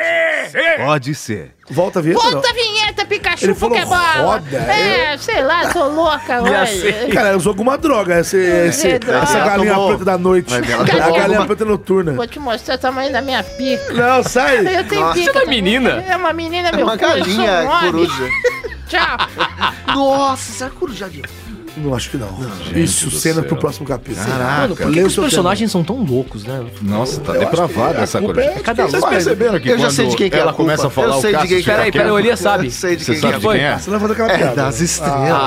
[SPEAKER 5] Pode ser.
[SPEAKER 2] Volta a vinheta, não.
[SPEAKER 9] Volta a vinheta, Pikachu,
[SPEAKER 2] Ele falou
[SPEAKER 9] Pokébola!
[SPEAKER 2] roda,
[SPEAKER 9] é, sei lá, tô louca
[SPEAKER 10] assim,
[SPEAKER 9] hoje.
[SPEAKER 2] Cara, usou alguma droga esse, esse-
[SPEAKER 9] droga.
[SPEAKER 2] essa
[SPEAKER 3] Ela
[SPEAKER 2] galinha
[SPEAKER 3] tomou.
[SPEAKER 2] preta da noite. É
[SPEAKER 3] Mas ela
[SPEAKER 2] a
[SPEAKER 9] tomou
[SPEAKER 2] galinha
[SPEAKER 3] alguma-
[SPEAKER 2] preta noturna.
[SPEAKER 9] Vou te mostrar o tamanho da minha pica.
[SPEAKER 2] Não, sai.
[SPEAKER 9] Eu tenho pica.
[SPEAKER 1] Você é uma
[SPEAKER 9] também.
[SPEAKER 1] menina?
[SPEAKER 9] É uma menina,
[SPEAKER 3] É
[SPEAKER 9] meu
[SPEAKER 3] uma
[SPEAKER 9] cu, eu sou um
[SPEAKER 3] galinha
[SPEAKER 9] homem.
[SPEAKER 3] coruja.
[SPEAKER 9] Tchau.
[SPEAKER 3] Nossa, será que corujade?
[SPEAKER 2] Não, acho que não. Isso,
[SPEAKER 5] do
[SPEAKER 2] cena
[SPEAKER 5] céu.
[SPEAKER 2] pro próximo capítulo.
[SPEAKER 1] Mano, por que, é
[SPEAKER 2] Lê
[SPEAKER 1] que
[SPEAKER 2] o
[SPEAKER 1] os
[SPEAKER 2] seu
[SPEAKER 1] personagens são tão loucos, né?
[SPEAKER 5] Nossa, tá depravada essa
[SPEAKER 2] culpa
[SPEAKER 5] corujade.
[SPEAKER 2] é- Cada
[SPEAKER 5] Vocês
[SPEAKER 2] um.
[SPEAKER 5] perceberam que
[SPEAKER 3] Eu já
[SPEAKER 5] quando
[SPEAKER 3] sei de quem que é a
[SPEAKER 5] ela
[SPEAKER 3] culpa.
[SPEAKER 5] começa a falar
[SPEAKER 3] Eu
[SPEAKER 5] o
[SPEAKER 3] sei de
[SPEAKER 5] caso
[SPEAKER 3] quem que é a
[SPEAKER 1] Peraí, peraí, o Elias sabe.
[SPEAKER 3] Eu sei de
[SPEAKER 5] Você
[SPEAKER 3] quem
[SPEAKER 5] sabe
[SPEAKER 3] que
[SPEAKER 5] de
[SPEAKER 3] é.
[SPEAKER 5] quem é? Ah.
[SPEAKER 2] Você não vai fazer aquela
[SPEAKER 3] É
[SPEAKER 2] piada. né?
[SPEAKER 3] das estrelas.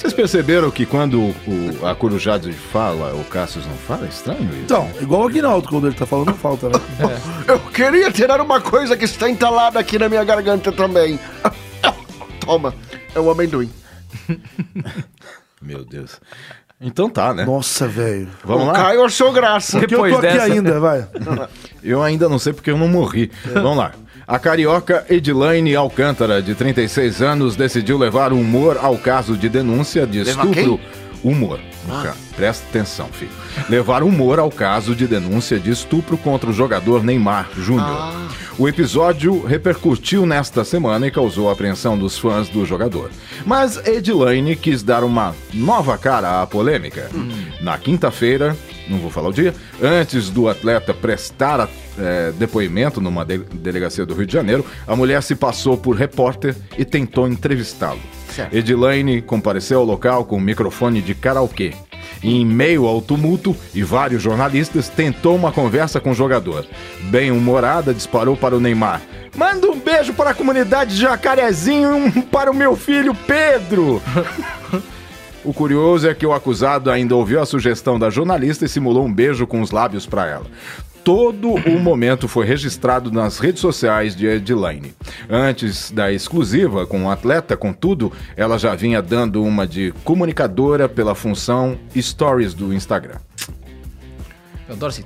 [SPEAKER 5] Vocês perceberam que quando o- a Corujade fala, o Cassius não fala? É estranho isso.
[SPEAKER 2] Então, igual o Aguinaldo, quando ele tá falando, não falta, né?
[SPEAKER 3] Eu queria tirar uma coisa que está entalada aqui na minha garganta também. Toma, é
[SPEAKER 6] um
[SPEAKER 3] o amendoim.
[SPEAKER 5] Meu Deus. Então tá, né?
[SPEAKER 2] Nossa, velho.
[SPEAKER 5] Vamos
[SPEAKER 3] o
[SPEAKER 5] lá.
[SPEAKER 3] Caio achou graça.
[SPEAKER 2] Porque eu tô
[SPEAKER 1] Depois
[SPEAKER 2] aqui
[SPEAKER 1] dessa-
[SPEAKER 2] ainda, vai.
[SPEAKER 5] Eu ainda não sei porque eu não morri. Vamos lá. A carioca Edilaine Alcântara, de 36 anos, decidiu levar humor ao caso de denúncia de
[SPEAKER 3] Levar
[SPEAKER 5] estupro humor. Cara, presta atenção, filho. Levar humor ao caso de denúncia de estupro contra o jogador Neymar Júnior. O episódio repercutiu nesta semana e causou a apreensão dos fãs do jogador. Mas Edilane quis dar uma nova cara à polêmica. Na quinta-feira, não vou falar o dia, antes do atleta prestar a- eh, depoimento numa de- delegacia do Rio de Janeiro, a mulher se passou por repórter e tentou entrevistá-lo. Edilane compareceu ao local com um microfone de karaokê. E, em meio ao tumulto e vários jornalistas, tentou uma conversa com o jogador. Bem-humorada, disparou para o Neymar. Manda um beijo para a comunidade de Jacarezinho e um para o meu filho Pedro. O curioso é que o acusado ainda ouviu a sugestão da jornalista e simulou um beijo com os lábios para ela. Todo o momento foi registrado nas redes sociais de Edilane. Antes da exclusiva com o atleta, contudo, ela já vinha dando uma de comunicadora pela função Stories do Instagram.
[SPEAKER 1] Eu adoro esse.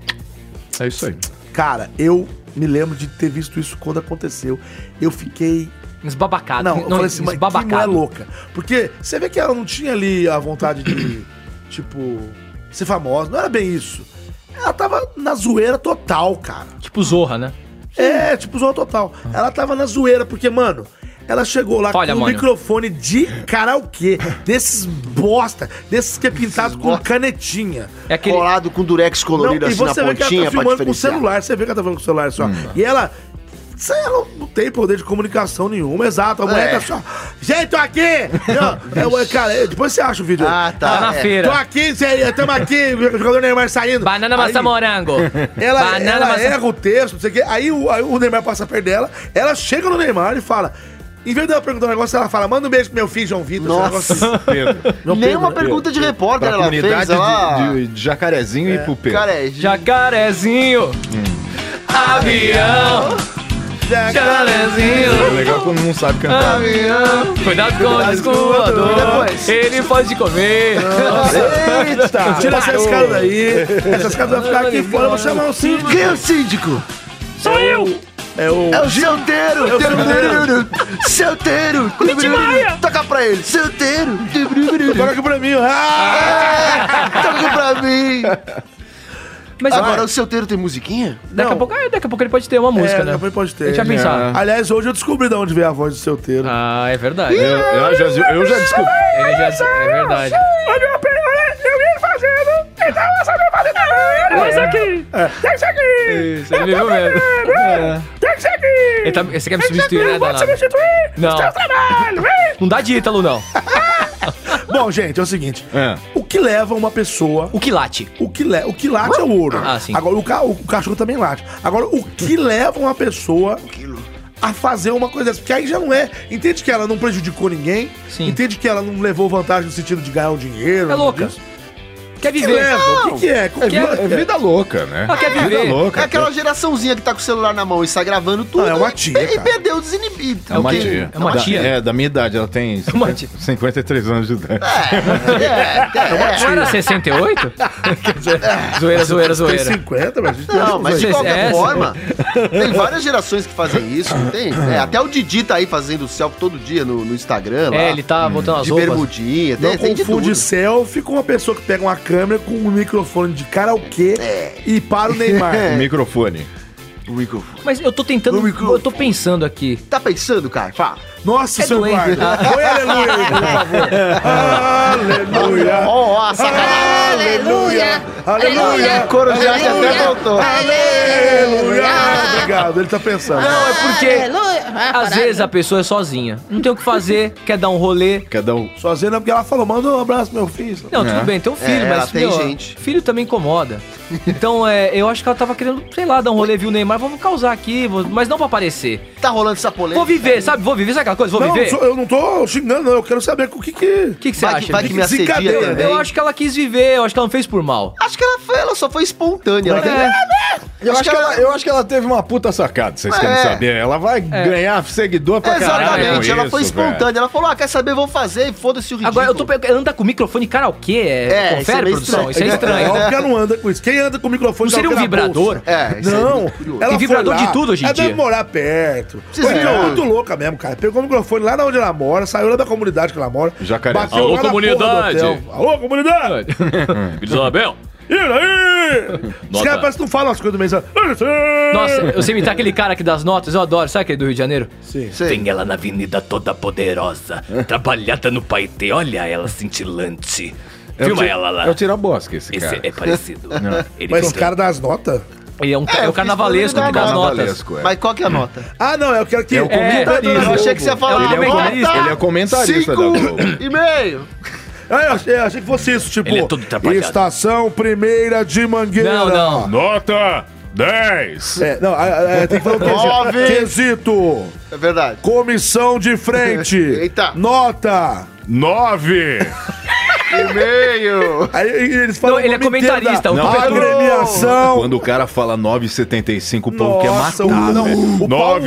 [SPEAKER 5] É isso aí.
[SPEAKER 2] Cara, eu me lembro de ter visto isso quando aconteceu. Eu fiquei.
[SPEAKER 1] Esbabacado.
[SPEAKER 2] Não, eu falei assim, mas que mulher
[SPEAKER 1] esbabacado.
[SPEAKER 2] louca. Porque você vê que ela não tinha ali a vontade de, tipo, ser famosa. Não era bem isso. Ela tava na zoeira total, cara.
[SPEAKER 1] Tipo Zorra, né?
[SPEAKER 2] É, tipo, zoa total. Ela tava na zoeira, porque, mano, ela chegou lá
[SPEAKER 1] Olha,
[SPEAKER 2] com um
[SPEAKER 1] mano.
[SPEAKER 2] microfone de karaokê, desses bosta, desses que é pintado com canetinha.
[SPEAKER 1] É aquele.
[SPEAKER 6] Colado com durex
[SPEAKER 2] Não,
[SPEAKER 6] colorido
[SPEAKER 2] e
[SPEAKER 6] assim na
[SPEAKER 2] você vê que ela
[SPEAKER 6] pontinha pra
[SPEAKER 2] tá filmando com o
[SPEAKER 6] diferenciar. Hum.
[SPEAKER 2] celular, você vê que ela tá falando com o celular só. E ela. Isso aí, ela não tem poder de comunicação nenhuma, exato. A
[SPEAKER 6] É.
[SPEAKER 2] mulher tá só. Gente, tô aqui! Eu, eu, cara, eu- depois você acha o vídeo.
[SPEAKER 6] Ah, tá.
[SPEAKER 1] Tá na
[SPEAKER 6] é.
[SPEAKER 1] feira.
[SPEAKER 2] Tô aqui, sério, tamo aqui, o jogador Neymar saindo.
[SPEAKER 1] Banana maçã
[SPEAKER 2] Aí-
[SPEAKER 1] morango.
[SPEAKER 2] ela, é-
[SPEAKER 1] Banana
[SPEAKER 2] ela
[SPEAKER 1] maçã-
[SPEAKER 2] erra o texto, não sei o quê. Aí o, aí o Neymar passa perto dela, ela chega no Neymar e fala. Em vez dela perguntar um negócio, ela fala: manda um beijo pro meu filho, João Vitor. esse negócio assim.
[SPEAKER 5] Pedro.
[SPEAKER 6] Nenhuma pergunta de repórter
[SPEAKER 5] Pra
[SPEAKER 6] ela
[SPEAKER 5] comunidade
[SPEAKER 6] fez, ela...
[SPEAKER 5] de, de Jacarezinho e pro Pedro.
[SPEAKER 6] Cara, é...
[SPEAKER 1] Jacarezinho. Avião. Jacarezinho.
[SPEAKER 5] É legal quando não sabe
[SPEAKER 6] Ah.
[SPEAKER 5] cantar.
[SPEAKER 1] Cuidado com o desculpador. Ele pode comer.
[SPEAKER 2] Tira essas caras daí. Essas caras vão ficar aqui fora, eu vou chamar o síndico.
[SPEAKER 6] Quem é o síndico?
[SPEAKER 1] Sou eu.
[SPEAKER 2] É o.
[SPEAKER 6] É o É Celteiro! Celteiro! Toca pra ele! Celteiro!
[SPEAKER 2] Toca aqui pra mim. Ah!
[SPEAKER 6] Toca pra mim!
[SPEAKER 1] Mas
[SPEAKER 6] Agora, o Celteiro tem musiquinha?
[SPEAKER 1] Daqui, a pouco, ah, daqui a pouco ele pode ter uma música,
[SPEAKER 2] É,
[SPEAKER 1] né?
[SPEAKER 2] depois pode ter.
[SPEAKER 1] Eu tinha pensado.
[SPEAKER 2] Aliás, hoje eu descobri de onde veio a voz do solteiro.
[SPEAKER 1] Ah, é verdade.
[SPEAKER 5] Eu, eu já, eu já descobri.
[SPEAKER 1] Ele já- é verdade. É. Isso, ele viveu mesmo. É. Ele tá- Você quer me substituir, né, danado? Não. Não dá de Ítalo, não.
[SPEAKER 2] Bom, gente, é o seguinte.
[SPEAKER 5] É.
[SPEAKER 2] O que leva uma pessoa...
[SPEAKER 1] O que late?
[SPEAKER 2] O que, le... o que late é o ouro.
[SPEAKER 1] Ah, sim.
[SPEAKER 2] Agora, o, ca... o cachorro também late. Agora, o que leva uma pessoa a fazer uma coisa dessa? Porque aí já não é... Entende que ela não prejudicou ninguém.
[SPEAKER 1] Sim.
[SPEAKER 2] Entende que ela não levou vantagem no sentido de ganhar um dinheiro.
[SPEAKER 1] É
[SPEAKER 2] nada
[SPEAKER 1] louca.
[SPEAKER 2] disso.
[SPEAKER 1] Quer
[SPEAKER 2] O que
[SPEAKER 1] viver.
[SPEAKER 2] leva? O que, que é?
[SPEAKER 5] É
[SPEAKER 2] Como que
[SPEAKER 5] vida, é vida louca, né?
[SPEAKER 1] Ela quer
[SPEAKER 5] vida
[SPEAKER 1] viver.
[SPEAKER 5] louca.
[SPEAKER 6] É aquela geraçãozinha que tá com o celular na mão e sai gravando tudo.
[SPEAKER 2] Não, é uma
[SPEAKER 6] e-
[SPEAKER 2] tia,
[SPEAKER 6] E
[SPEAKER 2] cara.
[SPEAKER 6] perdeu desinibido.
[SPEAKER 5] É uma
[SPEAKER 6] Porque-
[SPEAKER 5] tia.
[SPEAKER 1] É uma
[SPEAKER 5] Da-
[SPEAKER 1] tia?
[SPEAKER 5] é, da minha idade, ela tem
[SPEAKER 1] uma
[SPEAKER 5] 50
[SPEAKER 1] tia.
[SPEAKER 5] 53 anos de idade.
[SPEAKER 2] Ah,
[SPEAKER 1] Não era 68? Quer dizer, zoeira, zoeira,
[SPEAKER 2] Tem
[SPEAKER 1] zoeira.
[SPEAKER 2] 50, mas a gente
[SPEAKER 6] Não, mas de
[SPEAKER 1] Vocês-
[SPEAKER 6] qualquer
[SPEAKER 1] é,
[SPEAKER 6] forma, tem várias gerações que fazem isso, não tem? É, até o Didi tá aí fazendo selfie todo dia no, no Instagram. Lá,
[SPEAKER 1] É, ele tá botando as
[SPEAKER 6] De
[SPEAKER 1] roupas.
[SPEAKER 6] bermudinha,
[SPEAKER 2] Não
[SPEAKER 6] tem, tem de
[SPEAKER 2] confunde
[SPEAKER 6] tudo.
[SPEAKER 2] selfie com uma pessoa que pega uma câmera com um microfone de karaokê e para o Neymar.
[SPEAKER 5] Microfone.
[SPEAKER 6] Rico.
[SPEAKER 1] Mas eu tô tentando. Eu tô pensando aqui.
[SPEAKER 6] Tá pensando, cara? Fala.
[SPEAKER 2] Nossa,
[SPEAKER 1] É
[SPEAKER 2] seu
[SPEAKER 1] doente.
[SPEAKER 2] Eduardo. Oi, aleluia, aí, por favor. aleluia.
[SPEAKER 6] Ó, ó, a sacanagem.
[SPEAKER 9] Aleluia!
[SPEAKER 6] Aleluia! Coro de arte até voltou.
[SPEAKER 2] Aleluia. Obrigado, ele tá pensando.
[SPEAKER 1] Não, é porque
[SPEAKER 9] Aleluia! Ah,
[SPEAKER 1] às
[SPEAKER 9] parada.
[SPEAKER 1] vezes a pessoa é sozinha. Não tem o que fazer, quer dar um rolê.
[SPEAKER 5] Cada um.
[SPEAKER 2] Sozinha não, porque ela falou, manda um abraço, meu filho.
[SPEAKER 1] Não, tudo bem, tem um filho,
[SPEAKER 6] É, ela
[SPEAKER 1] mas
[SPEAKER 6] tem
[SPEAKER 1] meu,
[SPEAKER 6] gente.
[SPEAKER 1] filho também incomoda. Então, é, eu acho que ela tava querendo, sei lá, dar um rolê, viu o Neymar, vamos causar aqui, vou- mas não pra aparecer.
[SPEAKER 6] Tá rolando essa polêmica.
[SPEAKER 1] Vou viver, sabe? Vou viver, sabe aquela coisa? Vou
[SPEAKER 2] Não,
[SPEAKER 1] viver.
[SPEAKER 2] sou-
[SPEAKER 1] O
[SPEAKER 2] eu não tô xingando, não. Eu quero saber o que que...
[SPEAKER 1] que, que você
[SPEAKER 6] Vai
[SPEAKER 1] acha?
[SPEAKER 6] que, vai que me né? assedia
[SPEAKER 2] Brincadeira,
[SPEAKER 6] também.
[SPEAKER 1] Eu acho que ela quis viver, eu acho que ela não fez por mal.
[SPEAKER 6] Acho que ela, foi, ela só foi espontânea. né? Ela tem-
[SPEAKER 1] É.
[SPEAKER 5] Eu acho, que ela, eu acho que ela teve uma puta sacada, vocês
[SPEAKER 2] Ah,
[SPEAKER 6] É.
[SPEAKER 5] querem saber? Ela vai ganhar seguidor pra caralho.
[SPEAKER 6] Exatamente,
[SPEAKER 5] com
[SPEAKER 6] ela foi
[SPEAKER 5] isso, velho.
[SPEAKER 6] espontânea. Ela falou, ah, quer saber, vou fazer e foda-se o ridículo.
[SPEAKER 1] Agora, eu tô pe- anda com o microfone karaokê? É,
[SPEAKER 6] É, isso é
[SPEAKER 1] confere,
[SPEAKER 6] meio estranho.
[SPEAKER 1] produção? Isso é estranho.
[SPEAKER 2] Óbvio que ela não anda com isso. Quem anda com o microfone
[SPEAKER 1] Não seria um
[SPEAKER 2] na bolsa?
[SPEAKER 1] vibrador?
[SPEAKER 6] É, isso é
[SPEAKER 2] Não,
[SPEAKER 6] muito curioso.
[SPEAKER 2] ela
[SPEAKER 1] Tem vibrador
[SPEAKER 2] foi lá,
[SPEAKER 1] de tudo hoje em
[SPEAKER 2] ela
[SPEAKER 1] dia.
[SPEAKER 2] deve morar perto.
[SPEAKER 6] Vocês
[SPEAKER 2] Foi
[SPEAKER 6] viram?
[SPEAKER 2] muito louca mesmo, cara. Pegou o microfone lá de onde ela mora, saiu lá da comunidade que ela mora.
[SPEAKER 5] Jacaré.
[SPEAKER 2] bateu
[SPEAKER 8] Alô,
[SPEAKER 2] lá na porra do
[SPEAKER 8] comunidade.
[SPEAKER 2] hotel. Alô, comunidade!
[SPEAKER 8] Eles Isabel,
[SPEAKER 2] E aí? Os
[SPEAKER 8] Nota.
[SPEAKER 2] caras parecem que não falam as coisas do mês.
[SPEAKER 1] Nossa, eu sei imitar aquele cara aqui das notas, eu adoro. Sabe aquele do Rio de Janeiro?
[SPEAKER 2] Sim.
[SPEAKER 1] Tem ela na Avenida Toda Poderosa, trabalhada no Paetê. Olha ela cintilante.
[SPEAKER 5] É o
[SPEAKER 1] Filma
[SPEAKER 5] Ti-
[SPEAKER 1] ela lá.
[SPEAKER 5] É o Tirabosca esse
[SPEAKER 1] Esse
[SPEAKER 5] cara.
[SPEAKER 1] é parecido. Ele,
[SPEAKER 2] Mas os
[SPEAKER 1] canta-
[SPEAKER 2] caras das notas?
[SPEAKER 1] ele é um
[SPEAKER 6] eu
[SPEAKER 1] ca- é o
[SPEAKER 6] fiz
[SPEAKER 1] carnavalesco que
[SPEAKER 6] barulho
[SPEAKER 1] dá as
[SPEAKER 6] da nota.
[SPEAKER 1] notas.
[SPEAKER 5] Carnavalesco, é.
[SPEAKER 6] Mas qual que é a nota?
[SPEAKER 2] Ah, não, é o que
[SPEAKER 5] É o
[SPEAKER 2] É.
[SPEAKER 5] comentarista.
[SPEAKER 6] eu achei que você ia falar
[SPEAKER 1] Ele é o
[SPEAKER 6] nota
[SPEAKER 1] comentarista,
[SPEAKER 5] ele é o comentarista
[SPEAKER 6] cinco
[SPEAKER 5] da Globo.
[SPEAKER 6] e meio.
[SPEAKER 2] Ah, eu achei, eu achei que fosse isso, tipo.
[SPEAKER 1] Ele é todo atrapalhado.
[SPEAKER 2] Estação primeira de mangueira.
[SPEAKER 1] Não, não.
[SPEAKER 5] Nota 10.
[SPEAKER 2] É, não, é, é, tem que falar o quesito.
[SPEAKER 6] Nove.
[SPEAKER 2] quesito.
[SPEAKER 6] É verdade.
[SPEAKER 2] Comissão de frente.
[SPEAKER 6] Eita.
[SPEAKER 2] Nota.
[SPEAKER 5] 9.
[SPEAKER 6] E meio.
[SPEAKER 2] Aí eles falam.
[SPEAKER 1] Não,
[SPEAKER 2] o
[SPEAKER 1] ele é
[SPEAKER 2] nome
[SPEAKER 1] comentarista,
[SPEAKER 2] inteiro da-
[SPEAKER 1] o
[SPEAKER 2] A
[SPEAKER 1] Pedro-
[SPEAKER 2] premiação.
[SPEAKER 5] Quando o cara fala 9,75, o povo quer
[SPEAKER 2] Nossa,
[SPEAKER 5] matar.
[SPEAKER 2] o- não,
[SPEAKER 5] velho.
[SPEAKER 2] o pau-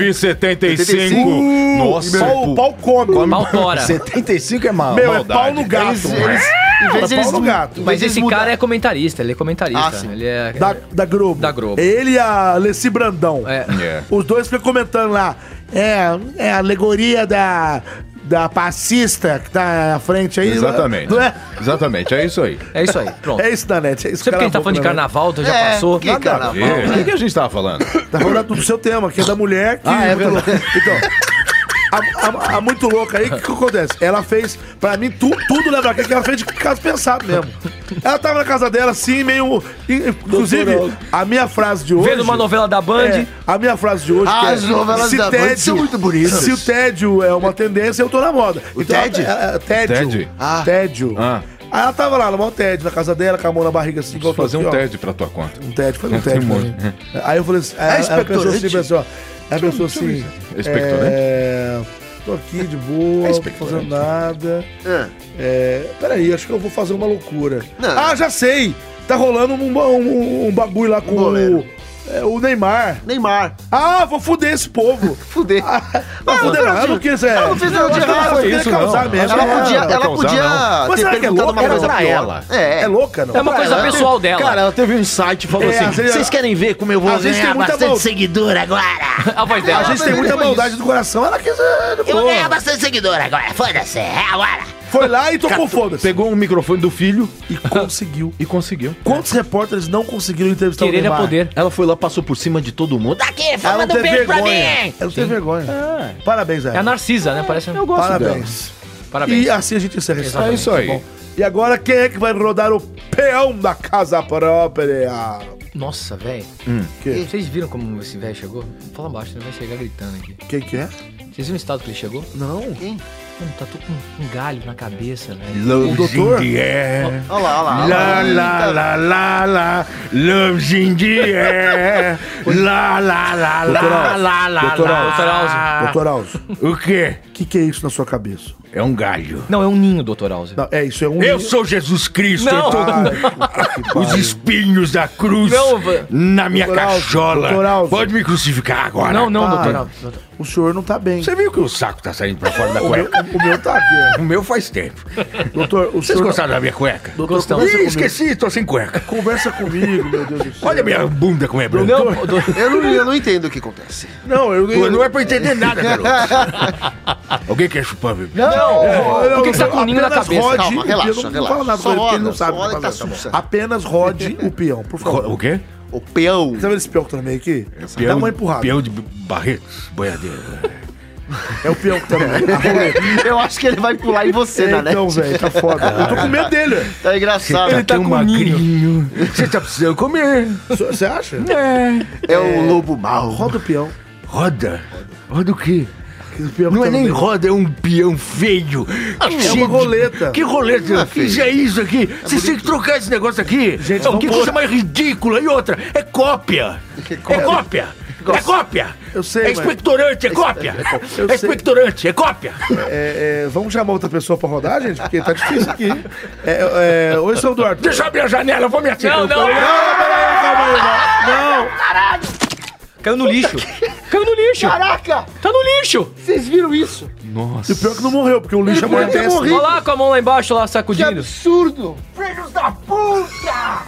[SPEAKER 5] 9,75.
[SPEAKER 2] Uh,
[SPEAKER 5] Nossa,
[SPEAKER 1] tipo,
[SPEAKER 2] o pau come.
[SPEAKER 1] Pau tora.
[SPEAKER 5] 75 é mal.
[SPEAKER 2] Meu, é
[SPEAKER 5] maldade.
[SPEAKER 2] pau no gato.
[SPEAKER 6] Eles, eles, em
[SPEAKER 2] Ela
[SPEAKER 6] vez
[SPEAKER 2] é
[SPEAKER 6] eles,
[SPEAKER 2] pau no gato.
[SPEAKER 1] Mas esse
[SPEAKER 6] mudaram.
[SPEAKER 1] cara é comentarista, ele é comentarista.
[SPEAKER 6] Ah, sim.
[SPEAKER 1] ele é.
[SPEAKER 2] Da, da Globo.
[SPEAKER 1] Da Globo.
[SPEAKER 2] É Ele e a Leci Brandão.
[SPEAKER 1] é-
[SPEAKER 5] É.
[SPEAKER 2] Os dois ficam comentando lá. É, é a alegoria da, da passista que tá à frente aí.
[SPEAKER 5] Exatamente.
[SPEAKER 2] Não é?
[SPEAKER 5] Exatamente, é isso aí.
[SPEAKER 1] é isso aí, pronto.
[SPEAKER 2] É isso, Nanete. É isso
[SPEAKER 1] Sempre que a gente
[SPEAKER 2] ela
[SPEAKER 1] tá falando
[SPEAKER 2] falou
[SPEAKER 1] de
[SPEAKER 2] pra
[SPEAKER 1] carnaval, tu já
[SPEAKER 6] É,
[SPEAKER 1] passou.
[SPEAKER 6] que carnaval.
[SPEAKER 5] Vê, O que, que a gente tava falando?
[SPEAKER 2] mim. Tá falando do seu tema, que é da mulher que.
[SPEAKER 6] Ah, é verdade.
[SPEAKER 2] então. A, a- a muito louca aí, o que, que acontece? Ela fez, pra mim, tu- tudo leva a crer que ela fez de caso pensado mesmo. Ela tava na casa dela, assim, meio. Inclusive, a minha frase de hoje.
[SPEAKER 1] Vendo uma novela da Band.
[SPEAKER 2] É, a minha frase de hoje
[SPEAKER 6] Ah,
[SPEAKER 2] que é,
[SPEAKER 6] as novelas
[SPEAKER 2] se
[SPEAKER 6] da Band
[SPEAKER 2] tédio-
[SPEAKER 6] são muito bonitas.
[SPEAKER 2] Se o tédio é uma tendência, eu tô na moda. O
[SPEAKER 6] tédio?
[SPEAKER 2] tédio.
[SPEAKER 5] Tédio?
[SPEAKER 6] Ah.
[SPEAKER 2] Tédio.
[SPEAKER 5] Ah.
[SPEAKER 2] Aí ela tava lá, no maior tédio, na casa dela, com a mão na barriga assim.
[SPEAKER 5] Vou
[SPEAKER 2] igual
[SPEAKER 5] fazer
[SPEAKER 2] aqui,
[SPEAKER 5] um
[SPEAKER 2] ó.
[SPEAKER 5] tédio pra tua conta.
[SPEAKER 2] Um tédio, foi um tédio.
[SPEAKER 5] muito.
[SPEAKER 2] né? Aí eu falei assim, aí aí a pessoa assim,
[SPEAKER 6] É expectorante?
[SPEAKER 2] pensou, ó, aí a pessoa assim,
[SPEAKER 5] Expectorante?
[SPEAKER 2] é, tô aqui de boa, não tô fazendo nada.
[SPEAKER 6] É.
[SPEAKER 2] É, peraí, acho que eu vou fazer uma loucura.
[SPEAKER 6] Não.
[SPEAKER 2] Ah, já sei! Tá rolando um, ba- um- um bagulho lá com
[SPEAKER 6] bolero.
[SPEAKER 2] o, é, o Neymar.
[SPEAKER 6] Neymar.
[SPEAKER 2] Ah, vou fuder esse povo.
[SPEAKER 6] Fuder.
[SPEAKER 2] Ah, não,
[SPEAKER 6] Não,
[SPEAKER 2] fuder
[SPEAKER 6] não,
[SPEAKER 2] nada,
[SPEAKER 6] não,
[SPEAKER 2] não quis, é.
[SPEAKER 6] ela não fez nada de
[SPEAKER 2] Eu acho que ela
[SPEAKER 6] errado,
[SPEAKER 2] só
[SPEAKER 5] foi
[SPEAKER 2] queria
[SPEAKER 5] isso,
[SPEAKER 2] causar
[SPEAKER 5] não.
[SPEAKER 2] mesmo.
[SPEAKER 6] Ela
[SPEAKER 5] não
[SPEAKER 6] podia,
[SPEAKER 5] era pra
[SPEAKER 6] ela
[SPEAKER 5] causar,
[SPEAKER 6] podia
[SPEAKER 2] Mas
[SPEAKER 6] ter
[SPEAKER 2] será que é
[SPEAKER 6] perguntado
[SPEAKER 2] louca?
[SPEAKER 6] uma
[SPEAKER 2] Era
[SPEAKER 6] coisa
[SPEAKER 2] pra
[SPEAKER 6] pior.
[SPEAKER 2] ela.
[SPEAKER 6] É.
[SPEAKER 2] É louca, não?
[SPEAKER 1] É uma coisa
[SPEAKER 6] ela tem-
[SPEAKER 1] pessoal dela.
[SPEAKER 6] Cara,
[SPEAKER 1] ela
[SPEAKER 6] teve um site e falou
[SPEAKER 2] É, às vezes-
[SPEAKER 6] querem ver como eu vou
[SPEAKER 2] às vezes tem muita maldade.
[SPEAKER 11] seguidor agora.
[SPEAKER 1] a voz dela.
[SPEAKER 2] A gente tem
[SPEAKER 6] Ela
[SPEAKER 2] muita
[SPEAKER 6] foi
[SPEAKER 2] maldade do coração. Ela quis. é, de boa.
[SPEAKER 11] bastante seguidor agora. Foda-se, é agora.
[SPEAKER 2] Foi lá e tocou foda-se.
[SPEAKER 5] Pegou o microfone do filho
[SPEAKER 2] E conseguiu.
[SPEAKER 5] e conseguiu.
[SPEAKER 2] Quantos repórteres não conseguiram entrevistar o
[SPEAKER 1] Querer é
[SPEAKER 2] Neymar?
[SPEAKER 1] poder.
[SPEAKER 5] Ela foi lá, passou por cima de todo mundo.
[SPEAKER 11] Aqui,
[SPEAKER 2] Ela não
[SPEAKER 11] manda um
[SPEAKER 2] teve
[SPEAKER 11] beijo pra
[SPEAKER 2] vergonha.
[SPEAKER 11] mim.
[SPEAKER 2] Ela não teve vergonha. Parabéns,
[SPEAKER 1] É a
[SPEAKER 2] Ela.
[SPEAKER 1] Narcisa, né? Parece. Eu
[SPEAKER 2] Parabéns.
[SPEAKER 1] Parabéns.
[SPEAKER 2] E assim a gente encerra esse
[SPEAKER 5] É isso aí.
[SPEAKER 2] E agora quem é que vai rodar o peão da casa própria?
[SPEAKER 1] Nossa, velho.
[SPEAKER 2] quê?
[SPEAKER 1] Vocês viram como esse velho chegou? Fala baixo, ele vai chegar gritando aqui.
[SPEAKER 2] Quem que é?
[SPEAKER 1] Vocês viram o estado que ele chegou?
[SPEAKER 2] Não.
[SPEAKER 1] Mano, tá tudo com um galho na cabeça, né? velho.
[SPEAKER 5] Love's
[SPEAKER 2] O doutor?
[SPEAKER 5] in the air.
[SPEAKER 6] Olha lá,
[SPEAKER 2] Ah,
[SPEAKER 6] olha lá.
[SPEAKER 5] Lá, lá,
[SPEAKER 2] tá
[SPEAKER 5] lá, lá, lá. Love's in the air. Lá, lá, lá, lá, lá, lá,
[SPEAKER 2] Doutor
[SPEAKER 5] lá.
[SPEAKER 1] Doutor Alzo.
[SPEAKER 2] Doutor Alzo,
[SPEAKER 5] O quê?
[SPEAKER 2] o que, que é isso na sua cabeça?
[SPEAKER 5] É um galho.
[SPEAKER 1] Não, é um ninho, doutor tá- Alza.
[SPEAKER 2] Não, é isso, é um.
[SPEAKER 5] Eu sou Jesus Cristo.
[SPEAKER 1] Não.
[SPEAKER 5] eu tô com os espinhos da cruz
[SPEAKER 1] Não, va-
[SPEAKER 5] na minha
[SPEAKER 2] Doutor Alzo,
[SPEAKER 5] cachola.
[SPEAKER 2] doutor Alzo.
[SPEAKER 5] Pode me crucificar agora.
[SPEAKER 1] Não, não,
[SPEAKER 2] Para.
[SPEAKER 1] doutor Alzo. doutor-
[SPEAKER 2] O senhor não tá bem.
[SPEAKER 5] Você viu que o saco tá saindo pra fora da
[SPEAKER 2] O meu,
[SPEAKER 5] cueca?
[SPEAKER 2] o meu tá aqui.
[SPEAKER 5] O meu faz tempo.
[SPEAKER 2] ó. Doutor, o
[SPEAKER 5] Vocês
[SPEAKER 2] senhor.
[SPEAKER 5] gostaram da minha cueca?
[SPEAKER 2] Doutor,
[SPEAKER 1] Gostamos.
[SPEAKER 2] conversa
[SPEAKER 5] Ih,
[SPEAKER 2] comigo.
[SPEAKER 5] esqueci, tô sem cueca.
[SPEAKER 2] Conversa comigo, meu Deus do céu.
[SPEAKER 5] Olha a minha bunda como é branca.
[SPEAKER 1] Não, doutor-
[SPEAKER 6] Eu não, eu não entendo o que acontece.
[SPEAKER 2] Não, eu.
[SPEAKER 5] Pô,
[SPEAKER 2] eu
[SPEAKER 5] Não é pra entender nada, garoto. Alguém quer chupar, bebê?
[SPEAKER 1] Por que que você tá com o ninho na
[SPEAKER 2] apenas
[SPEAKER 1] cabeça?
[SPEAKER 2] Rode,
[SPEAKER 6] Calma,
[SPEAKER 2] o
[SPEAKER 6] relaxa,
[SPEAKER 2] peão, Não
[SPEAKER 6] relaxa.
[SPEAKER 2] fala nada
[SPEAKER 6] Só
[SPEAKER 2] pra ele, porque ele
[SPEAKER 6] roda,
[SPEAKER 2] não sabe.
[SPEAKER 6] só
[SPEAKER 2] o que
[SPEAKER 6] roda
[SPEAKER 2] tá
[SPEAKER 6] e tá
[SPEAKER 2] fazendo.
[SPEAKER 6] sussa.
[SPEAKER 2] Apenas rode o peão, por favor.
[SPEAKER 5] O quê?
[SPEAKER 6] O peão.
[SPEAKER 2] Tá vendo esse peão que tá no meio aqui? Dá uma empurrada.
[SPEAKER 5] peão de Barretos, boiadeiro.
[SPEAKER 2] É o peão que tá no meio. A roleta.
[SPEAKER 6] Eu acho que ele vai pular em você, né?
[SPEAKER 2] então, velho, tá foda. Eu tô com medo dele.
[SPEAKER 6] Tá engraçado.
[SPEAKER 5] Tá um magrinho. Você tá precisando comer.
[SPEAKER 2] Você acha?
[SPEAKER 6] É o lobo mau.
[SPEAKER 2] Roda o peão.
[SPEAKER 5] Roda. Roda o quê?
[SPEAKER 2] que o peão
[SPEAKER 5] Não
[SPEAKER 2] tá
[SPEAKER 5] é
[SPEAKER 2] no
[SPEAKER 5] nem
[SPEAKER 2] meio.
[SPEAKER 5] roda, é um peão feio.
[SPEAKER 2] É uma roleta.
[SPEAKER 5] Ah, Que roleta? Que já é isso aqui? Vocês têm que trocar esse negócio aqui.
[SPEAKER 2] Gente,
[SPEAKER 5] é o que
[SPEAKER 2] vamos-
[SPEAKER 5] coisa mais ridícula. E outra, é cópia. É cópia. É cópia.
[SPEAKER 2] Eu sei,
[SPEAKER 5] É
[SPEAKER 2] mas-
[SPEAKER 5] expectorante, é cópia.
[SPEAKER 2] Eu
[SPEAKER 5] É
[SPEAKER 2] sei.
[SPEAKER 5] expectorante, é cópia.
[SPEAKER 2] É, é, vamos chamar outra pessoa pra rodar, gente? Porque tá difícil aqui. É, é, oi, seu Eduardo.
[SPEAKER 5] Deixa eu abrir a janela, eu vou me acertar.
[SPEAKER 1] Não, não,
[SPEAKER 2] Não,
[SPEAKER 1] não.
[SPEAKER 2] não, não, calma aí, não. Não.
[SPEAKER 1] Caiu no lixo. Caiu no lixo.
[SPEAKER 3] Caraca!
[SPEAKER 1] Tá no lixo.
[SPEAKER 3] Vocês viram isso?
[SPEAKER 2] E o pior é que não morreu, porque o lixo
[SPEAKER 3] Eu
[SPEAKER 2] amortece.
[SPEAKER 3] morri.
[SPEAKER 1] Olha lá com a mão lá embaixo, lá
[SPEAKER 3] Que
[SPEAKER 1] sacudindo.
[SPEAKER 3] absurdo! Filhos da puta!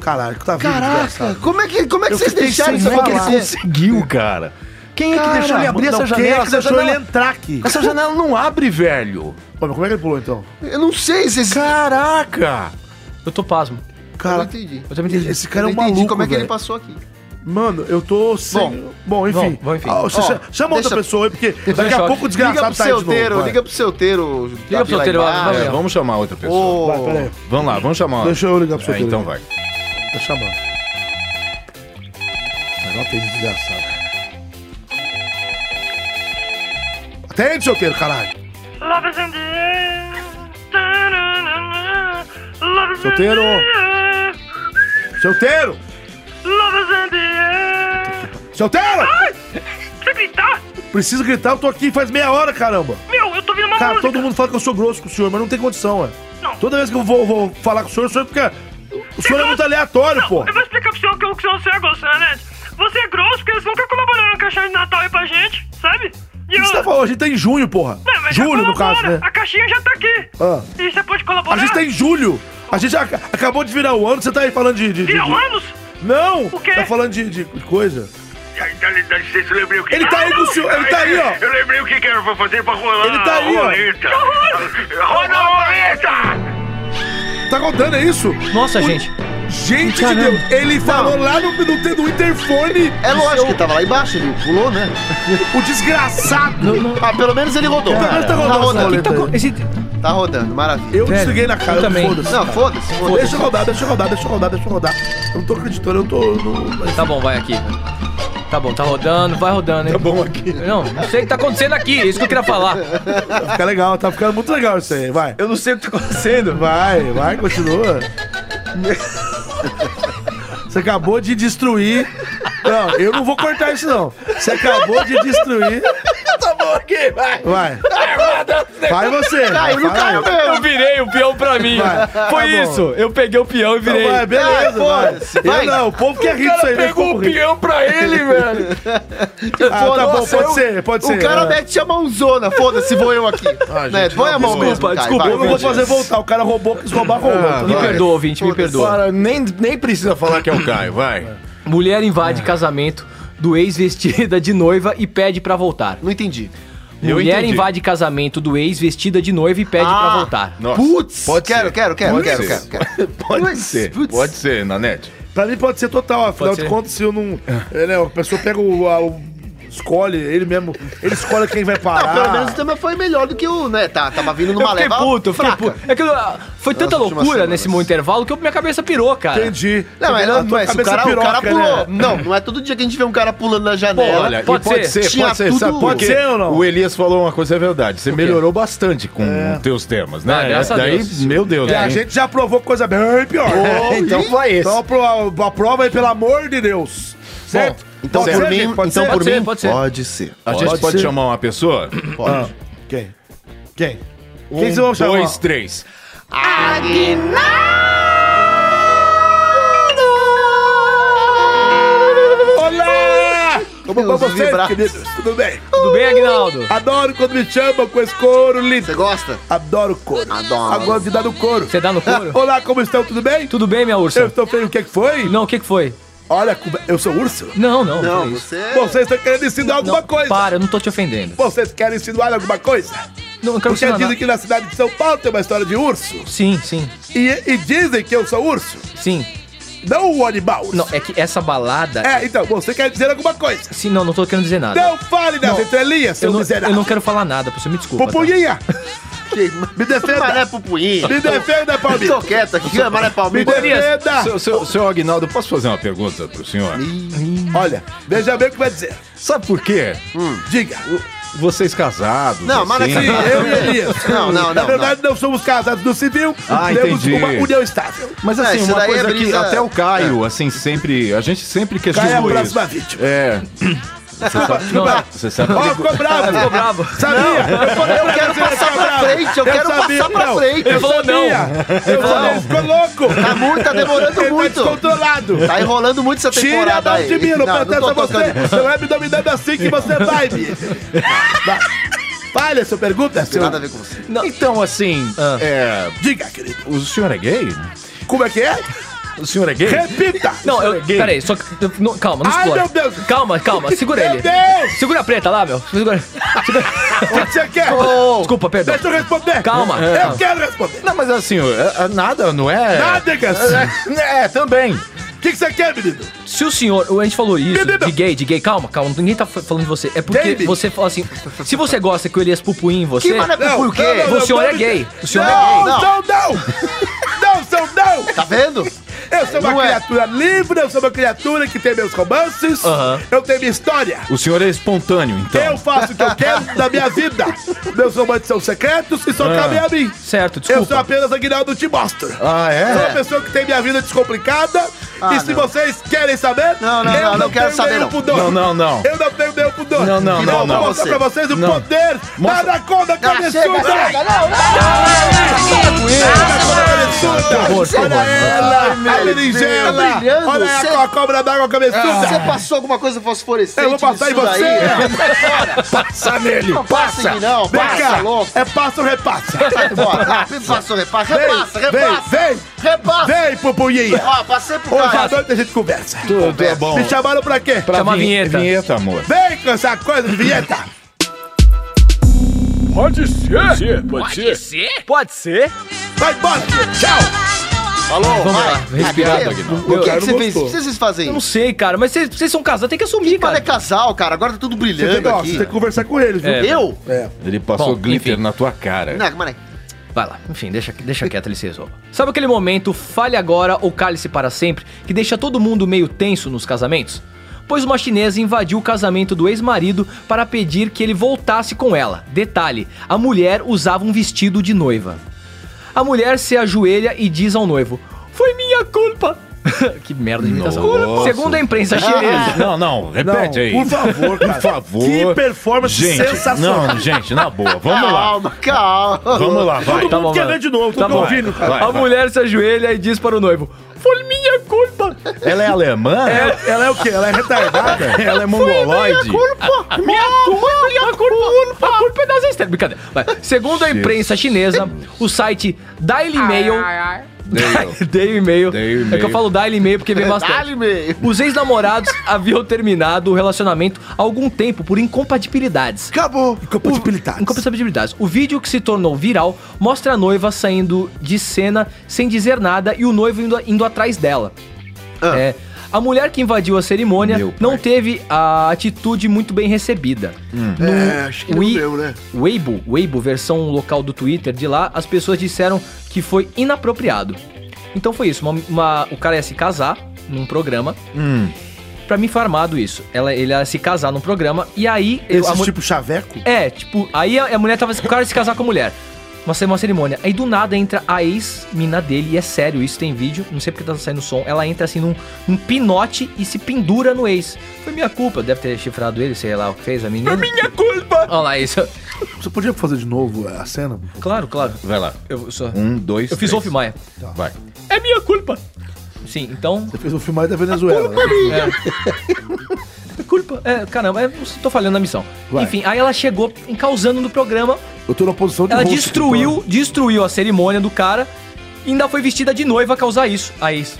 [SPEAKER 2] Caralho, tá vivo, desgraçado.
[SPEAKER 3] Caraca, como é que, como é que vocês deixaram isso
[SPEAKER 12] Como é que ele
[SPEAKER 3] acontecer?
[SPEAKER 12] conseguiu, cara? Quem é que
[SPEAKER 3] Cara,
[SPEAKER 12] deixou ele abrir
[SPEAKER 2] Não,
[SPEAKER 12] essa
[SPEAKER 2] quem é
[SPEAKER 12] janela?
[SPEAKER 2] que
[SPEAKER 12] Essa
[SPEAKER 2] deixou ele
[SPEAKER 12] janela,
[SPEAKER 2] entrar aqui?
[SPEAKER 12] essa janela não abre, velho.
[SPEAKER 2] Pô, mas como é que ele pulou então?
[SPEAKER 3] Eu não sei, vocês...
[SPEAKER 12] Caraca!
[SPEAKER 1] Eu tô pasmo.
[SPEAKER 3] Eu não
[SPEAKER 2] Cara,
[SPEAKER 3] entendi.
[SPEAKER 1] Eu também entendi.
[SPEAKER 2] esse cara
[SPEAKER 3] eu
[SPEAKER 2] é um
[SPEAKER 3] não entendi
[SPEAKER 2] maluco.
[SPEAKER 3] como é que ele
[SPEAKER 2] velho.
[SPEAKER 3] passou aqui.
[SPEAKER 2] Mano, eu tô sem. Bom, enfim.
[SPEAKER 1] bom, bom, enfim.
[SPEAKER 2] Ah, você
[SPEAKER 3] Ó,
[SPEAKER 2] cha- chama outra
[SPEAKER 3] deixa-
[SPEAKER 2] pessoa aí, porque daqui
[SPEAKER 1] choque.
[SPEAKER 2] a pouco o desgraçado
[SPEAKER 3] Liga
[SPEAKER 2] tá
[SPEAKER 3] pro
[SPEAKER 2] aí de novo.
[SPEAKER 3] solteiro,
[SPEAKER 2] vai.
[SPEAKER 3] liga pro solteiro.
[SPEAKER 1] pro solteiro, vai, vai,
[SPEAKER 5] É, vamos chamar outra
[SPEAKER 3] Ô,
[SPEAKER 5] pessoa.
[SPEAKER 2] Vai, pera aí.
[SPEAKER 5] Vamos lá, vamos chamar.
[SPEAKER 2] Ah, Deixa eu ligar pro
[SPEAKER 5] É,
[SPEAKER 2] solteiro.
[SPEAKER 5] então vai.
[SPEAKER 2] Tá chamando. Agora atende, desgraçado. Atende, solteiro, caralho. Solteiro. Solteiro. Solteiro. Preciso gritar, eu tô aqui faz meia hora, caramba.
[SPEAKER 10] Meu, eu tô ouvindo uma
[SPEAKER 2] Cara,
[SPEAKER 10] música.
[SPEAKER 2] todo mundo fala que eu sou grosso com o senhor, mas não tem condição, ué.
[SPEAKER 10] Não.
[SPEAKER 2] Toda vez que eu vou, vou falar com o senhor, o senhor fica. O senhor é muito aleatório, pô.
[SPEAKER 10] Eu vou explicar pro senhor que o senhor é grosso, né, Ned? Você é grosso porque eles nunca colaboraram com a caixinha de Natal aí pra gente, sabe?
[SPEAKER 2] O
[SPEAKER 10] E
[SPEAKER 2] que você tá falando? A gente tá em junho, porra.
[SPEAKER 10] Não, mas já
[SPEAKER 2] julho, no
[SPEAKER 10] colabora.
[SPEAKER 2] caso, né?
[SPEAKER 10] A caixinha já tá aqui.
[SPEAKER 2] Ah.
[SPEAKER 10] E você pode colaborar?
[SPEAKER 2] A gente tá em julho. A gente ac- acabou de virar o ano, você tá aí falando de. de, de-
[SPEAKER 10] Vira
[SPEAKER 2] de-
[SPEAKER 10] anos?
[SPEAKER 2] Não!
[SPEAKER 10] quê?
[SPEAKER 2] Tá falando de, de coisa.
[SPEAKER 10] Dá, dá licença, eu lembrei o que...
[SPEAKER 2] Ele tá aí com o senhor, ele tá aí, ó.
[SPEAKER 10] Eu lembrei o que que eu vou fazer pra rolar
[SPEAKER 2] Ele tá aí, ó.
[SPEAKER 10] a roleta. Roda a roleta!
[SPEAKER 2] Tá contando, é isso?
[SPEAKER 1] Nossa, gente.
[SPEAKER 2] Gente de
[SPEAKER 1] Caramba.
[SPEAKER 2] Deus, ele falou lá no, no, no interfone,
[SPEAKER 3] É lógico, ele tava lá embaixo, ele pulou, né?
[SPEAKER 2] o desgraçado.
[SPEAKER 3] Ah, pelo menos ele rodou.
[SPEAKER 2] Pelo menos tá rodando essa
[SPEAKER 3] rodando.
[SPEAKER 2] roleta
[SPEAKER 1] Tá
[SPEAKER 2] aí.
[SPEAKER 1] com- esse-
[SPEAKER 3] Tá rodando, maravilha.
[SPEAKER 2] Eu
[SPEAKER 1] Velho,
[SPEAKER 2] desliguei na
[SPEAKER 1] eu
[SPEAKER 2] cara,
[SPEAKER 1] também.
[SPEAKER 2] foda-se.
[SPEAKER 3] Não, foda-se, foda-se.
[SPEAKER 2] Deixa eu rodar, deixa eu rodar, deixa eu rodar, deixa eu rodar. Eu não tô acreditando, eu não tô. eu não-
[SPEAKER 1] Tá bom, vai aqui. Tá bom, tá rodando, vai rodando, hein? Tá bom aqui. Não, não sei o que tá acontecendo aqui, é isso que eu queria falar.
[SPEAKER 2] Vai ficar legal, tá ficando muito legal isso aí, vai.
[SPEAKER 1] Eu não sei o que tá acontecendo.
[SPEAKER 2] Vai, vai, continua. Você acabou de destruir. Não, eu não vou cortar isso, não. Você acabou de destruir.
[SPEAKER 12] Tá bom aqui, vai.
[SPEAKER 2] Vai. Vai você.
[SPEAKER 3] Caiu, não
[SPEAKER 2] vai.
[SPEAKER 3] caiu mesmo.
[SPEAKER 1] Eu virei o peão pra mim.
[SPEAKER 2] Vai, tá
[SPEAKER 1] Foi
[SPEAKER 2] bom.
[SPEAKER 1] isso. Eu peguei o peão e
[SPEAKER 2] Então
[SPEAKER 1] virei.
[SPEAKER 2] vai,
[SPEAKER 3] Ai,
[SPEAKER 2] beleza, vai.
[SPEAKER 3] foda-se,
[SPEAKER 2] Eu
[SPEAKER 3] vai.
[SPEAKER 2] não, o povo quer rir disso aí, né?
[SPEAKER 1] pegou o peão pra ele, velho.
[SPEAKER 2] Ah, tá bom,
[SPEAKER 3] Nossa,
[SPEAKER 2] pode
[SPEAKER 3] eu-
[SPEAKER 2] ser, pode
[SPEAKER 3] O
[SPEAKER 2] ser.
[SPEAKER 3] cara
[SPEAKER 2] é. Ah,
[SPEAKER 3] mete a mãozona, foda-se, vou eu aqui. né? Põe a mão mesmo, cara,
[SPEAKER 1] desculpa,
[SPEAKER 3] vai,
[SPEAKER 2] Eu não vou
[SPEAKER 3] vai.
[SPEAKER 2] fazer voltar, o cara roubou, quis roubar, roubou.
[SPEAKER 1] Me perdoa, ouvinte, me perdoa.
[SPEAKER 12] Para, nem, nem precisa falar que é o Caio, vai.
[SPEAKER 1] Mulher invade casamento do ex vestida de noiva e pede pra voltar.
[SPEAKER 3] Não entendi.
[SPEAKER 12] Eu
[SPEAKER 1] Mulher
[SPEAKER 12] entendi.
[SPEAKER 1] invade casamento do ex vestida de noiva e pede
[SPEAKER 3] Ah.
[SPEAKER 1] pra voltar.
[SPEAKER 5] Nossa.
[SPEAKER 3] Putz,
[SPEAKER 5] pode
[SPEAKER 3] quero,
[SPEAKER 5] ser.
[SPEAKER 3] quero, quero,
[SPEAKER 5] Pode
[SPEAKER 3] quero,
[SPEAKER 5] ser.
[SPEAKER 3] quero, quero.
[SPEAKER 5] Pode
[SPEAKER 3] Putz,
[SPEAKER 5] ser,
[SPEAKER 3] putz.
[SPEAKER 5] pode ser, Nanete.
[SPEAKER 2] Pra mim pode ser total, afinal
[SPEAKER 1] Pode
[SPEAKER 2] de
[SPEAKER 1] ser.
[SPEAKER 2] contas, se eu não. É, né, a pessoa pega o. a- o- escolhe, ele mesmo. Ele escolhe quem vai
[SPEAKER 3] Ah,
[SPEAKER 2] parar.
[SPEAKER 3] pelo menos o tema foi melhor do que o, né? Tá, tava vindo numa
[SPEAKER 1] eu fiquei
[SPEAKER 3] leva
[SPEAKER 1] puto, eu fiquei
[SPEAKER 3] fraca.
[SPEAKER 1] puto. É que eu- foi
[SPEAKER 3] Nas
[SPEAKER 1] tanta
[SPEAKER 3] últimas
[SPEAKER 1] loucura
[SPEAKER 3] semanas.
[SPEAKER 1] nesse meu intervalo que eu- minha cabeça pirou, cara.
[SPEAKER 2] Entendi.
[SPEAKER 3] Não, mas,
[SPEAKER 2] A
[SPEAKER 3] não,
[SPEAKER 2] tua
[SPEAKER 3] mas o
[SPEAKER 2] cabeça
[SPEAKER 3] cara, o cara
[SPEAKER 2] piroca,
[SPEAKER 3] pulou.
[SPEAKER 2] né?
[SPEAKER 3] Não, não é todo dia que a gente vê um cara pulando na janela.
[SPEAKER 5] Olha,
[SPEAKER 1] pode
[SPEAKER 2] É,
[SPEAKER 5] pode, pode
[SPEAKER 1] ser.
[SPEAKER 5] ser,
[SPEAKER 3] Tinha
[SPEAKER 5] pode ser,
[SPEAKER 3] tudo-
[SPEAKER 5] sabe por
[SPEAKER 2] Pode
[SPEAKER 5] quê?
[SPEAKER 2] ser ou não?
[SPEAKER 5] O Elias falou uma coisa é verdade, você melhorou bastante com os teus temas, né?
[SPEAKER 1] Ah, graças a
[SPEAKER 5] Daí,
[SPEAKER 1] Deus.
[SPEAKER 5] meu Deus.
[SPEAKER 2] E É, a
[SPEAKER 5] hein? É,
[SPEAKER 2] gente já provou coisa bem pior.
[SPEAKER 12] então vai esse.
[SPEAKER 2] Então apro- aprova aí, pelo amor de Deus. Certo?
[SPEAKER 3] Então
[SPEAKER 2] Pode
[SPEAKER 3] por
[SPEAKER 2] ser,
[SPEAKER 3] mim,
[SPEAKER 2] gente? Pode
[SPEAKER 3] então
[SPEAKER 2] ser?
[SPEAKER 3] por
[SPEAKER 1] Pode ser,
[SPEAKER 3] mim,
[SPEAKER 1] pode ser.
[SPEAKER 3] pode ser.
[SPEAKER 5] A gente pode, chamar uma pessoa?
[SPEAKER 2] Ah, Quem? Quem? Quem vocês vão chamar?
[SPEAKER 5] Dois, três.
[SPEAKER 2] Olá! Como vão
[SPEAKER 3] Deus
[SPEAKER 2] vocês,
[SPEAKER 3] livrar.
[SPEAKER 2] queridos? Tudo bem?
[SPEAKER 1] Tudo bem, Aguinaldo?
[SPEAKER 2] Adoro quando me chamam com esse couro lindo.
[SPEAKER 3] Você gosta?
[SPEAKER 2] Adoro couro.
[SPEAKER 3] Adoro. tá
[SPEAKER 2] Agora de dar no couro.
[SPEAKER 1] Você dá no couro?
[SPEAKER 2] Olá, como estão? Tudo bem?
[SPEAKER 1] Tudo bem, minha
[SPEAKER 2] Eu
[SPEAKER 1] ursa?
[SPEAKER 2] estou feio, o que, que foi?
[SPEAKER 1] Não, o que, que foi?
[SPEAKER 2] Olha, como- eu sou urso?
[SPEAKER 1] Não, não.
[SPEAKER 3] Não,
[SPEAKER 1] foi isso.
[SPEAKER 3] você...
[SPEAKER 2] Vocês estão querendo ensinar alguma
[SPEAKER 1] Não,
[SPEAKER 2] coisa?
[SPEAKER 1] Para, eu não tô te ofendendo.
[SPEAKER 2] Vocês querem insinuar alguma coisa?
[SPEAKER 3] Então
[SPEAKER 1] Não, eu quero
[SPEAKER 2] Porque
[SPEAKER 1] ensinar.
[SPEAKER 2] dizem
[SPEAKER 1] nada.
[SPEAKER 2] que na cidade de São Paulo tem uma história de urso.
[SPEAKER 1] Sim, sim,
[SPEAKER 2] E, e dizem que eu sou urso,
[SPEAKER 1] sim.
[SPEAKER 2] não o animal.
[SPEAKER 1] Não, é que essa balada.
[SPEAKER 2] É, então, você quer dizer alguma coisa?
[SPEAKER 1] Sim, não, não tô querendo dizer nada.
[SPEAKER 2] Não fale das
[SPEAKER 1] Não.
[SPEAKER 2] entrelinhas, seu
[SPEAKER 1] eu, não, eu
[SPEAKER 2] miserável.
[SPEAKER 1] não quero falar nada, você me desculpa. tá?
[SPEAKER 2] Pupunhinha, me
[SPEAKER 3] Maré
[SPEAKER 2] defenda.
[SPEAKER 3] pupunhinha.
[SPEAKER 2] me
[SPEAKER 3] né,
[SPEAKER 2] defenda,
[SPEAKER 3] Tô
[SPEAKER 2] Palmeiras.
[SPEAKER 3] quieto aqui, é Maré
[SPEAKER 2] Me
[SPEAKER 3] Palmeiras.
[SPEAKER 2] defenda.
[SPEAKER 5] Seu, seu, seu Agnaldo, posso fazer uma pergunta pro senhor?
[SPEAKER 2] Olha, veja bem o que vai dizer. Hum.
[SPEAKER 5] Sabe por quê?
[SPEAKER 2] Diga.
[SPEAKER 5] Vocês casados.
[SPEAKER 3] Não, mas
[SPEAKER 5] assim,
[SPEAKER 3] assim-
[SPEAKER 2] Eu e Elias.
[SPEAKER 3] Não, não,
[SPEAKER 2] Na
[SPEAKER 3] não,
[SPEAKER 2] verdade, não, somos casados no civil.
[SPEAKER 5] Ah,
[SPEAKER 2] temos
[SPEAKER 5] entendi.
[SPEAKER 2] uma união estável.
[SPEAKER 5] Mas
[SPEAKER 3] É,
[SPEAKER 5] assim,
[SPEAKER 3] isso
[SPEAKER 5] uma
[SPEAKER 3] daí é
[SPEAKER 5] coisa que
[SPEAKER 3] brisa-
[SPEAKER 5] até o Caio, assim, sempre. A gente sempre
[SPEAKER 2] Cai É. a
[SPEAKER 5] questionou isso.
[SPEAKER 2] próxima vítima.
[SPEAKER 5] É.
[SPEAKER 2] Desculpa, desculpa.
[SPEAKER 3] Você sabe-
[SPEAKER 2] Ó, ficou bravo.
[SPEAKER 3] Ficou bravo.
[SPEAKER 2] Sabia?
[SPEAKER 3] Não.
[SPEAKER 2] Eu falei
[SPEAKER 3] Eu
[SPEAKER 2] pra
[SPEAKER 3] quero
[SPEAKER 2] você que
[SPEAKER 3] passar
[SPEAKER 2] era
[SPEAKER 3] pra
[SPEAKER 2] bravo.
[SPEAKER 3] frente, eu quero
[SPEAKER 2] sabia.
[SPEAKER 3] passar pra
[SPEAKER 2] Não,
[SPEAKER 3] frente.
[SPEAKER 1] é
[SPEAKER 2] Eu
[SPEAKER 3] Ele falou não.
[SPEAKER 2] sabia.
[SPEAKER 3] Ele
[SPEAKER 2] Eu
[SPEAKER 3] falou
[SPEAKER 2] falei,
[SPEAKER 3] não.
[SPEAKER 2] ficou louco.
[SPEAKER 3] Tá muito, tá demorando
[SPEAKER 2] Ele
[SPEAKER 3] muito.
[SPEAKER 2] Tá descontrolado.
[SPEAKER 3] Tá enrolando muito essa
[SPEAKER 2] Tira a
[SPEAKER 3] temporada
[SPEAKER 2] mão de
[SPEAKER 3] aí.
[SPEAKER 2] mim, não
[SPEAKER 3] Não, não
[SPEAKER 2] pertence
[SPEAKER 3] tô
[SPEAKER 2] a você.
[SPEAKER 3] tocando.
[SPEAKER 2] Você vai me dominando assim que você vai, bicho. Vai. Falha, sua pergunta,
[SPEAKER 3] Não tem
[SPEAKER 2] seu...
[SPEAKER 3] nada a ver com você.
[SPEAKER 5] Então, assim, é...
[SPEAKER 2] Ah. Diga, querido.
[SPEAKER 5] O senhor é gay?
[SPEAKER 2] Como é que é?
[SPEAKER 5] O senhor é gay?
[SPEAKER 2] Repita!
[SPEAKER 1] Não, eu. Peraí, só. que- eu- não, calma, não
[SPEAKER 2] Ai,
[SPEAKER 1] explode.
[SPEAKER 2] meu Deus.
[SPEAKER 1] Calma, calma, segura
[SPEAKER 2] Meu
[SPEAKER 1] ele.
[SPEAKER 2] Deus.
[SPEAKER 1] Segura a preta lá, meu. Segura. segura-
[SPEAKER 2] O que você quer?
[SPEAKER 1] Desculpa, perdão.
[SPEAKER 2] Deixa eu responder.
[SPEAKER 1] Calma.
[SPEAKER 2] Eu
[SPEAKER 1] calma.
[SPEAKER 2] quero responder.
[SPEAKER 5] Não, mas assim, é- é nada, não é?
[SPEAKER 2] Nádegas.
[SPEAKER 5] É, é, também.
[SPEAKER 2] O que que você quer, menino?
[SPEAKER 1] Se o senhor, a gente falou isso,
[SPEAKER 2] Menino.
[SPEAKER 1] de gay, de gay, calma, calma, ninguém tá f- falando de você. É porque
[SPEAKER 2] David.
[SPEAKER 1] você fala assim, se você gosta que o Elias pupuim em você,
[SPEAKER 3] Que maravilha.
[SPEAKER 2] Não,
[SPEAKER 3] Por quê?
[SPEAKER 2] não, não,
[SPEAKER 1] o senhor
[SPEAKER 2] não,
[SPEAKER 1] é
[SPEAKER 2] não.
[SPEAKER 1] gay. O senhor é
[SPEAKER 2] não,
[SPEAKER 1] gay.
[SPEAKER 3] gay.
[SPEAKER 2] Não, não, não! seu não!
[SPEAKER 3] Tá vendo?
[SPEAKER 2] Eu sou uma
[SPEAKER 3] Não é.
[SPEAKER 2] criatura livre, eu sou uma criatura que tem meus romances,
[SPEAKER 1] Aham.
[SPEAKER 2] eu tenho minha história.
[SPEAKER 5] O senhor é espontâneo, então.
[SPEAKER 2] Eu faço o que eu quero da minha vida. Meus romances são secretos e só cabem a mim.
[SPEAKER 1] Certo,
[SPEAKER 2] Eu sou
[SPEAKER 1] desculpa.
[SPEAKER 2] apenas Aguinaldo Timóteo.
[SPEAKER 5] Ah,
[SPEAKER 2] Sou uma
[SPEAKER 5] é? Ah,
[SPEAKER 2] pessoa que tem minha vida descomplicada. e se
[SPEAKER 3] não.
[SPEAKER 2] vocês querem saber,
[SPEAKER 3] Não, não,
[SPEAKER 2] eu
[SPEAKER 3] não, não quero
[SPEAKER 2] tenho
[SPEAKER 3] saber,
[SPEAKER 2] nenhum
[SPEAKER 3] não.
[SPEAKER 2] Pudor.
[SPEAKER 5] Não, não, não.
[SPEAKER 2] Eu não tenho nenhum pudor.
[SPEAKER 5] Não, não,
[SPEAKER 2] E
[SPEAKER 5] não,
[SPEAKER 2] Eu
[SPEAKER 5] não.
[SPEAKER 2] vou mostrar pra vocês o
[SPEAKER 5] Não.
[SPEAKER 2] poder
[SPEAKER 5] Mostra- Ah,
[SPEAKER 2] da anaconda cabeçuda.
[SPEAKER 3] Tá
[SPEAKER 1] horror, que
[SPEAKER 2] Olha
[SPEAKER 1] horror.
[SPEAKER 2] ela, a
[SPEAKER 3] Deus. Tá
[SPEAKER 2] berinjela,
[SPEAKER 3] brilhando,
[SPEAKER 2] olha
[SPEAKER 3] você-
[SPEAKER 2] a co- cobra d'água
[SPEAKER 3] Você
[SPEAKER 2] cabeçuda.
[SPEAKER 3] passou alguma coisa fosforescente?
[SPEAKER 2] Eu vou passar em
[SPEAKER 3] nisso
[SPEAKER 2] você. É.
[SPEAKER 3] daí?
[SPEAKER 5] Passa nele.
[SPEAKER 3] Não passa em mim, não.
[SPEAKER 2] Vem
[SPEAKER 3] Passa, tá
[SPEAKER 2] cá,
[SPEAKER 3] louco.
[SPEAKER 2] é passa ou repassa?
[SPEAKER 3] Sai fora. Rápido, Passou, repassa.
[SPEAKER 2] Vem,
[SPEAKER 3] Repassa, repassa.
[SPEAKER 2] vem,
[SPEAKER 3] Repassa.
[SPEAKER 2] vem, vem, pupunhinha.
[SPEAKER 3] Ó, passei pro
[SPEAKER 2] Hoje à
[SPEAKER 3] cara.
[SPEAKER 2] noite a gente conversa.
[SPEAKER 5] É. Tudo é bom.
[SPEAKER 2] Me chamaram pra quê?
[SPEAKER 5] Pra
[SPEAKER 1] Chama a
[SPEAKER 5] vin-
[SPEAKER 1] vinheta.
[SPEAKER 5] Vinheta, amor.
[SPEAKER 2] Vem com essa coisa de vinheta.
[SPEAKER 8] Pode ser. Pode ser.
[SPEAKER 1] ser? Pode ser.
[SPEAKER 2] Vai embora. Tchau.
[SPEAKER 3] Falou,
[SPEAKER 1] Vamos
[SPEAKER 3] vai.
[SPEAKER 1] lá, respirado, Aguinaldo.
[SPEAKER 3] O que,
[SPEAKER 2] Cara,
[SPEAKER 3] que você
[SPEAKER 2] não
[SPEAKER 3] fez? O
[SPEAKER 2] gostou.
[SPEAKER 3] que vocês
[SPEAKER 1] Eu
[SPEAKER 3] fazem?
[SPEAKER 1] não sei, cara, mas vocês- vocês são casados, tem que assumir,
[SPEAKER 3] Mas é
[SPEAKER 1] cara.
[SPEAKER 3] casal, cara. Agora tá tudo
[SPEAKER 2] Você tem,
[SPEAKER 3] brilhando
[SPEAKER 2] que- ó, você
[SPEAKER 3] aqui.
[SPEAKER 2] tem que conversar com eles, viu?
[SPEAKER 1] É.
[SPEAKER 3] Eu?
[SPEAKER 5] Ele passou
[SPEAKER 1] Bom,
[SPEAKER 5] glitter
[SPEAKER 1] enfim.
[SPEAKER 5] na tua cara.
[SPEAKER 3] Não, mano.
[SPEAKER 1] Vai lá, enfim, deixa, deixa quieto, ele se resolve. Sabe aquele momento, fale agora ou cale-se para sempre, que deixa todo mundo meio tenso nos casamentos? Pois uma chinesa invadiu o casamento do ex-marido para pedir que ele voltasse com ela. Detalhe: a mulher usava um vestido de noiva. A mulher se ajoelha e diz ao noivo: Foi minha culpa! que merda de imitação.
[SPEAKER 5] Nossa.
[SPEAKER 1] Segundo a imprensa chinesa.
[SPEAKER 5] Não, não, repete aí.
[SPEAKER 2] Por favor, cara.
[SPEAKER 5] Por favor.
[SPEAKER 2] Que performance
[SPEAKER 5] gente,
[SPEAKER 2] sensacional.
[SPEAKER 5] Não, gente, na boa,
[SPEAKER 2] Ah,
[SPEAKER 5] vamos lá.
[SPEAKER 3] Calma, calma.
[SPEAKER 5] Vamos lá, vai.
[SPEAKER 2] Todo
[SPEAKER 1] Tá
[SPEAKER 2] mundo
[SPEAKER 1] bom,
[SPEAKER 2] quer
[SPEAKER 1] vai.
[SPEAKER 2] ver de novo, tô
[SPEAKER 1] Tá bom.
[SPEAKER 2] ouvindo, cara.
[SPEAKER 5] Vai,
[SPEAKER 1] a
[SPEAKER 5] vai.
[SPEAKER 1] mulher se ajoelha e diz para o noivo: Foi minha culpa!
[SPEAKER 5] Ela é alemã?
[SPEAKER 2] Ela, ela é o quê? Ela é retardada?
[SPEAKER 5] Ela é mongoloide?
[SPEAKER 1] Minha culpa, minha culpa. A culpa é das estrelas. Brincadeira. Vai. Segundo a imprensa chinesa, o site Daily Mail. Daily Mail.
[SPEAKER 5] Daily
[SPEAKER 1] É que eu
[SPEAKER 5] Mail. É,
[SPEAKER 1] falo Daily Mail porque vem bastante.
[SPEAKER 3] Dá-lhe meio.
[SPEAKER 1] Os ex-namorados haviam terminado o relacionamento há algum tempo por incompatibilidades.
[SPEAKER 3] Acabou.
[SPEAKER 2] Incompatibilidade.
[SPEAKER 1] Incompatibilidades. O vídeo que se tornou viral mostra a noiva saindo de cena sem dizer nada e o noivo indo, indo atrás dela. É, a mulher que invadiu a cerimônia
[SPEAKER 5] Ah. Meu pai.
[SPEAKER 1] não teve a atitude muito bem recebida.
[SPEAKER 3] É, acho que não
[SPEAKER 1] Ui.
[SPEAKER 3] deu, né?
[SPEAKER 1] Weibo, Weibo, versão local do Twitter de lá, as pessoas disseram que foi inapropriado. Então foi isso, uma- uma- o cara ia se casar num programa. Hum. Pra mim foi armado isso. Ela, ele ia se casar num programa e aí... eu- a
[SPEAKER 2] Esse
[SPEAKER 1] mu-
[SPEAKER 2] tipo chaveco?
[SPEAKER 1] É, tipo, aí a, a mulher tava... O cara ia se casar com a mulher. Uma, ce- uma cerimônia. Aí do nada entra a ex-mina dele, e é sério, isso tem vídeo, não sei porque tá saindo som. Ela entra assim num, num pinote e se pendura no ex. Foi minha culpa, deve ter chifrado ele, sei lá o que fez a menina. Foi minha culpa! Olha lá isso.
[SPEAKER 2] Você podia fazer de novo a cena?
[SPEAKER 1] Claro, claro.
[SPEAKER 5] Vai lá.
[SPEAKER 1] Eu só...
[SPEAKER 5] Um, dois,
[SPEAKER 1] Eu fiz
[SPEAKER 5] três.
[SPEAKER 1] Wolf Maia.
[SPEAKER 2] Tá.
[SPEAKER 5] Vai.
[SPEAKER 1] É minha culpa. Sim, então.
[SPEAKER 2] Você fez o filme aí da Venezuela. né?
[SPEAKER 1] É culpa. É, caramba, é, tô falhando na missão.
[SPEAKER 2] Vai.
[SPEAKER 1] Enfim, aí ela chegou encausando no programa.
[SPEAKER 2] Eu tô na posição de
[SPEAKER 1] Ela
[SPEAKER 2] host, então.
[SPEAKER 1] destruiu, destruiu a cerimônia do cara. E ainda foi vestida de noiva a causar isso. Aí. isso.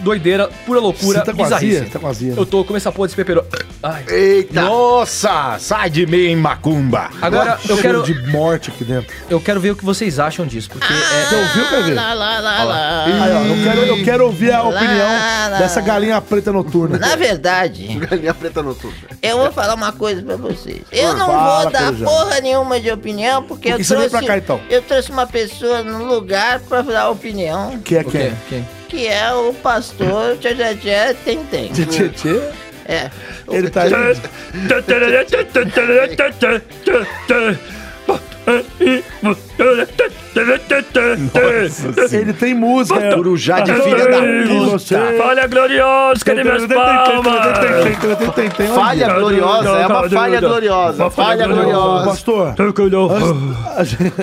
[SPEAKER 1] Doideira, pura loucura,
[SPEAKER 2] Você tá com
[SPEAKER 1] bizarrice.
[SPEAKER 2] azia? Tá com azia, né?
[SPEAKER 1] Eu tô, como essa porra despeperou. Ai.
[SPEAKER 3] Eita.
[SPEAKER 5] Nossa, sai de mim, macumba.
[SPEAKER 1] Agora,
[SPEAKER 2] então.
[SPEAKER 1] eu quero,
[SPEAKER 2] Cheiro de morte aqui dentro.
[SPEAKER 1] eu quero ver o que vocês acham disso, porque
[SPEAKER 2] Você
[SPEAKER 1] é.
[SPEAKER 2] ouviu, quer ver?
[SPEAKER 9] Lá, lá, lá, lá.
[SPEAKER 2] Aí, ó, eu, quero, eu quero ouvir a opinião
[SPEAKER 9] lá.
[SPEAKER 2] dessa galinha preta noturna.
[SPEAKER 13] Na verdade,
[SPEAKER 3] Galinha preta noturna.
[SPEAKER 13] eu vou falar uma coisa pra vocês. Eu não
[SPEAKER 2] Ah, Fala,
[SPEAKER 13] vou dar
[SPEAKER 2] Pedro.
[SPEAKER 13] porra nenhuma de opinião, porque
[SPEAKER 2] Por
[SPEAKER 13] eu
[SPEAKER 2] que você
[SPEAKER 13] trouxe.
[SPEAKER 2] veio pra cá, então?
[SPEAKER 13] Eu trouxe uma pessoa no lugar pra dar opinião,
[SPEAKER 2] Que é
[SPEAKER 1] O
[SPEAKER 2] que
[SPEAKER 1] quê?
[SPEAKER 2] é?
[SPEAKER 1] Quem?
[SPEAKER 13] que é o pastor Tchajajá Tentem.
[SPEAKER 2] Tchê, tchê, tchê.
[SPEAKER 13] É.
[SPEAKER 2] Ele tá aí. Ele tem música.
[SPEAKER 10] É. Urujá de filha da puta.
[SPEAKER 2] Falha gloriosa,
[SPEAKER 10] cadê meus palmas?
[SPEAKER 3] Falha gloriosa, é uma falha gloriosa.
[SPEAKER 2] Uma falha
[SPEAKER 3] Falha gloriosa.
[SPEAKER 2] Pastor. antes- A gente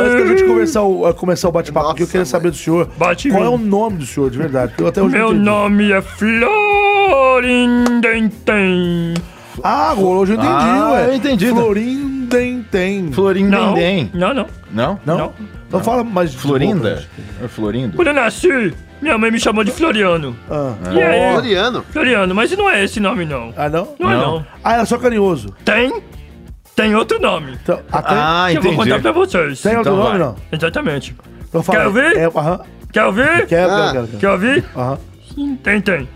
[SPEAKER 2] Antes da gente começar o, a começar o bate-papo aqui, eu queria saber do senhor. qual é o nome do senhor, de verdade? porque Eu até hoje
[SPEAKER 10] Meu
[SPEAKER 2] nome é Florindenten. Ah, agora hoje eu entendi,
[SPEAKER 5] Ah,
[SPEAKER 2] ué.
[SPEAKER 5] eu entendi.
[SPEAKER 2] Florindenten.
[SPEAKER 5] Florindenten.
[SPEAKER 10] Não, não.
[SPEAKER 5] Não?
[SPEAKER 2] Não? Não, fala mais.
[SPEAKER 5] Florinda? É Florindo?
[SPEAKER 10] Quando eu nasci, minha mãe me chamou de Floriano. E aí-
[SPEAKER 3] Floriano?
[SPEAKER 10] Floriano, mas não é esse nome, não.
[SPEAKER 2] né? Ah, não?
[SPEAKER 10] Não, é
[SPEAKER 2] Não.
[SPEAKER 10] não.
[SPEAKER 2] Ah, era só carinhoso.
[SPEAKER 10] Tem. Tem outro nome.
[SPEAKER 2] até-
[SPEAKER 5] então
[SPEAKER 2] Ah,
[SPEAKER 10] que eu vou
[SPEAKER 2] entendi.
[SPEAKER 10] contar pra vocês.
[SPEAKER 2] Tem outro Então nome, vai. não?
[SPEAKER 10] Exatamente.
[SPEAKER 2] Então fala
[SPEAKER 10] Quer
[SPEAKER 2] aí.
[SPEAKER 10] ouvir?
[SPEAKER 2] É, aham.
[SPEAKER 10] Quer ouvir?
[SPEAKER 2] Quero,
[SPEAKER 5] Ah.
[SPEAKER 2] quero, quero, quero.
[SPEAKER 10] Quer ouvir?
[SPEAKER 2] Aham.
[SPEAKER 10] Tem, tem.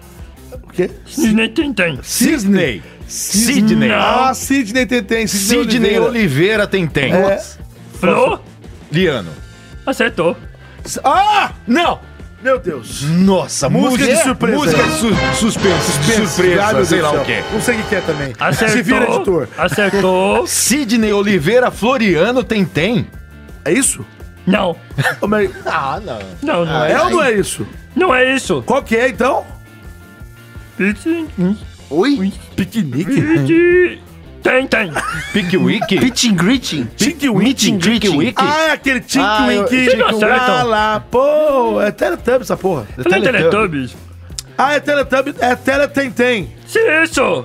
[SPEAKER 2] O quê?
[SPEAKER 10] Cisney tem, tem.
[SPEAKER 5] Cisney.
[SPEAKER 10] Sidney.
[SPEAKER 2] Ah, Sidney Tentem.
[SPEAKER 5] Sidney Oliveira tem tem.
[SPEAKER 2] É.
[SPEAKER 10] Flor?
[SPEAKER 5] Liano.
[SPEAKER 10] Acertou.
[SPEAKER 2] Ah!
[SPEAKER 5] Não!
[SPEAKER 2] Meu Deus.
[SPEAKER 5] Nossa,
[SPEAKER 2] Música
[SPEAKER 5] mulher-
[SPEAKER 2] de surpresa.
[SPEAKER 5] Música de su suspense. Surpresa,
[SPEAKER 2] Obrigado,
[SPEAKER 5] sei
[SPEAKER 2] Deus
[SPEAKER 5] lá
[SPEAKER 2] do
[SPEAKER 5] o
[SPEAKER 2] céu.
[SPEAKER 5] quê.
[SPEAKER 2] Não sei o que que é também.
[SPEAKER 5] Acertou.
[SPEAKER 2] Se vira, editor.
[SPEAKER 10] Acertou.
[SPEAKER 5] Sidney Oliveira Floriano tem tem.
[SPEAKER 2] É isso?
[SPEAKER 10] Não.
[SPEAKER 5] Ah, não.
[SPEAKER 10] Não, não
[SPEAKER 5] Ah,
[SPEAKER 10] é.
[SPEAKER 5] é ou não é
[SPEAKER 2] isso?
[SPEAKER 10] Não é isso.
[SPEAKER 2] Qual que é, então?
[SPEAKER 3] Oi?
[SPEAKER 10] Piquenique? Tem, tem.
[SPEAKER 5] Piquenique?
[SPEAKER 3] Pitching greeting?
[SPEAKER 2] Meeting
[SPEAKER 3] Wiki?
[SPEAKER 2] Ah, é aquele Tink
[SPEAKER 3] Ah, eu-
[SPEAKER 2] Wink.
[SPEAKER 3] Vocês não
[SPEAKER 2] Lá,
[SPEAKER 3] acertam.
[SPEAKER 2] lá, pô. É Teletubbies essa porra.
[SPEAKER 10] Não é Teletubbies.
[SPEAKER 2] Ah, é Teletubbies. É Teletentem.
[SPEAKER 10] Isso.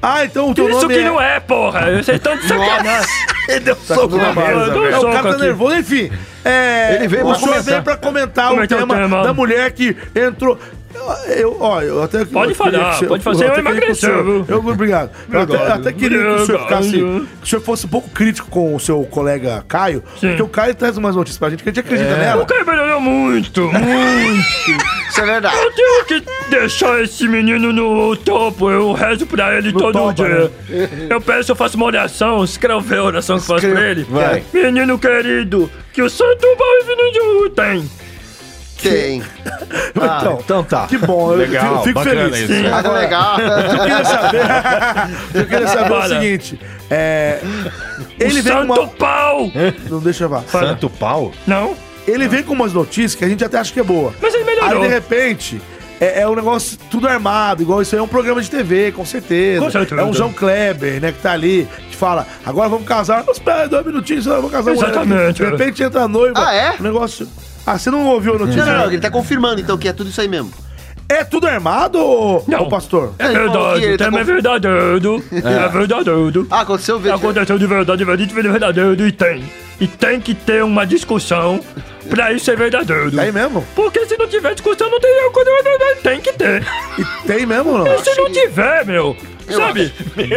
[SPEAKER 2] Ah, então o teu
[SPEAKER 10] Isso
[SPEAKER 2] nome
[SPEAKER 10] que
[SPEAKER 2] é...
[SPEAKER 10] não é, porra. Vocês estão de sacanagem.
[SPEAKER 2] Ele deu
[SPEAKER 10] Tá com uma mesa, velho.
[SPEAKER 2] O cara tá
[SPEAKER 10] aqui.
[SPEAKER 2] nervoso, enfim. É,
[SPEAKER 10] Ele veio
[SPEAKER 2] o
[SPEAKER 10] pra
[SPEAKER 2] senhor
[SPEAKER 10] comentar.
[SPEAKER 2] veio pra comentar o
[SPEAKER 10] Comentar é o
[SPEAKER 2] tema,
[SPEAKER 10] tema.
[SPEAKER 2] da mulher que entrou. Eu, eu, ó, eu até
[SPEAKER 10] Pode
[SPEAKER 2] eu queria
[SPEAKER 10] falar,
[SPEAKER 2] que o senhor-
[SPEAKER 10] pode fazer,
[SPEAKER 2] até
[SPEAKER 10] eu
[SPEAKER 2] queria que o senhor-
[SPEAKER 10] emagreci, viu?
[SPEAKER 2] Eu, obrigado. Eu até, eu até queria que o senhor
[SPEAKER 10] Obrigado.
[SPEAKER 2] ficasse. Que o senhor fosse um pouco crítico com o seu colega Caio, porque o Caio traz umas notícias pra gente que a gente acredita
[SPEAKER 10] É.
[SPEAKER 2] nela.
[SPEAKER 10] O Caio melhorou muito, muito.
[SPEAKER 3] Isso é verdade.
[SPEAKER 10] Eu tenho que deixar esse menino no topo. Eu rezo pra ele todo dia.
[SPEAKER 2] né?
[SPEAKER 10] Eu peço, eu faço uma oração. Escreve a oração que eu faço pra ele.
[SPEAKER 3] vai.
[SPEAKER 10] Menino querido, que o santo bom e vindo de U tem.
[SPEAKER 3] Tem.
[SPEAKER 2] então,
[SPEAKER 5] tá.
[SPEAKER 2] Que bom, eu
[SPEAKER 10] Ah, Legal,
[SPEAKER 2] fico, fico
[SPEAKER 10] bacana
[SPEAKER 2] feliz.
[SPEAKER 10] isso.
[SPEAKER 2] Agora,
[SPEAKER 10] Ah, legal.
[SPEAKER 2] Eu queria saber, eu queria saber o
[SPEAKER 10] Bora.
[SPEAKER 2] seguinte. É, ele
[SPEAKER 10] O
[SPEAKER 2] vem com
[SPEAKER 10] santo pau!
[SPEAKER 2] Não deixa eu falar.
[SPEAKER 5] Santo pau?
[SPEAKER 10] Não.
[SPEAKER 2] Ele vem com umas notícias que a gente até acha que é boa.
[SPEAKER 10] Mas ele melhorou.
[SPEAKER 2] Aí, de repente, é, é um negócio tudo armado, igual isso aí é um programa de TV, com certeza.
[SPEAKER 10] Com certeza.
[SPEAKER 2] É um João Kleber, né, que tá ali, que fala, agora vamos casar. Mas pera, dois minutinhos, eu vou casar.
[SPEAKER 3] Exatamente,
[SPEAKER 2] De
[SPEAKER 3] é.
[SPEAKER 2] repente entra a noiva.
[SPEAKER 3] Ah, é?
[SPEAKER 2] O negócio... Ah, você não ouviu a
[SPEAKER 3] Não,
[SPEAKER 2] notícia?
[SPEAKER 3] não, não, ele tá confirmando então que é tudo isso aí mesmo.
[SPEAKER 2] É tudo armado, ô, ô pastor?
[SPEAKER 10] É verdade, o tema é verdadeiro.
[SPEAKER 2] tá É.
[SPEAKER 10] É, verdadeiro.
[SPEAKER 3] Ah, aconteceu
[SPEAKER 10] verdade. Aconteceu de verdade, verdade, verdadeiro e tem. E tem que ter uma discussão pra isso ser verdadeiro. Tem
[SPEAKER 2] mesmo?
[SPEAKER 10] Porque se não tiver discussão, não tem quando é verdade. Tem que ter.
[SPEAKER 2] E tem mesmo, não?
[SPEAKER 10] E se não tiver, meu? Sabe?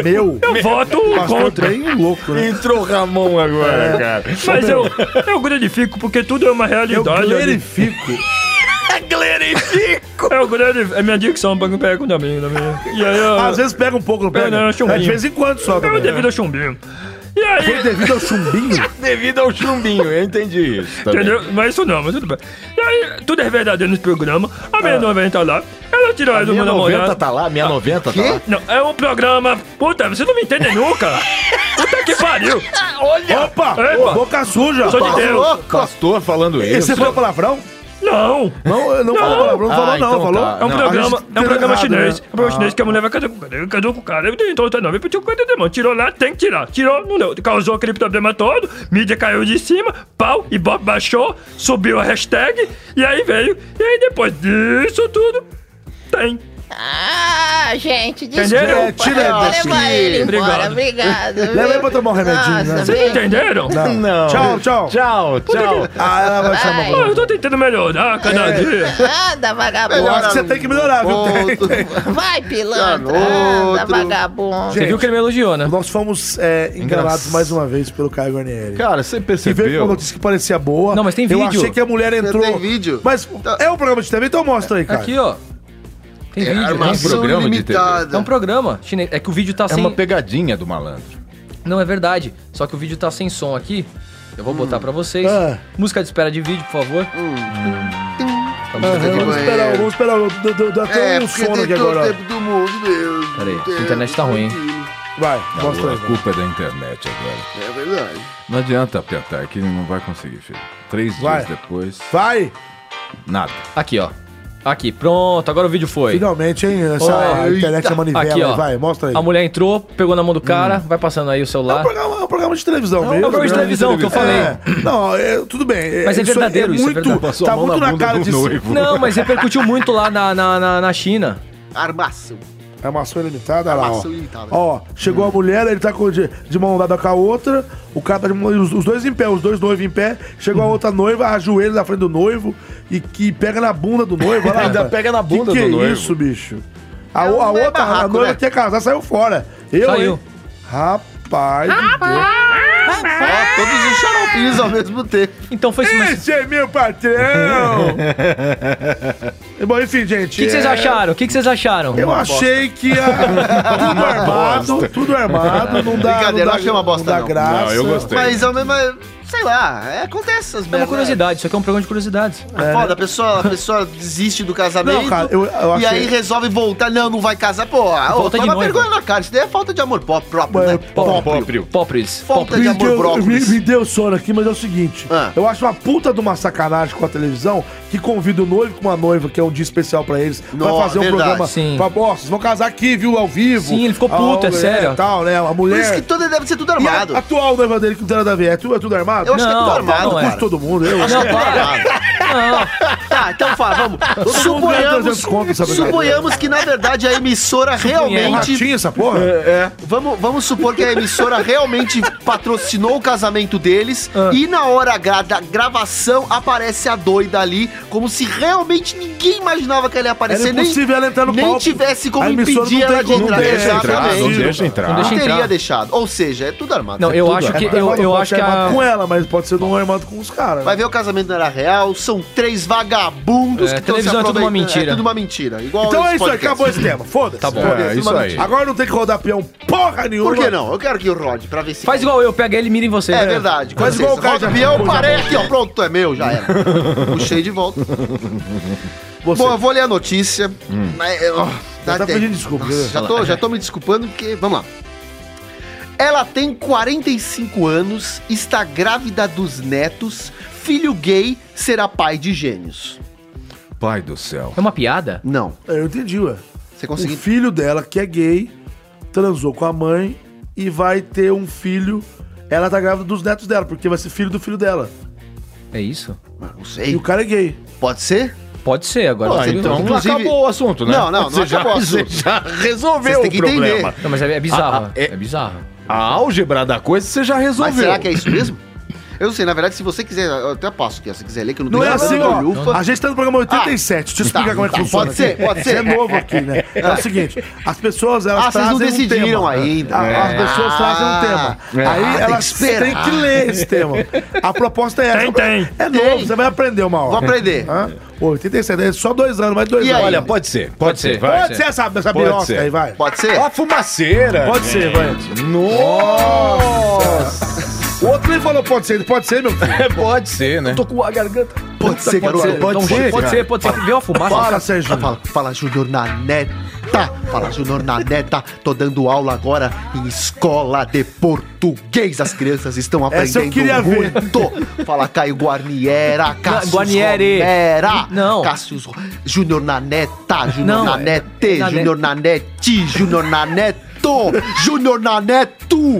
[SPEAKER 2] Meu.
[SPEAKER 10] Eu
[SPEAKER 2] Meu.
[SPEAKER 10] voto
[SPEAKER 2] Pastor
[SPEAKER 10] contra.
[SPEAKER 2] bem louco, né?
[SPEAKER 5] Entrou o Ramon
[SPEAKER 2] agora,
[SPEAKER 5] cara.
[SPEAKER 10] Mas eu, eu glorifico porque tudo é uma realidade.
[SPEAKER 2] Eu
[SPEAKER 10] glorifico. glorifico! Eu glorifico. É minha dicção, pra não pegar com o da minha. da minha. E aí, eu-
[SPEAKER 2] Às vezes pega um pouco, não
[SPEAKER 10] É,
[SPEAKER 2] pega?
[SPEAKER 10] não, é chumbinho.
[SPEAKER 2] É, de vez em quando só.
[SPEAKER 10] É
[SPEAKER 2] também,
[SPEAKER 10] devido
[SPEAKER 2] né?
[SPEAKER 10] ao chumbinho. E aí?
[SPEAKER 2] Foi devido ao chumbinho?
[SPEAKER 5] Devido ao chumbinho, eu entendi isso. também.
[SPEAKER 10] Entendeu? Mas isso não, mas tudo bem. E aí, tudo é verdadeiro nesse programa. A minha 90 tá lá. Ela tirou
[SPEAKER 5] A
[SPEAKER 10] ela do
[SPEAKER 5] minha
[SPEAKER 10] meu namorado.
[SPEAKER 5] 90 tá lá, a
[SPEAKER 10] Ah,
[SPEAKER 5] minha 90 tá lá.
[SPEAKER 10] Não, é um programa. Puta, você não me entende nunca. Puta que pariu.
[SPEAKER 5] Olha!
[SPEAKER 2] Opa!
[SPEAKER 10] Epa.
[SPEAKER 2] Boca suja!
[SPEAKER 10] Sou de Deus.
[SPEAKER 5] É. Pastor falando
[SPEAKER 2] E
[SPEAKER 5] isso.
[SPEAKER 2] Você falou palavrão?
[SPEAKER 10] Não!
[SPEAKER 2] Não, não falou palavrão, não falou,
[SPEAKER 5] Ah,
[SPEAKER 2] não,
[SPEAKER 5] então
[SPEAKER 2] falou.
[SPEAKER 5] tá.
[SPEAKER 10] É um
[SPEAKER 5] Não,
[SPEAKER 10] programa,
[SPEAKER 5] a gente
[SPEAKER 10] é um
[SPEAKER 5] tá
[SPEAKER 10] programa
[SPEAKER 5] errado,
[SPEAKER 10] chinês.
[SPEAKER 5] né?
[SPEAKER 10] É um
[SPEAKER 2] Ah.
[SPEAKER 10] programa chinês que a mulher vai casar com o cara. Casou com o cara, ele entrou outro nome, pediu coisa de mão. Tirou lá, tem que tirar. Tirou, não deu. Causou aquele problema todo, mídia caiu de cima, pau, e Bob baixou, subiu a hashtag, e aí veio. E aí depois disso tudo, tem.
[SPEAKER 9] Ah, gente, desculpa.
[SPEAKER 10] Entenderam?
[SPEAKER 9] É,
[SPEAKER 10] É, tira
[SPEAKER 9] eu vou
[SPEAKER 10] daqui.
[SPEAKER 9] levar ele embora.
[SPEAKER 10] Obrigado.
[SPEAKER 9] Obrigado.
[SPEAKER 2] Leva aí pra tomar um remedinho, né?
[SPEAKER 10] Vocês entenderam?
[SPEAKER 2] Não. Tchau, tchau.
[SPEAKER 5] Tchau,
[SPEAKER 10] tchau.
[SPEAKER 2] Ah, ela vai chamar
[SPEAKER 10] Ah, eu tô tentando melhorar cada dia.
[SPEAKER 9] Anda, vagabundo.
[SPEAKER 2] Eu acho que você tem que melhorar, viu? Tem, tem.
[SPEAKER 9] Vai, pilantra. Anda, vagabundo.
[SPEAKER 2] Gente,
[SPEAKER 1] que ele me elogiou, né?
[SPEAKER 2] Nós fomos é, enganados
[SPEAKER 1] Engraçado.
[SPEAKER 2] mais uma vez pelo Caio Guarnieri.
[SPEAKER 5] Cara, você
[SPEAKER 2] E veio com
[SPEAKER 5] percebeu?
[SPEAKER 2] uma notícia que parecia boa.
[SPEAKER 1] Não, mas tem
[SPEAKER 2] Eu
[SPEAKER 1] vídeo.
[SPEAKER 2] achei que a mulher entrou.
[SPEAKER 3] Tem vídeo.
[SPEAKER 2] Mas é um programa de TV, então mostra aí, cara.
[SPEAKER 1] Aqui, ó. Tem
[SPEAKER 5] É
[SPEAKER 1] vídeo.
[SPEAKER 5] armação É um programa de TV. ilimitada.
[SPEAKER 1] É um programa chinês. É que o vídeo tá
[SPEAKER 5] É
[SPEAKER 1] sem...
[SPEAKER 5] uma pegadinha do malandro.
[SPEAKER 1] Não, é verdade. Só que o vídeo tá sem som aqui. Eu vou botar pra vocês. Música de espera de vídeo, por favor. Tá
[SPEAKER 2] Aham,
[SPEAKER 1] música de
[SPEAKER 2] vamos
[SPEAKER 1] banheiro.
[SPEAKER 2] esperar, vamos
[SPEAKER 3] É,
[SPEAKER 2] esperar. Dá- Dá dá até um sono aqui agora. ó.
[SPEAKER 3] do mundo mesmo.
[SPEAKER 1] Peraí, a internet tá ruim, hein?
[SPEAKER 2] Vai, mostra
[SPEAKER 5] Agora,
[SPEAKER 2] aí.
[SPEAKER 5] a culpa é da internet agora. É verdade. Não adianta apertar aqui, não vai conseguir, filho. Três
[SPEAKER 2] Vai.
[SPEAKER 5] dias depois.
[SPEAKER 2] Vai!
[SPEAKER 5] Nada.
[SPEAKER 1] Aqui, ó. Aqui, pronto, agora o vídeo foi.
[SPEAKER 2] Finalmente, hein? Essa
[SPEAKER 1] Ó,
[SPEAKER 2] internet
[SPEAKER 1] eita.
[SPEAKER 2] é manivela.
[SPEAKER 1] Aqui, ó.
[SPEAKER 2] aí, vai, mostra aí.
[SPEAKER 1] A mulher entrou, pegou na mão do cara, vai passando aí o celular. É um
[SPEAKER 2] programa, de televisão né?
[SPEAKER 1] É um programa de televisão que eu falei.
[SPEAKER 2] É, não, é, tudo bem.
[SPEAKER 1] Mas
[SPEAKER 2] isso
[SPEAKER 1] é
[SPEAKER 2] aí
[SPEAKER 1] verdadeiro isso, é
[SPEAKER 2] muito,
[SPEAKER 1] verdadeiro.
[SPEAKER 2] Tá muito na, cara de
[SPEAKER 1] Não, mas repercutiu muito lá na, na, na, na China.
[SPEAKER 3] Armação.
[SPEAKER 2] Armação ilimitada, olha lá. Ó.
[SPEAKER 3] Armação ilimitada.
[SPEAKER 2] Ó, chegou a mulher, ele tá com, de, de mão dada com a outra, o cara tá de mão, os, os dois em pé, os dois noivos em pé, chegou a outra noiva, ajoelha na frente do noivo e que pega na bunda do noivo. olha lá,
[SPEAKER 7] Ainda
[SPEAKER 2] cara.
[SPEAKER 7] pega na
[SPEAKER 2] Que
[SPEAKER 7] bunda
[SPEAKER 2] que
[SPEAKER 7] do
[SPEAKER 2] é
[SPEAKER 7] noivo.
[SPEAKER 2] isso, bicho? A, o- a
[SPEAKER 7] um meio
[SPEAKER 2] outra, a
[SPEAKER 7] barraco,
[SPEAKER 2] noiva
[SPEAKER 7] né?
[SPEAKER 2] que ia casar, saiu fora. Eu,
[SPEAKER 7] Saiu.
[SPEAKER 2] hein? Rapaz,
[SPEAKER 3] Ó, todos os xaropinhos ao mesmo tempo.
[SPEAKER 1] Então foi
[SPEAKER 2] isso. Esse é meu patrão! Bom, enfim,
[SPEAKER 1] O
[SPEAKER 2] gente.
[SPEAKER 1] que, que vocês
[SPEAKER 2] é-
[SPEAKER 1] acharam? O que, que vocês acharam?
[SPEAKER 2] Eu achei que a- tudo armado, tudo armado, não dá, não
[SPEAKER 3] Brincadeira,
[SPEAKER 2] dá,
[SPEAKER 3] não achei uma bosta,
[SPEAKER 2] não dá
[SPEAKER 3] não.
[SPEAKER 2] graça.
[SPEAKER 3] Não, eu gostei. Mas ao mesmo Sei lá, é, acontece essas
[SPEAKER 1] É uma
[SPEAKER 3] merdas.
[SPEAKER 1] curiosidade, isso aqui é um programa de curiosidades.
[SPEAKER 3] É foda, a pessoa, a pessoa desiste do casamento
[SPEAKER 1] Não, cara, eu- eu
[SPEAKER 3] e
[SPEAKER 1] achei-
[SPEAKER 3] aí resolve voltar. Não, não vai casar. Pô, ô,
[SPEAKER 1] Volta de
[SPEAKER 3] toma
[SPEAKER 1] noiva. é
[SPEAKER 3] vergonha na cara. Isso daí é falta de amor pró- próprio, né?
[SPEAKER 1] Próprio. Próprios.
[SPEAKER 3] Falta de
[SPEAKER 2] Me
[SPEAKER 3] amor
[SPEAKER 2] deu, me,
[SPEAKER 3] brócolis. Ah.
[SPEAKER 2] me deu sono aqui, mas é o seguinte: eu acho uma puta de uma sacanagem com a televisão que convida o noivo com uma noiva, que é um dia especial pra eles, pra
[SPEAKER 7] Nossa,
[SPEAKER 2] fazer um
[SPEAKER 7] verdade.
[SPEAKER 2] programa.
[SPEAKER 7] Sim.
[SPEAKER 2] Pra, ó, vocês vão casar aqui, viu, ao vivo.
[SPEAKER 7] Sim, ele ficou
[SPEAKER 2] Ah,
[SPEAKER 7] puto, é
[SPEAKER 2] né,
[SPEAKER 7] sério.
[SPEAKER 2] Tal, né? Uma mulher.
[SPEAKER 3] Por isso que tudo deve ser tudo
[SPEAKER 2] E
[SPEAKER 3] armado.
[SPEAKER 2] a atual noiva dele que não tem nada a ver, é tudo, é tudo armado?
[SPEAKER 3] Eu acho que é tudo Não, armado, não
[SPEAKER 2] Não,
[SPEAKER 3] é.
[SPEAKER 2] curte todo mundo, eu
[SPEAKER 3] Eu acho que é tudo
[SPEAKER 2] É.
[SPEAKER 3] armado. Tá, então fala, vamos.
[SPEAKER 2] Suponhamos-
[SPEAKER 3] Suponhamos,
[SPEAKER 2] suponhamos
[SPEAKER 3] suponhamos que, na verdade, a emissora realmente...
[SPEAKER 2] realmente-
[SPEAKER 3] É, é. Vamos, vamos supor que a emissora realmente patrocinou o casamento deles
[SPEAKER 2] Ah.
[SPEAKER 3] e na hora H da gravação aparece a doida ali, como se realmente ninguém imaginava que ela ia aparecer.
[SPEAKER 2] Era impossível
[SPEAKER 3] nem,
[SPEAKER 2] ela entrar no
[SPEAKER 3] nem
[SPEAKER 2] palco.
[SPEAKER 3] tivesse como
[SPEAKER 2] A emissora não
[SPEAKER 3] impedir
[SPEAKER 2] tem
[SPEAKER 3] ela de
[SPEAKER 2] como-
[SPEAKER 3] entrar.
[SPEAKER 2] não deixa entrar,
[SPEAKER 3] Exatamente.
[SPEAKER 2] não deixa entrar. Não deixa
[SPEAKER 3] teria
[SPEAKER 2] entrar.
[SPEAKER 3] deixado. Ou seja, é tudo armado.
[SPEAKER 1] Não,
[SPEAKER 3] É
[SPEAKER 1] eu
[SPEAKER 3] tudo
[SPEAKER 1] acho
[SPEAKER 3] armado.
[SPEAKER 1] que-
[SPEAKER 2] Mas
[SPEAKER 1] eu-
[SPEAKER 2] não
[SPEAKER 1] eu
[SPEAKER 2] pode
[SPEAKER 1] acho
[SPEAKER 2] ser
[SPEAKER 1] que a-
[SPEAKER 2] armado com ela, mas pode ser não armado com os caras. né?
[SPEAKER 3] Vai ver o casamento não era real, são três vagabundos
[SPEAKER 2] É,
[SPEAKER 3] que estão se
[SPEAKER 2] televisão é tudo uma
[SPEAKER 3] aproveitando.
[SPEAKER 2] mentira.
[SPEAKER 3] É tudo uma mentira. Igual
[SPEAKER 2] Então
[SPEAKER 3] esse
[SPEAKER 2] é isso aí,
[SPEAKER 3] um podcast.
[SPEAKER 2] acabou esse tema. Foda-se.
[SPEAKER 3] Tá bom.
[SPEAKER 2] Foda-se,
[SPEAKER 3] É, isso
[SPEAKER 2] uma
[SPEAKER 3] aí.
[SPEAKER 2] mentira. Agora não tem que rodar peão porra nenhuma.
[SPEAKER 3] Por que não? Eu quero que rode pra ver se.
[SPEAKER 1] Faz igual eu, pega ele e mira em você.
[SPEAKER 3] É verdade.
[SPEAKER 1] Faz
[SPEAKER 3] Com
[SPEAKER 1] igual o
[SPEAKER 3] licença. Roda
[SPEAKER 1] cara.
[SPEAKER 3] o
[SPEAKER 1] já-
[SPEAKER 3] peão,
[SPEAKER 1] já-
[SPEAKER 3] parei aqui, ó. Pronto, é meu, já era. Puxei de volta. Bom, eu vou ler a notícia. né, Mas, ó,
[SPEAKER 2] Já tá
[SPEAKER 3] até-
[SPEAKER 2] pedindo desculpa,
[SPEAKER 3] Nossa,
[SPEAKER 2] né?
[SPEAKER 3] já, tô, já tô me desculpando porque. Vamos lá. Ela tem 45 anos, está grávida dos netos, filho gay, será pai de gêmeos.
[SPEAKER 5] Pai do céu.
[SPEAKER 1] É uma piada?
[SPEAKER 3] Não.
[SPEAKER 2] Eu entendi, ué.
[SPEAKER 3] Você conseguiu?
[SPEAKER 2] O filho dela, que é gay, transou com a mãe e vai ter um filho. Ela tá grávida dos netos dela, porque vai ser filho do filho dela.
[SPEAKER 1] É isso?
[SPEAKER 3] Não sei.
[SPEAKER 2] E o cara é gay.
[SPEAKER 3] Pode ser?
[SPEAKER 1] Pode ser, agora.
[SPEAKER 5] Ah,
[SPEAKER 1] você-
[SPEAKER 5] então,
[SPEAKER 1] Inclusive-
[SPEAKER 5] acabou o assunto, né?
[SPEAKER 1] Não, não, não
[SPEAKER 5] Você já-
[SPEAKER 1] acabou o
[SPEAKER 5] você
[SPEAKER 1] assunto.
[SPEAKER 5] já resolveu
[SPEAKER 1] Vocês têm que
[SPEAKER 5] o
[SPEAKER 1] entender.
[SPEAKER 5] problema.
[SPEAKER 1] Não, mas é- é
[SPEAKER 3] Ah,
[SPEAKER 1] bizarro,
[SPEAKER 5] A-
[SPEAKER 1] é bizarro.
[SPEAKER 5] A álgebra da coisa você já resolveu.
[SPEAKER 3] Mas será que é isso mesmo? Eu não sei, na verdade, se você quiser, eu até posso aqui, ó, se quiser ler, que eu não
[SPEAKER 2] Não é assim, ó.
[SPEAKER 3] lupa.
[SPEAKER 2] A gente tá no programa 87. Deixa eu
[SPEAKER 3] Tá,
[SPEAKER 2] explicar como é que
[SPEAKER 3] tá,
[SPEAKER 2] funciona.
[SPEAKER 3] pode ser,
[SPEAKER 2] aqui.
[SPEAKER 3] pode ser.
[SPEAKER 2] Isso é novo aqui, né? É o seguinte: as pessoas, elas
[SPEAKER 3] Ah, vocês não
[SPEAKER 2] trazem um
[SPEAKER 3] decidiram
[SPEAKER 2] tema.
[SPEAKER 3] ainda.
[SPEAKER 2] Ah, As
[SPEAKER 3] É.
[SPEAKER 2] pessoas trazem um tema.
[SPEAKER 3] É. Ah, tem
[SPEAKER 2] Aí
[SPEAKER 3] que
[SPEAKER 2] elas
[SPEAKER 3] esperar.
[SPEAKER 2] têm que ler esse tema. A proposta é essa.
[SPEAKER 7] Tem, tem.
[SPEAKER 2] É novo, você vai aprender uma hora.
[SPEAKER 7] Vou aprender.
[SPEAKER 2] Hã? Pô, 87, é só dois anos, mais dois anos.
[SPEAKER 7] Olha, pode ser, pode, ser, vai.
[SPEAKER 2] Pode ser essa, essa
[SPEAKER 7] Pode
[SPEAKER 2] birosca
[SPEAKER 7] ser.
[SPEAKER 2] aí, vai.
[SPEAKER 3] Pode ser?
[SPEAKER 7] Ó a fumaceira.
[SPEAKER 2] Pode ser, vai.
[SPEAKER 7] Nossa.
[SPEAKER 2] O outro nem falou pode ser, pode ser, meu filho.
[SPEAKER 5] pode ser, né?
[SPEAKER 2] tô com a garganta.
[SPEAKER 3] Pode ser,
[SPEAKER 1] Pode
[SPEAKER 3] garoto.
[SPEAKER 1] ser, pode ser, pode ser, pode ser. Viu a fumaça?
[SPEAKER 3] Fala, Sérgio. Fala, fala, Júnior na neta. Fala, Júnior na neta. Tô dando aula agora em escola de português. As crianças estão aprendendo
[SPEAKER 2] Essa eu queria ver.
[SPEAKER 3] muito. Fala, Caio Guarniera, Cássio
[SPEAKER 1] Guarnieri.
[SPEAKER 3] Romera.
[SPEAKER 1] Não.
[SPEAKER 3] Cássio Ro- Júnior na neta, Júnior
[SPEAKER 1] Não,
[SPEAKER 3] na
[SPEAKER 1] é-
[SPEAKER 3] nete,
[SPEAKER 1] é na
[SPEAKER 3] Júnior na nete, Júnior na neto, Júnior na neto.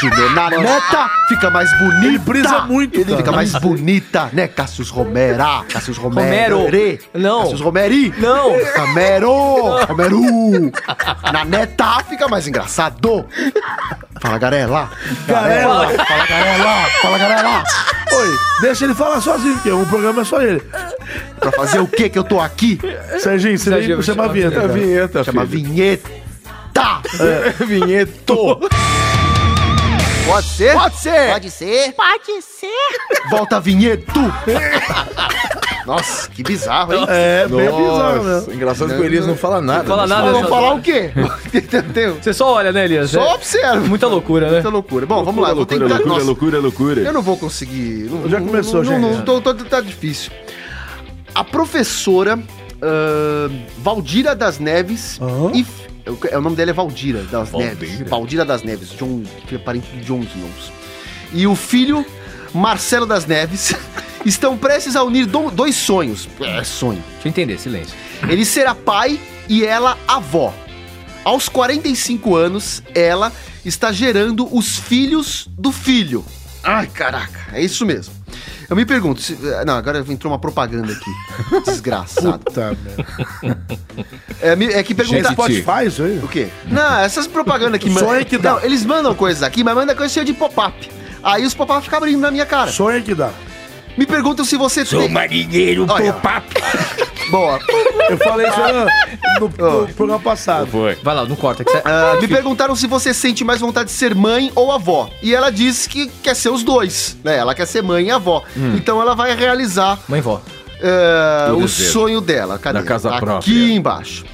[SPEAKER 3] Júnior na neta fica mais bonita. Ele
[SPEAKER 2] brisa muito,
[SPEAKER 3] Ele
[SPEAKER 2] cara.
[SPEAKER 3] fica mais bonita, né, Cássio Romera? Cássio Romero.
[SPEAKER 1] Romero. Não.
[SPEAKER 3] Cassius Romeri.
[SPEAKER 1] Não.
[SPEAKER 3] Romero. Romero. Na neta fica mais engraçado. Fala, Garela.
[SPEAKER 2] Garela.
[SPEAKER 3] Fala, Garela. Fala, Garela.
[SPEAKER 2] Oi, deixa ele falar sozinho, porque o programa é só ele.
[SPEAKER 3] Pra fazer o que que eu tô aqui?
[SPEAKER 2] Serginho, você
[SPEAKER 3] Serginho,
[SPEAKER 2] vem chamar a
[SPEAKER 3] chama-
[SPEAKER 2] vinheta.
[SPEAKER 3] é,
[SPEAKER 2] cara.
[SPEAKER 3] vinheta, Chama filho. vinheta. Tá. Vinheto. Pode ser? Pode ser.
[SPEAKER 13] Pode ser? Pode ser.
[SPEAKER 3] Volta vinheto. Nossa, que bizarro, hein?
[SPEAKER 2] É, bem bizarro,
[SPEAKER 5] Nossa, engraçado que o Elias não fala nada.
[SPEAKER 1] Não fala
[SPEAKER 5] disso.
[SPEAKER 1] nada.
[SPEAKER 5] Não,
[SPEAKER 1] só-
[SPEAKER 3] falar o quê?
[SPEAKER 1] Você só olha, né, Elias?
[SPEAKER 3] Só
[SPEAKER 1] É
[SPEAKER 3] observa.
[SPEAKER 1] Muita loucura, né? Muita
[SPEAKER 3] loucura. Bom, vamos lá. eu vou
[SPEAKER 5] Loucura,
[SPEAKER 3] tentar-
[SPEAKER 5] loucura,
[SPEAKER 3] Nossa,
[SPEAKER 5] loucura, loucura.
[SPEAKER 3] Eu não vou conseguir. Não,
[SPEAKER 2] Já
[SPEAKER 3] não- não,
[SPEAKER 2] começou, gente.
[SPEAKER 3] Não, tô, tô- tá difícil. A professora ah, Valdira das Neves e- eu- é, o nome dela é Valdira das
[SPEAKER 6] Valdira?
[SPEAKER 3] Neves. Valdira das Neves, John, que é parente de John Snow. E o filho, Marcelo das Neves, estão prestes a unir do- dois sonhos. É, sonho.
[SPEAKER 1] Deixa eu entender, silêncio.
[SPEAKER 3] Ele será pai e ela avó. Aos 45 anos, ela está gerando os filhos do filho. Ai, caraca, é isso mesmo. Eu me pergunto, se- eh, não, agora entrou uma propaganda aqui. Desgraçado. Puta é, me- é que pergunta.
[SPEAKER 2] Gente, Spotify, isso aí?
[SPEAKER 3] O quê? Não, essas propagandas que
[SPEAKER 2] Sonho que dá.
[SPEAKER 3] Não, eles mandam coisas aqui, mas manda coisa cheia de pop-up. Aí os pop-up ficam abrindo na minha cara.
[SPEAKER 2] Sonho que dá.
[SPEAKER 3] Me perguntam se você
[SPEAKER 2] Sou
[SPEAKER 3] marinheiro pop-up. Boa.
[SPEAKER 2] Eu falei isso no, no programa passado.
[SPEAKER 1] Foi. Vai lá, não corta. Que
[SPEAKER 3] Ah, me perguntaram se você sente mais vontade de ser mãe ou avó. E ela disse que quer ser os dois, né? Ela quer ser mãe e avó. Então ela vai realizar
[SPEAKER 1] Mãe vó.
[SPEAKER 3] ah,
[SPEAKER 1] Do
[SPEAKER 3] o
[SPEAKER 1] desejo.
[SPEAKER 3] sonho dela. Cadê?
[SPEAKER 1] Na casa
[SPEAKER 3] Aqui
[SPEAKER 1] própria.
[SPEAKER 3] embaixo.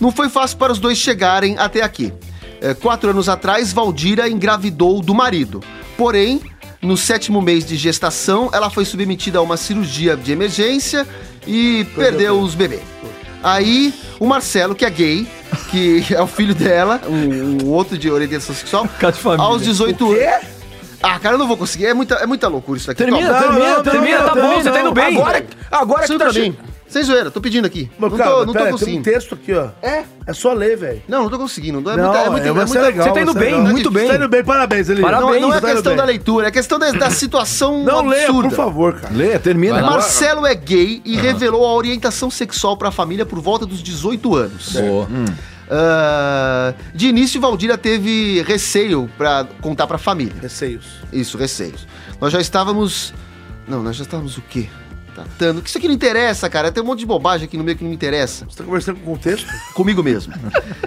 [SPEAKER 3] Não foi fácil para os dois chegarem até aqui. É, quatro anos atrás, Valdira engravidou do marido. Porém, no sétimo mês de gestação, ela foi submetida a uma cirurgia de emergência e perdeu os bebês. Aí, o Marcelo, que é gay, que é o filho dela, um, um outro de orientação sexual, aos 18 anos. Ah, cara, eu não vou conseguir. É muita, é muita loucura isso aqui.
[SPEAKER 1] Termina,
[SPEAKER 3] Calma.
[SPEAKER 1] termina, termina, tá bom, você tá indo bem.
[SPEAKER 3] Agora, agora
[SPEAKER 1] Você
[SPEAKER 3] que
[SPEAKER 1] tá
[SPEAKER 3] tá
[SPEAKER 1] bem.
[SPEAKER 3] bem. Sem zoeira, tô pedindo aqui.
[SPEAKER 2] Mas,
[SPEAKER 3] não
[SPEAKER 2] cara,
[SPEAKER 3] tô, não tô
[SPEAKER 2] pera, tem um
[SPEAKER 3] conseguindo.
[SPEAKER 2] texto aqui, ó. É? É só ler, velho.
[SPEAKER 3] Não, não tô conseguindo. Não, é
[SPEAKER 2] Não,
[SPEAKER 3] muita, é
[SPEAKER 2] é,
[SPEAKER 3] muita, é
[SPEAKER 2] vai ser
[SPEAKER 3] muita,
[SPEAKER 2] legal, vai ser legal. Você tá indo bem, parabéns, Eli.
[SPEAKER 3] Parabéns, não, não é
[SPEAKER 2] tá indo
[SPEAKER 3] questão
[SPEAKER 2] bem.
[SPEAKER 3] da leitura, é questão da, da situação
[SPEAKER 2] Não leia,
[SPEAKER 3] absurda.
[SPEAKER 2] por favor, cara.
[SPEAKER 5] Leia, termina.
[SPEAKER 3] Marcelo é gay e
[SPEAKER 5] Aham.
[SPEAKER 3] revelou a orientação sexual pra família por volta dos 18 anos.
[SPEAKER 1] Boa.
[SPEAKER 3] Ah, de início, Valdira teve receio pra contar pra família.
[SPEAKER 2] Receios.
[SPEAKER 3] Isso, receios. Nós já estávamos. Não, nós já estávamos o quê? Tratando. Que isso aqui não interessa, cara. Tem um monte de bobagem aqui no meio que não me interessa. Você
[SPEAKER 2] tá conversando com o texto?
[SPEAKER 3] Comigo mesmo.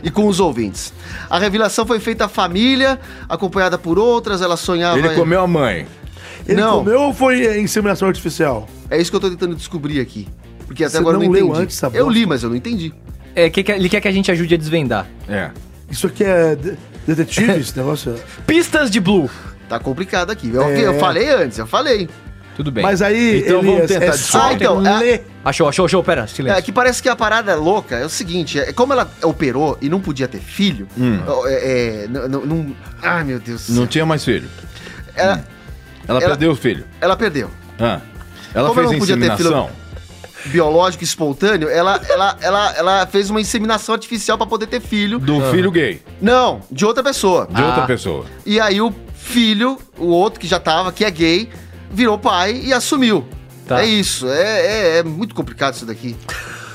[SPEAKER 3] e com os ouvintes. A revelação foi feita à família, acompanhada por outras. é, Ela sonhava.
[SPEAKER 5] Ele comeu a mãe.
[SPEAKER 2] Ele
[SPEAKER 3] Não.
[SPEAKER 2] comeu ou foi eh, inseminação artificial?
[SPEAKER 3] É isso que eu tô tentando descobrir aqui. Porque até
[SPEAKER 2] Você
[SPEAKER 3] agora eu
[SPEAKER 2] não
[SPEAKER 3] não
[SPEAKER 2] leu
[SPEAKER 3] entendi.
[SPEAKER 2] antes essa
[SPEAKER 3] eu
[SPEAKER 2] bosta?
[SPEAKER 3] li, mas eu não entendi.
[SPEAKER 1] É, que, que- ele quer que a gente ajude a desvendar.
[SPEAKER 5] É.
[SPEAKER 2] Isso aqui é de- detetive, esse negócio?
[SPEAKER 1] Pistas de Blue.
[SPEAKER 3] Tá complicado aqui. Eu,
[SPEAKER 2] É.
[SPEAKER 3] eu falei antes, eu falei.
[SPEAKER 1] Tudo bem.
[SPEAKER 3] Mas aí,
[SPEAKER 1] então vamos
[SPEAKER 3] Elias,
[SPEAKER 1] tentar
[SPEAKER 3] é
[SPEAKER 1] descobrir.
[SPEAKER 3] só Ah, então, ler.
[SPEAKER 1] Achou, achou, achou. Pera, silêncio.
[SPEAKER 3] É que parece que a parada louca é o seguinte: é, como ela operou e não podia ter filho,
[SPEAKER 5] Hum.
[SPEAKER 3] é, é, não, não- não- Ai, meu Deus. do
[SPEAKER 5] Não
[SPEAKER 3] céu.
[SPEAKER 5] tinha mais filho. Hum.
[SPEAKER 3] Ela,
[SPEAKER 5] Ela,
[SPEAKER 3] Ela-
[SPEAKER 5] perdeu o filho.
[SPEAKER 3] ela perdeu.
[SPEAKER 5] Ah. Ela
[SPEAKER 3] Como
[SPEAKER 5] fez
[SPEAKER 3] não podia ter filho-
[SPEAKER 5] inseminação.
[SPEAKER 3] Biológico espontâneo, ela, ela, ela, ela fez uma inseminação artificial pra poder ter filho.
[SPEAKER 5] Do
[SPEAKER 3] Ah.
[SPEAKER 5] filho gay.
[SPEAKER 3] Não, de outra pessoa.
[SPEAKER 5] De outra pessoa.
[SPEAKER 3] E aí o filho, o outro que já tava, que é gay, virou pai e assumiu.
[SPEAKER 2] Tá.
[SPEAKER 3] É isso, é, é- é muito complicado isso daqui.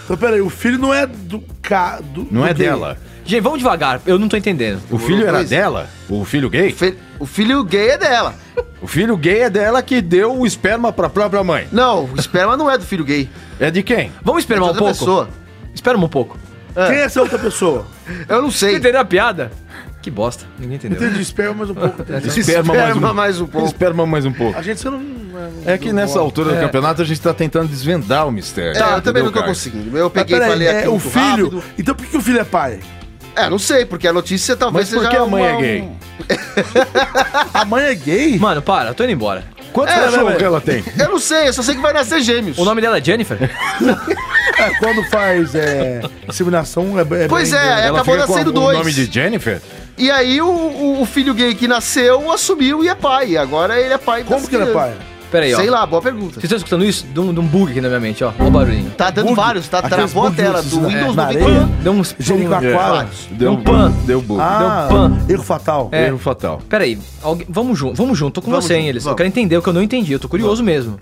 [SPEAKER 2] Então, peraí, o filho não é do. Ca... do
[SPEAKER 5] Não é
[SPEAKER 2] do gay.
[SPEAKER 5] dela.
[SPEAKER 1] Gente, vamos devagar, eu não tô entendendo.
[SPEAKER 5] O filho era dela? O filho gay?
[SPEAKER 3] O filho gay é dela.
[SPEAKER 5] O filho gay é dela que deu o esperma pra própria mãe.
[SPEAKER 3] Não, o esperma não é do filho gay.
[SPEAKER 5] É de quem?
[SPEAKER 1] Vamos esperar um
[SPEAKER 3] outra
[SPEAKER 1] pouco.
[SPEAKER 3] pessoa.
[SPEAKER 1] Espera um pouco.
[SPEAKER 2] Quem é essa outra pessoa?
[SPEAKER 3] Eu não sei.
[SPEAKER 1] Você entendeu a piada? Que bosta, ninguém entendeu.
[SPEAKER 2] Entendi, esperma mais um pouco.
[SPEAKER 5] Esperma, mais, um...
[SPEAKER 3] pouco.
[SPEAKER 5] Esperma mais um pouco.
[SPEAKER 2] A gente, você não.
[SPEAKER 5] É que nessa altura do
[SPEAKER 2] É.
[SPEAKER 5] campeonato a gente tá tentando desvendar o mistério.
[SPEAKER 3] Tá, eu também
[SPEAKER 5] entendeu,
[SPEAKER 3] não tô
[SPEAKER 5] Caio?
[SPEAKER 3] conseguindo. Eu
[SPEAKER 2] Mas
[SPEAKER 3] peguei e
[SPEAKER 2] peraí,
[SPEAKER 3] falei aqui
[SPEAKER 2] é o
[SPEAKER 3] muito
[SPEAKER 2] filho.
[SPEAKER 3] rápido.
[SPEAKER 2] Então por que o filho é pai?
[SPEAKER 3] É, não sei, porque a notícia talvez
[SPEAKER 2] Mas por
[SPEAKER 3] seja.
[SPEAKER 2] que a mãe é gay?
[SPEAKER 1] A
[SPEAKER 2] mãe é gay?
[SPEAKER 1] Mano, para, eu tô indo embora.
[SPEAKER 5] É,
[SPEAKER 3] Quantos cachorros ela
[SPEAKER 5] tem?
[SPEAKER 3] Eu não sei, eu só sei que vai nascer gêmeos.
[SPEAKER 1] O nome dela é Jennifer?
[SPEAKER 2] É, quando faz é, inseminação é, é
[SPEAKER 3] Pois é,
[SPEAKER 2] bem-
[SPEAKER 3] é,
[SPEAKER 2] ela
[SPEAKER 5] Tá
[SPEAKER 3] acabou
[SPEAKER 2] fica com a-
[SPEAKER 5] assim
[SPEAKER 3] nascendo
[SPEAKER 2] o
[SPEAKER 3] dois.
[SPEAKER 2] nome de-
[SPEAKER 5] Jennifer?
[SPEAKER 3] E aí o, o- o filho gay que nasceu assumiu e é pai. Agora ele é pai Como que
[SPEAKER 1] ele é pai? Peraí, ó.
[SPEAKER 3] Sei lá, boa pergunta.
[SPEAKER 1] Vocês estão escutando isso? Deu um, deu um bug aqui na minha mente, ó. Olha o barulhinho.
[SPEAKER 3] Tá dando Bug? vários, tá-
[SPEAKER 1] Aqueles
[SPEAKER 3] travou a
[SPEAKER 1] bugs
[SPEAKER 3] tela do
[SPEAKER 1] na-
[SPEAKER 3] Windows
[SPEAKER 1] na
[SPEAKER 3] 90.
[SPEAKER 1] areia. Deu uns
[SPEAKER 2] né? Jericoacoara.
[SPEAKER 1] Deu um pan.
[SPEAKER 5] Deu bug.
[SPEAKER 2] Ah,
[SPEAKER 1] Deu pan.
[SPEAKER 2] É, erro fatal.
[SPEAKER 1] É.
[SPEAKER 5] Erro fatal.
[SPEAKER 1] Peraí, alguém- vamos junto, vamos junto, tô com
[SPEAKER 2] Vamos
[SPEAKER 1] você, hein,
[SPEAKER 2] junto,
[SPEAKER 1] eles. Eu
[SPEAKER 2] vamos. Ah.
[SPEAKER 1] quero entender o que eu não entendi, eu tô curioso mesmo.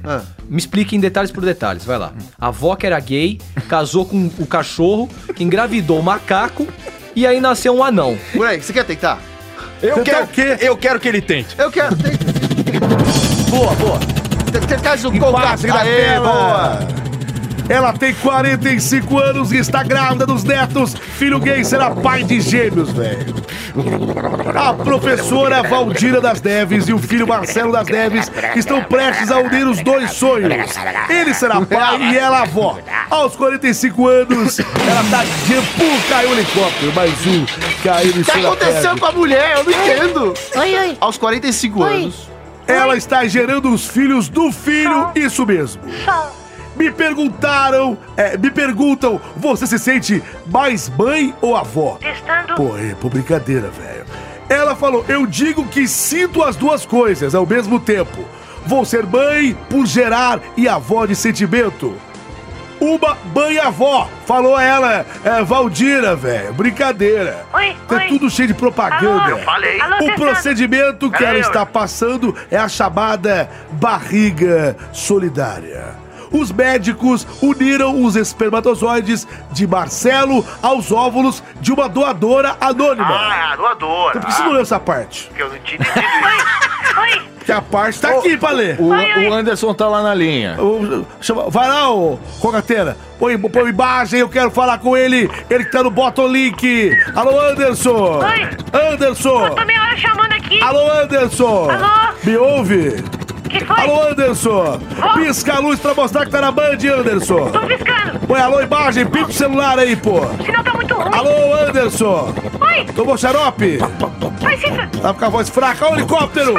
[SPEAKER 1] Me explique em detalhes por detalhes, vai lá. A avó que era gay, casou com o cachorro, que engravidou o macaco e aí nasceu um anão.
[SPEAKER 2] É.
[SPEAKER 3] Por aí, você quer tentar?
[SPEAKER 5] Eu
[SPEAKER 2] Então tá
[SPEAKER 1] quero
[SPEAKER 5] que eu quero que ele tente.
[SPEAKER 3] Eu quero.
[SPEAKER 1] boa, boa.
[SPEAKER 3] Caso o
[SPEAKER 2] Passe da boa! Ela tem 45 anos e está grávida dos netos. Filho gay será pai de gêmeos, velho. A professora Valdira das Neves e o filho Marcelo das Neves estão prestes a unir os dois sonhos. Ele será pai e ela avó. Aos 45 anos, ela tá de pum, caiu o helicóptero, mais um caiu em
[SPEAKER 3] O que
[SPEAKER 2] sua
[SPEAKER 3] aconteceu
[SPEAKER 2] pele.
[SPEAKER 3] com a mulher? Eu não
[SPEAKER 2] Oi.
[SPEAKER 3] entendo.
[SPEAKER 2] Oi, oi.
[SPEAKER 3] Aos 45 anos.
[SPEAKER 2] Ela está gerando os filhos do filho, isso mesmo. Me perguntaram, é, me perguntam, você se sente mais mãe ou avó?
[SPEAKER 14] Testando.
[SPEAKER 2] Pô, é, pô, brincadeira, velho. Ela falou, eu digo que sinto as duas coisas ao mesmo tempo. Vou ser mãe por gerar e avó de sentimento. Uma banha-avó, falou ela, é, Valdira, velho. Brincadeira.
[SPEAKER 14] Oi,
[SPEAKER 2] Tá
[SPEAKER 14] oi.
[SPEAKER 2] tudo cheio de propaganda.
[SPEAKER 14] Alô, eu falei. Alô,
[SPEAKER 2] o
[SPEAKER 14] Tessano.
[SPEAKER 2] procedimento que ela
[SPEAKER 14] Valeu.
[SPEAKER 2] está passando é a chamada barriga solidária. Os médicos uniram os espermatozoides de Marcelo aos óvulos de uma doadora anônima.
[SPEAKER 15] Ah, doadora.
[SPEAKER 2] Então por que você não leu essa parte?
[SPEAKER 15] Porque eu não tinha entendido isso.
[SPEAKER 2] Porque a parte tá aqui pra ler.
[SPEAKER 5] O, o Anderson tá lá na linha.
[SPEAKER 2] Chama- vai lá, ô Cocateira. Põe, põe imagem, eu quero falar com ele. Ele que tá no Bota o Link. Alô, Anderson.
[SPEAKER 14] Oi.
[SPEAKER 2] Anderson.
[SPEAKER 14] Eu tô meia hora chamando aqui.
[SPEAKER 2] Alô, Anderson!
[SPEAKER 14] Alô?
[SPEAKER 2] Me ouve?
[SPEAKER 14] Que foi?
[SPEAKER 2] Alô, Anderson! Pisca a luz pra mostrar que tá na Band, Anderson!
[SPEAKER 14] Tô piscando.
[SPEAKER 2] Põe alô, imagem, pipa o celular aí, pô!
[SPEAKER 14] Sinal tá muito ruim.
[SPEAKER 2] Alô, Anderson!
[SPEAKER 14] Oi.
[SPEAKER 2] Tomou xarope?
[SPEAKER 14] Vai se... f-
[SPEAKER 2] Tá com a voz fraca, olha o helicóptero!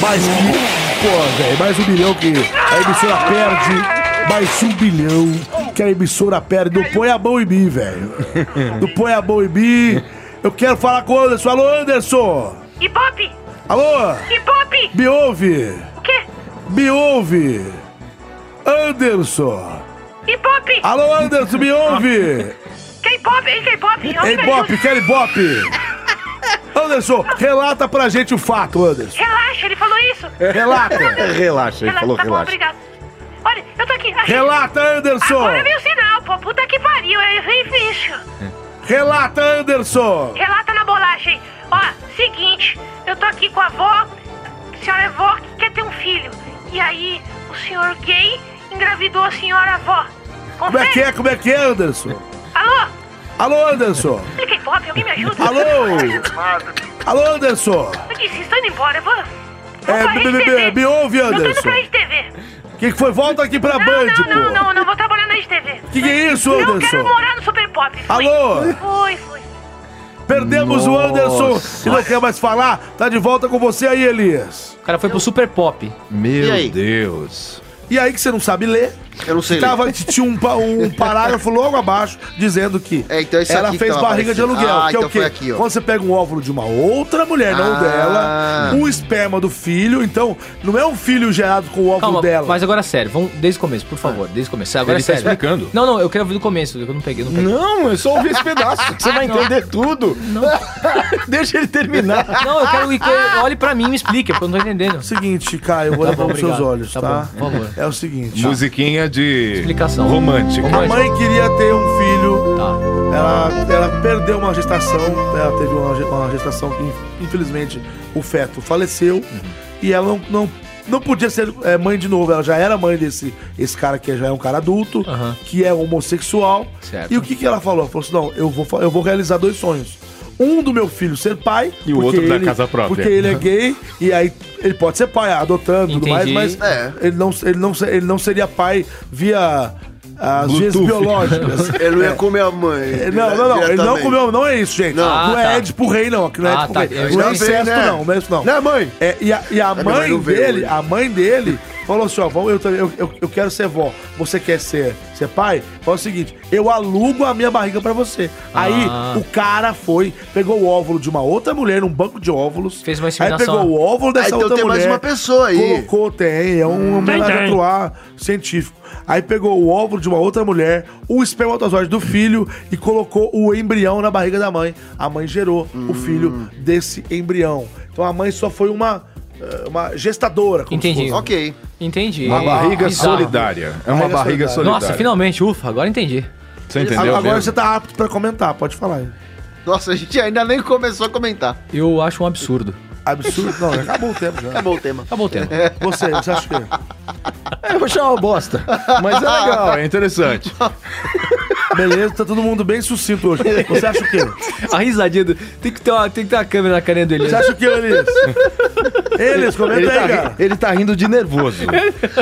[SPEAKER 2] Mais que. Pô, velho, mais um bilhão que a emissora perde. Mais um bilhão que a emissora perde. Não põe a mão em mim, velho. Não põe a mão em mim. Eu quero falar com o Anderson. Alô, Anderson!
[SPEAKER 14] Ibope.
[SPEAKER 2] Alô?
[SPEAKER 14] Ibope.
[SPEAKER 2] Me ouve!
[SPEAKER 14] O quê?
[SPEAKER 2] Me ouve! Anderson!
[SPEAKER 14] Ibope.
[SPEAKER 2] Alô, Anderson, me ouve!
[SPEAKER 14] Que Ibope, hein? Que Ibope. Eu não
[SPEAKER 2] Ei,
[SPEAKER 14] me
[SPEAKER 2] Bop, quer Bop! Anderson, relata pra gente o fato, Anderson.
[SPEAKER 14] Relaxa, ele falou isso.
[SPEAKER 2] Relata. Relaxa, ele falou
[SPEAKER 14] tá
[SPEAKER 2] relaxa.
[SPEAKER 14] Bom, obrigado. Olha, eu tô aqui. Ai,
[SPEAKER 2] Relata, Anderson.
[SPEAKER 14] Agora veio o sinal, pô. Puta que pariu, é difícil.
[SPEAKER 2] Relata, Anderson!
[SPEAKER 14] Relata na bolacha, hein. Ó, seguinte, eu tô aqui com a avó, senhora avó que quer ter um filho. E aí, o senhor gay engravidou a senhora avó.
[SPEAKER 2] Como é que é? Como é que é, Anderson?
[SPEAKER 14] Alô?
[SPEAKER 2] Alô, Anderson!
[SPEAKER 14] Olha que pop, alguém me ajuda.
[SPEAKER 2] Alô? Alô, Anderson!
[SPEAKER 14] Eu disse, estou indo embora, eu vou... vou
[SPEAKER 2] É,
[SPEAKER 14] pra
[SPEAKER 2] me, me,
[SPEAKER 14] RedeTV.
[SPEAKER 2] me, me ouve,
[SPEAKER 14] Eu tô indo
[SPEAKER 2] Anderson!
[SPEAKER 14] pra RedeTV.
[SPEAKER 2] O que que foi? Volta aqui pra
[SPEAKER 14] não,
[SPEAKER 2] Band,
[SPEAKER 14] não,
[SPEAKER 2] pô!
[SPEAKER 14] não, não, não, vou trabalhar na RedeTV.
[SPEAKER 2] Que que é isso,
[SPEAKER 14] Não
[SPEAKER 2] Anderson?
[SPEAKER 14] quero morar no Super Pop. Fui.
[SPEAKER 2] Alô?
[SPEAKER 14] Fui, fui.
[SPEAKER 2] Perdemos o Anderson, que não quer mais falar. Tá de volta com você aí, Elias.
[SPEAKER 1] O cara foi pro Super Pop.
[SPEAKER 2] E
[SPEAKER 5] Meu
[SPEAKER 2] aí?
[SPEAKER 5] Deus.
[SPEAKER 2] E aí que você não sabe ler.
[SPEAKER 3] Eu não sei
[SPEAKER 2] Tava, Tinha um, pa- um parágrafo logo abaixo dizendo que
[SPEAKER 3] isso
[SPEAKER 2] ela
[SPEAKER 3] É, então aqui que
[SPEAKER 2] fez
[SPEAKER 3] tava
[SPEAKER 2] barriga de
[SPEAKER 3] aparecendo.
[SPEAKER 2] aluguel.
[SPEAKER 3] Ah,
[SPEAKER 2] que é
[SPEAKER 3] então
[SPEAKER 2] o quê?
[SPEAKER 3] foi aqui, ó.
[SPEAKER 2] Quando você pega um óvulo de uma outra mulher, não
[SPEAKER 3] Ah.
[SPEAKER 2] dela, um esperma do filho, então não é um filho gerado com o óvulo
[SPEAKER 1] Calma,
[SPEAKER 2] dela.
[SPEAKER 1] mas agora é sério, vamos desde o começo, por favor, desde o começo. Agora é
[SPEAKER 2] Ele tá
[SPEAKER 1] sério.
[SPEAKER 2] explicando.
[SPEAKER 1] Não, não, eu quero ouvir do começo, eu não peguei, não peguei.
[SPEAKER 5] Não, eu só ouvi esse pedaço, você vai entender tudo. Deixa ele terminar.
[SPEAKER 2] É
[SPEAKER 1] Não, eu quero que ele olhe pra mim e me explique, porque eu não tô entendendo.
[SPEAKER 2] Seguinte, Caio, eu vou
[SPEAKER 1] Tá
[SPEAKER 2] levar
[SPEAKER 1] bom,
[SPEAKER 2] os seus
[SPEAKER 1] obrigado.
[SPEAKER 2] olhos, tá?
[SPEAKER 1] Tá bom, por favor.
[SPEAKER 2] É o seguinte.
[SPEAKER 5] Musiquinha de.
[SPEAKER 1] Explicação.
[SPEAKER 5] Romântica.
[SPEAKER 2] A mãe queria ter um filho.
[SPEAKER 1] Tá.
[SPEAKER 2] Ela, ela perdeu uma gestação. Ela teve uma, ge- uma gestação que, in- infelizmente, o feto faleceu. E ela não, não, não podia ser é, mãe de novo. Ela já era mãe desse esse cara que já é um cara adulto, que é homossexual.
[SPEAKER 1] Certo.
[SPEAKER 2] E o que, que ela falou? Ela falou assim: não, eu vou, fa- eu vou realizar dois sonhos. Um do meu filho ser pai.
[SPEAKER 5] E o
[SPEAKER 2] porque
[SPEAKER 5] outro da casa própria.
[SPEAKER 2] Porque ele é gay, e aí ele pode ser pai, adotando e tudo mais,
[SPEAKER 5] Entendi.
[SPEAKER 2] mas
[SPEAKER 5] É.
[SPEAKER 2] ele, não, ele, não, ele não seria pai via as vias
[SPEAKER 3] Bluetooth.
[SPEAKER 2] biológicas.
[SPEAKER 3] Ele não ia
[SPEAKER 2] É.
[SPEAKER 3] comer a mãe.
[SPEAKER 2] É, Não, não, não. Ele não
[SPEAKER 3] diretamente.
[SPEAKER 2] comeu, não é isso, gente. Não,
[SPEAKER 3] Não.
[SPEAKER 2] é
[SPEAKER 3] Ah, tá.
[SPEAKER 2] Edipo Rei, não. Aqui não é
[SPEAKER 3] Ah,
[SPEAKER 2] Edipo
[SPEAKER 3] tá. Eu
[SPEAKER 2] Rei. Não
[SPEAKER 3] já
[SPEAKER 2] é
[SPEAKER 3] vi,
[SPEAKER 2] incesto,
[SPEAKER 3] né?
[SPEAKER 2] não. Não é isso, não.
[SPEAKER 3] Né, mãe?
[SPEAKER 2] É, e a, e a
[SPEAKER 3] Ah, minha mãe
[SPEAKER 2] mãe
[SPEAKER 3] não veio
[SPEAKER 2] dele,
[SPEAKER 3] hoje.
[SPEAKER 2] a mãe dele, falou assim, ó, vamos, eu, também- eu, eu, eu quero ser vó. Você quer ser, ser pai? Fala o seguinte, eu alugo a minha barriga pra você.
[SPEAKER 1] Ah.
[SPEAKER 2] Aí, o cara foi, pegou o óvulo de uma outra mulher num banco de óvulos. Fez uma Aí
[SPEAKER 1] inseminação.
[SPEAKER 2] pegou o óvulo dessa
[SPEAKER 3] Ah, então
[SPEAKER 2] outra
[SPEAKER 3] tem mais
[SPEAKER 2] mulher.
[SPEAKER 3] uma pessoa aí.
[SPEAKER 2] Colocou, tem. É um
[SPEAKER 3] Tem,
[SPEAKER 2] homenagem
[SPEAKER 3] tem.
[SPEAKER 2] pro ar científico. Aí pegou o óvulo de uma outra mulher, o espermatozoide do filho e colocou o embrião na barriga da mãe. A mãe gerou o filho desse embrião. Então a mãe só foi uma, eh, uma gestadora. como se
[SPEAKER 1] Entendi.
[SPEAKER 2] fosse.
[SPEAKER 1] Entendi.
[SPEAKER 2] Uma barriga
[SPEAKER 1] Bizarro.
[SPEAKER 5] solidária. É uma barriga solidária.
[SPEAKER 1] Nossa, finalmente, ufa, agora entendi.
[SPEAKER 5] Você
[SPEAKER 2] Agora você tá apto pra comentar, pode falar aí.
[SPEAKER 3] Nossa, a gente ainda nem começou a comentar.
[SPEAKER 1] Eu acho um absurdo.
[SPEAKER 2] Absurdo? Não, acabou o tempo já.
[SPEAKER 3] Acabou o tema.
[SPEAKER 1] Acabou o tema.
[SPEAKER 2] Você, você acha que...
[SPEAKER 5] Eu
[SPEAKER 2] é
[SPEAKER 5] vou chamar uma bosta. Mas é legal, é interessante.
[SPEAKER 2] Beleza, tá todo mundo bem sucinto hoje. Você acha o quê?
[SPEAKER 1] A risadinha do... Tem que ter uma, tem que ter uma câmera na carinha do Elias.
[SPEAKER 2] Você acha o quê, Elias? Elias, comenta
[SPEAKER 5] ele
[SPEAKER 2] aí,
[SPEAKER 5] tá,
[SPEAKER 2] cara.
[SPEAKER 5] ri- Ele tá rindo de nervoso.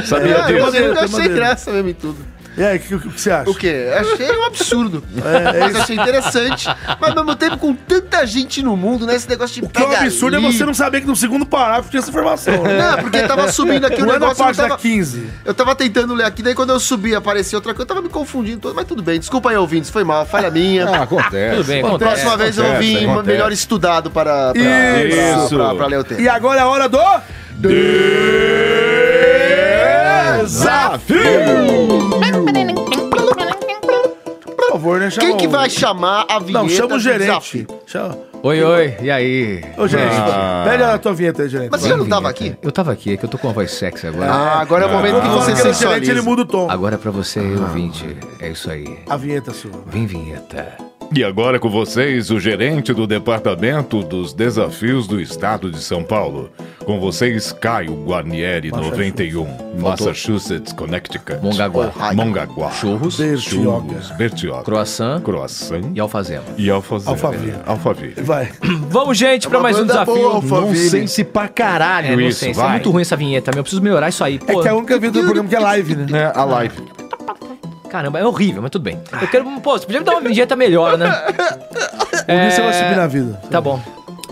[SPEAKER 5] Sabia
[SPEAKER 3] É,
[SPEAKER 5] disso?
[SPEAKER 3] eu, eu achei graça mesmo em tudo.
[SPEAKER 2] E aí, o que, o que você acha?
[SPEAKER 3] O quê? Achei um absurdo.
[SPEAKER 2] É, é
[SPEAKER 3] mas
[SPEAKER 2] isso.
[SPEAKER 3] achei interessante. Mas ao mesmo tempo, com tanta gente no mundo, né? Esse negócio de
[SPEAKER 2] O que é um absurdo é você não saber que no segundo parágrafo tinha essa informação. né?
[SPEAKER 3] Não, porque tava subindo aqui o
[SPEAKER 2] não é
[SPEAKER 3] negócio.
[SPEAKER 2] na
[SPEAKER 3] eu
[SPEAKER 2] página
[SPEAKER 3] tava,
[SPEAKER 2] 15.
[SPEAKER 3] eu tava tentando ler aqui, daí quando eu subi apareceu outra coisa, eu tava me confundindo todo, mas tudo bem. Desculpa aí, ouvintes, foi mal, falha minha.
[SPEAKER 5] Ah,
[SPEAKER 2] é
[SPEAKER 5] acontece. Tudo bem,
[SPEAKER 3] Bom,
[SPEAKER 5] acontece,
[SPEAKER 3] Próxima vez eu
[SPEAKER 5] acontece,
[SPEAKER 3] vim
[SPEAKER 5] acontece.
[SPEAKER 3] melhor estudado para, para,
[SPEAKER 5] Isso.
[SPEAKER 3] para, para ler o texto.
[SPEAKER 2] E agora é a hora do.
[SPEAKER 3] Por
[SPEAKER 2] favor, né?
[SPEAKER 3] Quem que vai chamar a vinheta?
[SPEAKER 2] Não, chama o
[SPEAKER 3] do
[SPEAKER 2] gerente.
[SPEAKER 3] desafio?
[SPEAKER 2] Chama.
[SPEAKER 1] Oi, oi, e aí?
[SPEAKER 2] Ô, gerente, pede a tua vinheta aí, gerente.
[SPEAKER 1] Mas você
[SPEAKER 2] Vai.
[SPEAKER 1] não tava
[SPEAKER 3] aqui?
[SPEAKER 1] Eu tava aqui, é que eu tô com uma voz sexy agora.
[SPEAKER 2] Ah, agora é o momento que você
[SPEAKER 1] se
[SPEAKER 2] sensualiza. Ele muda o tom.
[SPEAKER 1] Agora é pra você, ouvinte, é isso aí.
[SPEAKER 2] A vinheta é sua.
[SPEAKER 1] Vem vinheta.
[SPEAKER 5] E agora com vocês, o gerente do Departamento dos Desafios do Estado de São Paulo. Com vocês, Caio Guarnieri, 91, Massachusetts, Connecticut. Oh,
[SPEAKER 1] Mongaguá.
[SPEAKER 5] Mongaguá.
[SPEAKER 1] Churros.
[SPEAKER 2] Bertioga.
[SPEAKER 5] Churros. Bertioga.
[SPEAKER 1] Croissant.
[SPEAKER 5] Croissant.
[SPEAKER 1] E alfazema.
[SPEAKER 5] E alfazema.
[SPEAKER 2] Alphaville.
[SPEAKER 5] Alphaville.
[SPEAKER 2] Vai.
[SPEAKER 1] Vamos, gente,
[SPEAKER 3] É
[SPEAKER 1] pra
[SPEAKER 5] uma
[SPEAKER 1] mais um
[SPEAKER 5] banda
[SPEAKER 1] desafio.
[SPEAKER 5] boa, Alphaville.
[SPEAKER 1] Nonsense pra caralho
[SPEAKER 5] É,
[SPEAKER 1] isso,
[SPEAKER 5] nonsense,
[SPEAKER 1] É
[SPEAKER 5] vai.
[SPEAKER 1] muito ruim essa vinheta, meu. Eu preciso melhorar isso aí.
[SPEAKER 2] É
[SPEAKER 1] pô.
[SPEAKER 2] que é a única vinheta do programa que é live, né?
[SPEAKER 5] É, a live.
[SPEAKER 1] Caramba, é horrível, mas tudo bem. Eu quero... Pô, você podia me dar uma vinheta melhor, né?
[SPEAKER 2] Um dia você vai subir na vida.
[SPEAKER 1] Tá bom.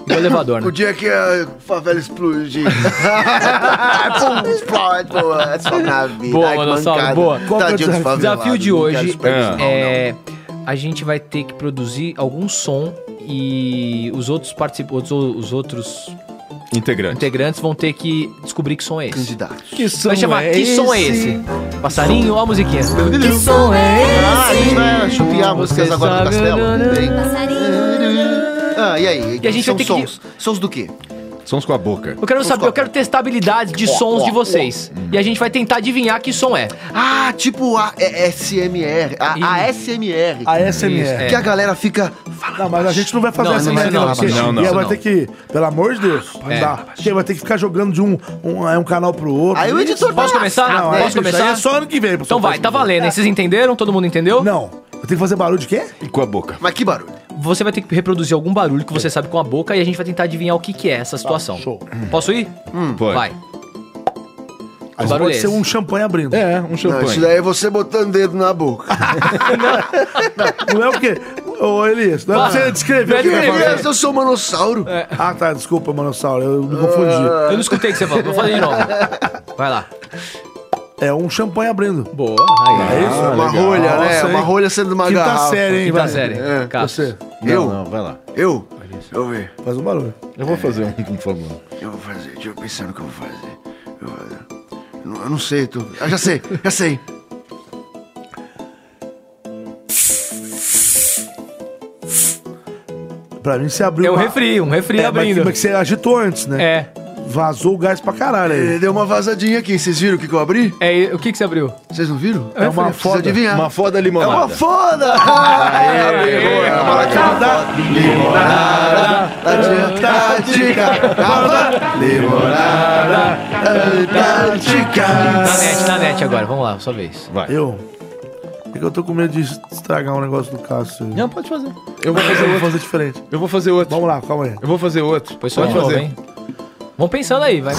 [SPEAKER 1] No elevador, né?
[SPEAKER 6] O dia que a favela explode.
[SPEAKER 3] Pum, explode, pô. É só na vida.
[SPEAKER 1] Boa,
[SPEAKER 3] Ai, que
[SPEAKER 1] Manossauro,
[SPEAKER 3] bancada.
[SPEAKER 1] boa.
[SPEAKER 3] Tadinho dos
[SPEAKER 1] O
[SPEAKER 3] favelados.
[SPEAKER 1] desafio de
[SPEAKER 3] não quero
[SPEAKER 1] hoje
[SPEAKER 3] superstição,
[SPEAKER 1] é... A gente vai ter que produzir algum som e os outros participantes, os outros
[SPEAKER 5] Integrante.
[SPEAKER 1] integrantes vão ter que descobrir que som é esse.
[SPEAKER 3] Candidato.
[SPEAKER 1] Que som vai chamar, que som é esse? Passarinho, ó a musiquinha. Que som é esse?
[SPEAKER 3] Ah, a gente vai chupiar músicas
[SPEAKER 1] Você
[SPEAKER 3] agora do
[SPEAKER 1] sabe-
[SPEAKER 3] Castelo. Bem. Ah, e aí?
[SPEAKER 1] E a gente
[SPEAKER 3] São
[SPEAKER 1] vai ter que-
[SPEAKER 3] sons. Sons do quê?
[SPEAKER 5] Sons com a boca.
[SPEAKER 1] Eu quero saber, eu quero testar a habilidade de
[SPEAKER 3] Ó,
[SPEAKER 1] sons
[SPEAKER 3] ó,
[SPEAKER 1] de vocês. E a gente vai tentar adivinhar que som é.
[SPEAKER 3] Ah, tipo a é- SMR. A ASMR.
[SPEAKER 2] A
[SPEAKER 1] É.
[SPEAKER 2] SMR.
[SPEAKER 1] Então
[SPEAKER 3] Que a galera fica.
[SPEAKER 2] Não, mas a gente não vai fazer
[SPEAKER 3] Não,
[SPEAKER 2] essa
[SPEAKER 3] não,
[SPEAKER 2] merda,
[SPEAKER 3] isso não,
[SPEAKER 2] não.
[SPEAKER 3] rapaz,
[SPEAKER 5] não,
[SPEAKER 2] E aí
[SPEAKER 5] não,
[SPEAKER 2] vai
[SPEAKER 5] não.
[SPEAKER 2] ter que, pelo amor de Deus, não
[SPEAKER 1] É.
[SPEAKER 2] dá. Porque vai ter que ficar jogando de um, um, é um canal pro outro.
[SPEAKER 3] Aí o editor tá
[SPEAKER 2] Isso.
[SPEAKER 3] vai
[SPEAKER 1] Posso começar?
[SPEAKER 2] Não, é,
[SPEAKER 1] Posso
[SPEAKER 2] bicho,
[SPEAKER 1] começar?
[SPEAKER 2] aí é só um ano que vem.
[SPEAKER 1] Então vai, tá valendo, hein? Vocês entenderam? Todo mundo entendeu?
[SPEAKER 2] Não. Eu tenho que fazer barulho de quê?
[SPEAKER 5] Com a boca.
[SPEAKER 3] Mas que barulho.
[SPEAKER 1] Você vai ter que reproduzir algum barulho que você sabe com a boca e a gente vai tentar adivinhar o que, que é essa
[SPEAKER 2] É.
[SPEAKER 1] situação.
[SPEAKER 2] Tá, show. Hum.
[SPEAKER 1] Posso ir?
[SPEAKER 5] Pode.
[SPEAKER 1] Vai.
[SPEAKER 2] Mas
[SPEAKER 1] barulho
[SPEAKER 2] pode
[SPEAKER 1] é
[SPEAKER 2] ser
[SPEAKER 1] esse?
[SPEAKER 2] um champanhe abrindo.
[SPEAKER 5] É, um
[SPEAKER 6] Não, isso
[SPEAKER 5] champanhe.
[SPEAKER 6] daí é você botando o dedo na boca.
[SPEAKER 2] Não é o quê? Ô, Elias, não é pra
[SPEAKER 1] Fala.
[SPEAKER 2] você descrever o que vai
[SPEAKER 1] Descrever.
[SPEAKER 2] fazer.
[SPEAKER 6] Mas eu É, sou manossauro.
[SPEAKER 1] É.
[SPEAKER 2] Ah, tá, desculpa, Manossauro, eu me confundi.
[SPEAKER 1] Eu não escutei o que você falou, vou fazer de novo. Vai lá.
[SPEAKER 2] É um champanhe abrindo.
[SPEAKER 1] Boa. Aí,
[SPEAKER 2] isso?
[SPEAKER 6] uma rolha, né?
[SPEAKER 2] Nossa, hein?
[SPEAKER 6] Uma rolha sendo uma
[SPEAKER 2] Quinta
[SPEAKER 6] garrafa.
[SPEAKER 2] série, hein?
[SPEAKER 1] Quinta
[SPEAKER 2] vai.
[SPEAKER 1] série.
[SPEAKER 6] É,
[SPEAKER 1] Cássio.
[SPEAKER 2] Você,
[SPEAKER 6] Eu?
[SPEAKER 5] Não, vai lá.
[SPEAKER 6] Eu? Deixa eu ver.
[SPEAKER 2] faz um barulho.
[SPEAKER 5] Eu vou fazer um, por favor.
[SPEAKER 6] O que Eu vou fazer. Deixa eu pensar no que eu vou fazer. Eu, vou fazer. Eu não, eu não sei. Tô... Ah, já sei, já sei.
[SPEAKER 2] Pra mim, você abriu
[SPEAKER 1] É um
[SPEAKER 2] uma-
[SPEAKER 1] refri, um refri
[SPEAKER 2] É, mas,
[SPEAKER 1] abrindo.
[SPEAKER 2] mas que você agitou antes, né?
[SPEAKER 1] É.
[SPEAKER 2] Vazou o gás pra caralho aí.
[SPEAKER 6] Ele deu uma vazadinha aqui. Vocês viram o que, que eu abri?
[SPEAKER 1] É, o que, que você abriu? um
[SPEAKER 6] Vocês não viram?
[SPEAKER 2] É uma
[SPEAKER 6] Precisa
[SPEAKER 2] foda.
[SPEAKER 6] adivinhar.
[SPEAKER 5] Uma
[SPEAKER 6] É
[SPEAKER 5] foda
[SPEAKER 6] uma
[SPEAKER 5] limonada. É,
[SPEAKER 6] foda!
[SPEAKER 2] Cada
[SPEAKER 6] Antártica! Limonada!
[SPEAKER 2] Ah.
[SPEAKER 1] Na
[SPEAKER 6] Antártica!
[SPEAKER 1] net, na net agora, vamos lá, sua vez.
[SPEAKER 5] Vai.
[SPEAKER 2] Eu? É que eu tô com medo de estragar um negócio do Cássio. aí.
[SPEAKER 1] Não, pode fazer.
[SPEAKER 5] Eu vou fazer
[SPEAKER 2] Eu vou
[SPEAKER 5] outro.
[SPEAKER 2] fazer diferente.
[SPEAKER 5] Eu vou fazer outro.
[SPEAKER 2] Vamos lá, calma aí.
[SPEAKER 5] Eu vou fazer outro.
[SPEAKER 1] Foi só de novo, hein? Vão pensando aí, vai.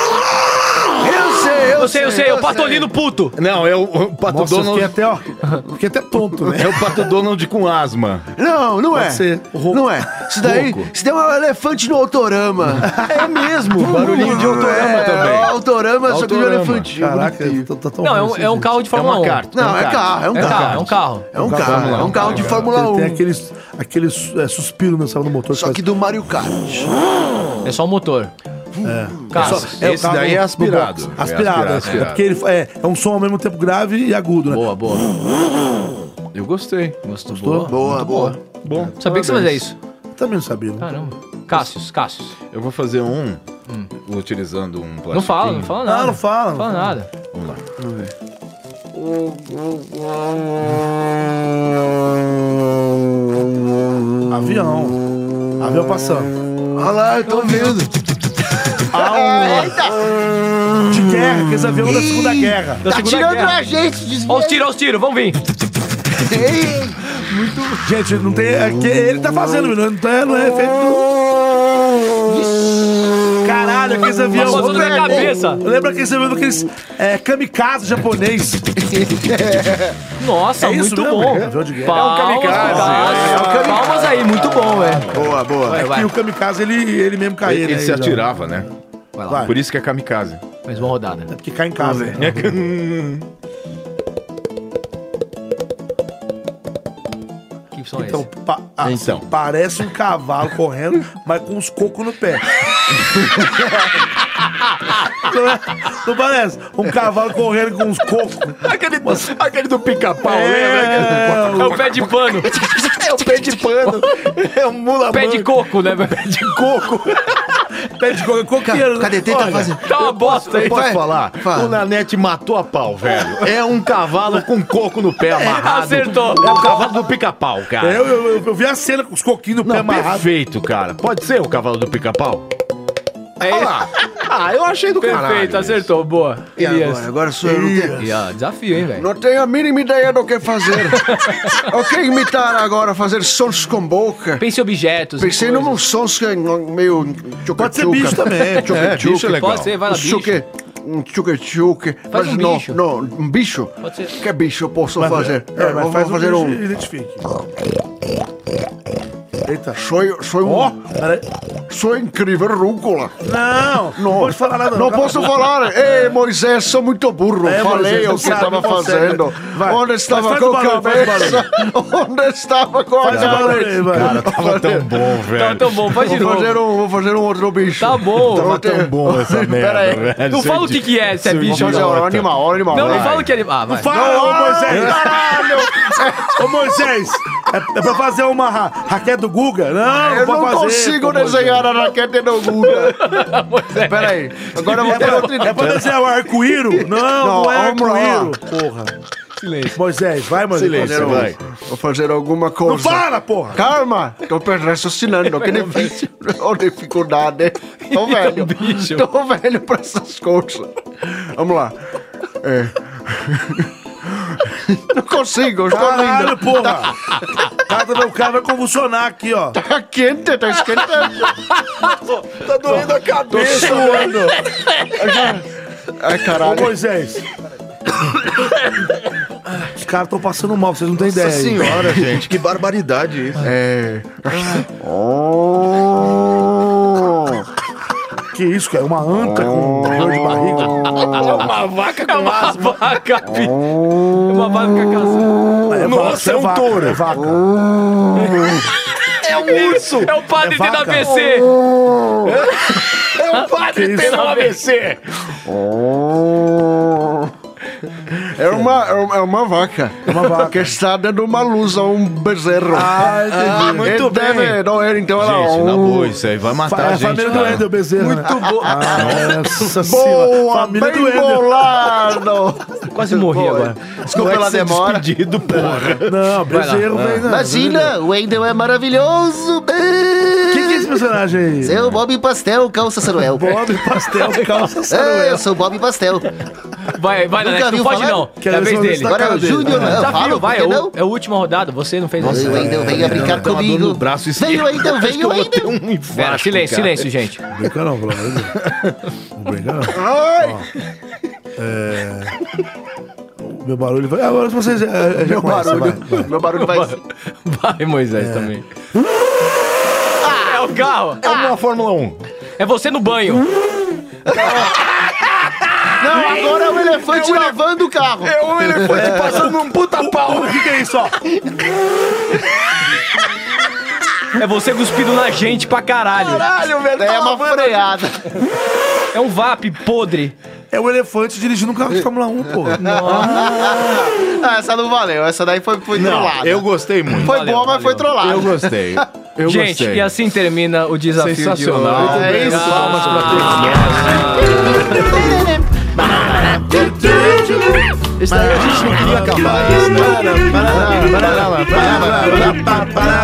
[SPEAKER 6] Eu sei, eu,
[SPEAKER 1] Eu sei, eu sei, o Patolino puto.
[SPEAKER 5] Não, é o, o Pato
[SPEAKER 2] Nossa, eu
[SPEAKER 5] Donald.
[SPEAKER 2] fiquei até, ó. Fiquei até tonto, né?
[SPEAKER 5] É o Pato Donald com asma.
[SPEAKER 6] Não, não é.
[SPEAKER 2] Pode ser.
[SPEAKER 6] Não é. Isso daí,
[SPEAKER 5] Rouco.
[SPEAKER 6] isso daí é um elefante no autorama.
[SPEAKER 5] É mesmo. Barulhinho de autorama
[SPEAKER 6] é, é
[SPEAKER 5] também.
[SPEAKER 6] Autorama, só que de
[SPEAKER 5] Autorama.
[SPEAKER 6] elefantinho.
[SPEAKER 2] Caraca, eu tô, tô tão
[SPEAKER 1] Não, é
[SPEAKER 2] ruim
[SPEAKER 1] um,
[SPEAKER 2] esse
[SPEAKER 1] é um
[SPEAKER 2] vídeo.
[SPEAKER 1] carro de
[SPEAKER 5] É
[SPEAKER 1] Fórmula
[SPEAKER 5] uma
[SPEAKER 1] 1.
[SPEAKER 5] carta.
[SPEAKER 6] Não, é carro, é um
[SPEAKER 1] É um carro, é
[SPEAKER 6] carro.
[SPEAKER 1] um carro.
[SPEAKER 6] É um carro, é um carro de Fórmula
[SPEAKER 2] Ele tem
[SPEAKER 6] 1.
[SPEAKER 2] aquele, aquele é, suspiro no, sabe, no motor.
[SPEAKER 6] Só que do Mario Kart.
[SPEAKER 1] É só um motor. É. Carro.
[SPEAKER 2] o
[SPEAKER 5] Esse
[SPEAKER 2] carro
[SPEAKER 5] daí é
[SPEAKER 2] do- do
[SPEAKER 5] aspirado.
[SPEAKER 2] box. Aspirado.
[SPEAKER 5] É aspirado,
[SPEAKER 2] É,
[SPEAKER 5] aspirado.
[SPEAKER 2] porque ele é, é um som ao mesmo tempo grave e agudo, né?
[SPEAKER 1] Boa, boa.
[SPEAKER 5] Eu gostei.
[SPEAKER 1] Gostou?
[SPEAKER 6] Boa, boa.
[SPEAKER 5] Bom,
[SPEAKER 1] Sabia que você
[SPEAKER 5] parabéns.
[SPEAKER 1] fazia isso.
[SPEAKER 2] Também não sabia. Né?
[SPEAKER 1] Caramba. Cássius, Cássius.
[SPEAKER 5] Eu vou fazer um utilizando um plástico.
[SPEAKER 1] Hum. Não fala, não fala nada.
[SPEAKER 2] Ah, não fala. Tá
[SPEAKER 1] Não fala nada.
[SPEAKER 5] Vamos lá.
[SPEAKER 2] Avião. Avião passando.
[SPEAKER 6] Olha lá, eu tô vendo.
[SPEAKER 2] De guerra, aqueles aviões da Segunda Guerra.
[SPEAKER 1] Da
[SPEAKER 3] Tá
[SPEAKER 1] Segunda
[SPEAKER 3] tirando
[SPEAKER 1] Guerra.
[SPEAKER 3] a gente, desvia.
[SPEAKER 1] Ó os tiros, ó os tiros, vamos
[SPEAKER 2] Tá
[SPEAKER 1] vir.
[SPEAKER 2] Gente, não tem. É que ele tá fazendo, menino. Não, tá, não é efeito do. Caralho, Caralho, aqueles aviões.
[SPEAKER 1] Passou na minha cabeça.
[SPEAKER 2] Lembra aqueles aviões daqueles é, kamikaze japonês?
[SPEAKER 1] Nossa,
[SPEAKER 2] É isso
[SPEAKER 1] muito
[SPEAKER 2] mesmo?
[SPEAKER 1] bom.
[SPEAKER 2] É avião de guerra.
[SPEAKER 1] Palmas,
[SPEAKER 2] É um kamikaze.
[SPEAKER 1] palmas.
[SPEAKER 2] É um kamikaze.
[SPEAKER 1] Palmas aí, muito bom, velho.
[SPEAKER 9] Boa, boa.
[SPEAKER 2] É que o kamikaze, ele, ele mesmo caía,
[SPEAKER 5] Ele,
[SPEAKER 2] né?
[SPEAKER 5] ele se atirava, né?
[SPEAKER 2] lá.
[SPEAKER 5] Por isso que é kamikaze.
[SPEAKER 1] Mais uma rodada.
[SPEAKER 2] É porque cai em casa.
[SPEAKER 5] É que-
[SPEAKER 1] Que som é
[SPEAKER 2] Então,
[SPEAKER 1] esse?
[SPEAKER 2] pa- assim,
[SPEAKER 5] Então.
[SPEAKER 2] parece um cavalo correndo, mas com uns cocos no pé. não, é- não parece? Um cavalo correndo com uns cocos.
[SPEAKER 5] Aquele, aquele do pica-pau,
[SPEAKER 2] é,
[SPEAKER 1] É o pé de pano.
[SPEAKER 9] É o pé de pano. É o mula
[SPEAKER 1] Pé de coco, né? velho?
[SPEAKER 9] de coco.
[SPEAKER 2] Pé de coco é coqueiro.
[SPEAKER 9] Cadê? Tenta fazer.
[SPEAKER 1] Tá uma bosta aí.
[SPEAKER 9] eu
[SPEAKER 5] Pode
[SPEAKER 9] Vai,
[SPEAKER 5] falar?
[SPEAKER 9] fala.
[SPEAKER 5] O Nanete matou a pau, velho. É um cavalo com coco no pé amarrado.
[SPEAKER 1] acertou.
[SPEAKER 5] É o cavalo do pica-pau, cara.
[SPEAKER 2] É, Eu, eu- eu- eu vi a cena com os coquinhos no pé
[SPEAKER 5] Não,
[SPEAKER 2] amarrado.
[SPEAKER 5] perfeito, cara. Pode ser o cavalo do pica-pau?
[SPEAKER 1] É
[SPEAKER 5] Olha
[SPEAKER 1] isso.
[SPEAKER 5] lá. Ah, eu achei do
[SPEAKER 1] Perfeito,
[SPEAKER 5] caralho.
[SPEAKER 1] acertou. Boa.
[SPEAKER 3] E
[SPEAKER 1] Elias.
[SPEAKER 3] agora? Agora sou eu, não tenho.
[SPEAKER 1] E, ó, desafio, hein, velho?
[SPEAKER 3] Não tenho a mínima ideia do que fazer. eu quero imitar agora, fazer sons com boca.
[SPEAKER 1] Pense em objetos.
[SPEAKER 3] Pensei
[SPEAKER 1] em
[SPEAKER 3] num sons que é meio tchuca
[SPEAKER 2] Pode ser bicho também.
[SPEAKER 5] É, bicho é legal.
[SPEAKER 1] Pode ser, vai lá, bicho.
[SPEAKER 3] Tchuca, um tchuca tchuca.
[SPEAKER 1] Faz
[SPEAKER 3] mas
[SPEAKER 1] um
[SPEAKER 3] não,
[SPEAKER 1] bicho.
[SPEAKER 3] não, um bicho?
[SPEAKER 1] Pode ser.
[SPEAKER 3] Que bicho eu posso fazer?
[SPEAKER 2] É,
[SPEAKER 3] eu
[SPEAKER 2] mas
[SPEAKER 3] vou
[SPEAKER 2] faz um
[SPEAKER 3] fazer
[SPEAKER 2] bicho
[SPEAKER 3] um.
[SPEAKER 2] e Identifique. Eita.
[SPEAKER 3] Sou, sou um.
[SPEAKER 2] Ó, peraí.
[SPEAKER 3] Sou incrível, rúcula.
[SPEAKER 2] Não, não pode falar nada.
[SPEAKER 3] Não posso falar. Ei, Moisés, sou muito burro.
[SPEAKER 2] É,
[SPEAKER 3] Falei
[SPEAKER 2] Moisés, não
[SPEAKER 3] o que
[SPEAKER 2] sabe,
[SPEAKER 3] estava
[SPEAKER 2] não consegue.
[SPEAKER 3] fazendo.
[SPEAKER 2] Vai.
[SPEAKER 3] Onde
[SPEAKER 2] Mas
[SPEAKER 3] estava
[SPEAKER 2] faz
[SPEAKER 3] com
[SPEAKER 2] o
[SPEAKER 3] a
[SPEAKER 2] barulho, faz o
[SPEAKER 3] cabeça? Onde estava com a
[SPEAKER 2] Faz o barulho,
[SPEAKER 3] cabeça?
[SPEAKER 2] vai.
[SPEAKER 5] Cara, tava tão bom,
[SPEAKER 1] Tá
[SPEAKER 5] velho.
[SPEAKER 1] tão bom, faz de
[SPEAKER 3] Vou
[SPEAKER 1] novo.
[SPEAKER 3] fazer, um, vou fazer um outro bicho.
[SPEAKER 1] Tá bom.
[SPEAKER 3] Então,
[SPEAKER 5] Tava tão bom essa merda,
[SPEAKER 3] aí.
[SPEAKER 5] velho.
[SPEAKER 1] Não
[SPEAKER 5] Você
[SPEAKER 1] fala o que que é, se é
[SPEAKER 5] você
[SPEAKER 1] bicho ou
[SPEAKER 3] Fazer um
[SPEAKER 5] idiota.
[SPEAKER 3] animal, animal.
[SPEAKER 1] Não, não
[SPEAKER 3] vai.
[SPEAKER 1] fala o que ele. Ah, vai.
[SPEAKER 2] Fala, ô Moisés! Caralho! ô Moisés! É, é pra fazer uma ra raquete do Guga? Não,
[SPEAKER 3] Ah, Eu
[SPEAKER 2] pode
[SPEAKER 3] não
[SPEAKER 2] fazer,
[SPEAKER 3] consigo
[SPEAKER 2] pô, Moisés.
[SPEAKER 3] desenhar a raquete do Guga.
[SPEAKER 1] Moisés.
[SPEAKER 3] Pera aí. Agora eu vou
[SPEAKER 2] É
[SPEAKER 3] fazer outro.
[SPEAKER 2] pra, é pra desenhar o arco-íro? Não, não,
[SPEAKER 3] Não,
[SPEAKER 2] é
[SPEAKER 3] vamos lá.
[SPEAKER 2] arco-íro. Porra. Silêncio. Moisés, vai, Moisés.
[SPEAKER 5] Silêncio,
[SPEAKER 2] Fazer um-
[SPEAKER 5] vai.
[SPEAKER 3] Vou fazer alguma coisa.
[SPEAKER 2] Não fala, porra!
[SPEAKER 3] Calma, tô raciocinando, que difícil. Ó, dificuldade. Tô velho.
[SPEAKER 1] bicho.
[SPEAKER 3] Tô velho pra essas coisas. Vamos lá. É. Não consigo, eu tô
[SPEAKER 2] Caralho,
[SPEAKER 3] lindo.
[SPEAKER 2] porra! Cara, o cara vai convulsionar aqui, ó.
[SPEAKER 3] Tá quente, tá esquentando.
[SPEAKER 2] Tá doendo a cabeça, mano.
[SPEAKER 3] Ai,
[SPEAKER 2] Ô,
[SPEAKER 3] caralho.
[SPEAKER 2] Moisés. Os caras estão passando mal, vocês não têm ideia. hein?
[SPEAKER 5] senhora, gente, que barbaridade isso.
[SPEAKER 3] É. Oh.
[SPEAKER 2] Que isso, cara? É Uma anta com dor de barriga?
[SPEAKER 5] Uma vaca
[SPEAKER 1] É uma vaca, bicho. É uma vaca casada.
[SPEAKER 2] É
[SPEAKER 5] Nossa, é um
[SPEAKER 2] vaca,
[SPEAKER 5] touro.
[SPEAKER 2] É vaca.
[SPEAKER 5] É um urso!
[SPEAKER 1] É o padre
[SPEAKER 2] É
[SPEAKER 1] tendo
[SPEAKER 2] vaca.
[SPEAKER 1] ABC.
[SPEAKER 5] É um padre
[SPEAKER 2] isso?
[SPEAKER 5] tendo um ABC!
[SPEAKER 3] É uma, é uma, é uma vaca.
[SPEAKER 2] É uma vaca.
[SPEAKER 3] Que está dando uma luz a um bezerro.
[SPEAKER 2] Ah, entendi.
[SPEAKER 3] muito bem. Não, ele, então ela.
[SPEAKER 5] Gente, na boa, isso aí vai
[SPEAKER 2] Fa-
[SPEAKER 5] matar
[SPEAKER 2] é
[SPEAKER 5] a
[SPEAKER 2] a
[SPEAKER 5] gente.
[SPEAKER 2] família do
[SPEAKER 5] cara.
[SPEAKER 2] Ender Bezerra. Muito boa. Nossa senhora.
[SPEAKER 3] Boa,
[SPEAKER 2] Família do
[SPEAKER 3] bem
[SPEAKER 2] Ender.
[SPEAKER 3] bolado. é
[SPEAKER 1] Quase morri
[SPEAKER 3] Boa.
[SPEAKER 1] agora.
[SPEAKER 5] é
[SPEAKER 3] Desculpa pela demora.
[SPEAKER 5] Pedido, porra.
[SPEAKER 2] Não, Bezerro vem não.
[SPEAKER 9] Imagina, o Wendel é maravilhoso.
[SPEAKER 2] Quem que é esse personagem aí?
[SPEAKER 9] Eu, Bob Pastel, calça Saruel.
[SPEAKER 2] Bob Pastel Calça
[SPEAKER 9] É, eu
[SPEAKER 2] Saruel.
[SPEAKER 9] sou o Bob Pastel.
[SPEAKER 1] Vai, vai,
[SPEAKER 9] Nunca
[SPEAKER 1] Nanete, não
[SPEAKER 9] viu
[SPEAKER 1] pode
[SPEAKER 9] falar?
[SPEAKER 1] não. É a
[SPEAKER 2] Quero ver
[SPEAKER 1] vez
[SPEAKER 2] se eu
[SPEAKER 1] dele.
[SPEAKER 2] vou
[SPEAKER 9] Agora é o
[SPEAKER 2] Cadê?
[SPEAKER 9] Júnior, né? eu
[SPEAKER 1] Desafio,
[SPEAKER 9] falo, por
[SPEAKER 1] vai.
[SPEAKER 9] que
[SPEAKER 1] É
[SPEAKER 9] não?
[SPEAKER 1] o, é a última rodada, você não fez
[SPEAKER 9] Nossa, o
[SPEAKER 1] nada.
[SPEAKER 9] Wendel veio brincar
[SPEAKER 5] Tá dando
[SPEAKER 9] comigo.
[SPEAKER 5] no braço esquerdo.
[SPEAKER 9] Veio, Wendel,
[SPEAKER 5] Acho que
[SPEAKER 9] veio,
[SPEAKER 5] eu vou ter
[SPEAKER 9] Wendel.
[SPEAKER 5] um infarto,
[SPEAKER 1] Pera, silêncio,
[SPEAKER 5] cara.
[SPEAKER 1] silêncio, gente.
[SPEAKER 2] Não brinca não, pelo amor de Deus. Não brinca não. Ó, é, o Meu barulho vai. Agora vocês. É,
[SPEAKER 3] Meu barulho.
[SPEAKER 2] Vai, vai.
[SPEAKER 3] Meu barulho vai.
[SPEAKER 1] Vai, Moisés, também. Ah, é o carro.
[SPEAKER 5] É uma Fórmula 1.
[SPEAKER 1] É você no banho.
[SPEAKER 9] Não, agora é o elefante lavando o carro.
[SPEAKER 5] É um elefante passando um puta pau.
[SPEAKER 2] O que, que é isso, ó?
[SPEAKER 1] É você cuspido na gente pra caralho.
[SPEAKER 9] Caralho, velho.
[SPEAKER 3] tá
[SPEAKER 9] É uma freada.
[SPEAKER 1] É um VAP podre.
[SPEAKER 2] É o elefante dirigindo um carro de Fórmula 1, porra.
[SPEAKER 9] Ah, essa não valeu. Essa daí foi, foi trollada.
[SPEAKER 5] eu gostei muito.
[SPEAKER 9] Foi
[SPEAKER 1] Valeu,
[SPEAKER 9] boa,
[SPEAKER 1] valeu.
[SPEAKER 9] mas foi trollada.
[SPEAKER 5] Eu gostei. Eu
[SPEAKER 1] gente,
[SPEAKER 5] gostei.
[SPEAKER 1] e assim termina o desafio
[SPEAKER 5] Sensacional.
[SPEAKER 1] de hoje.
[SPEAKER 9] É isso.
[SPEAKER 1] Palmas pra
[SPEAKER 9] Isso daí a gente não queria acabar isso, né?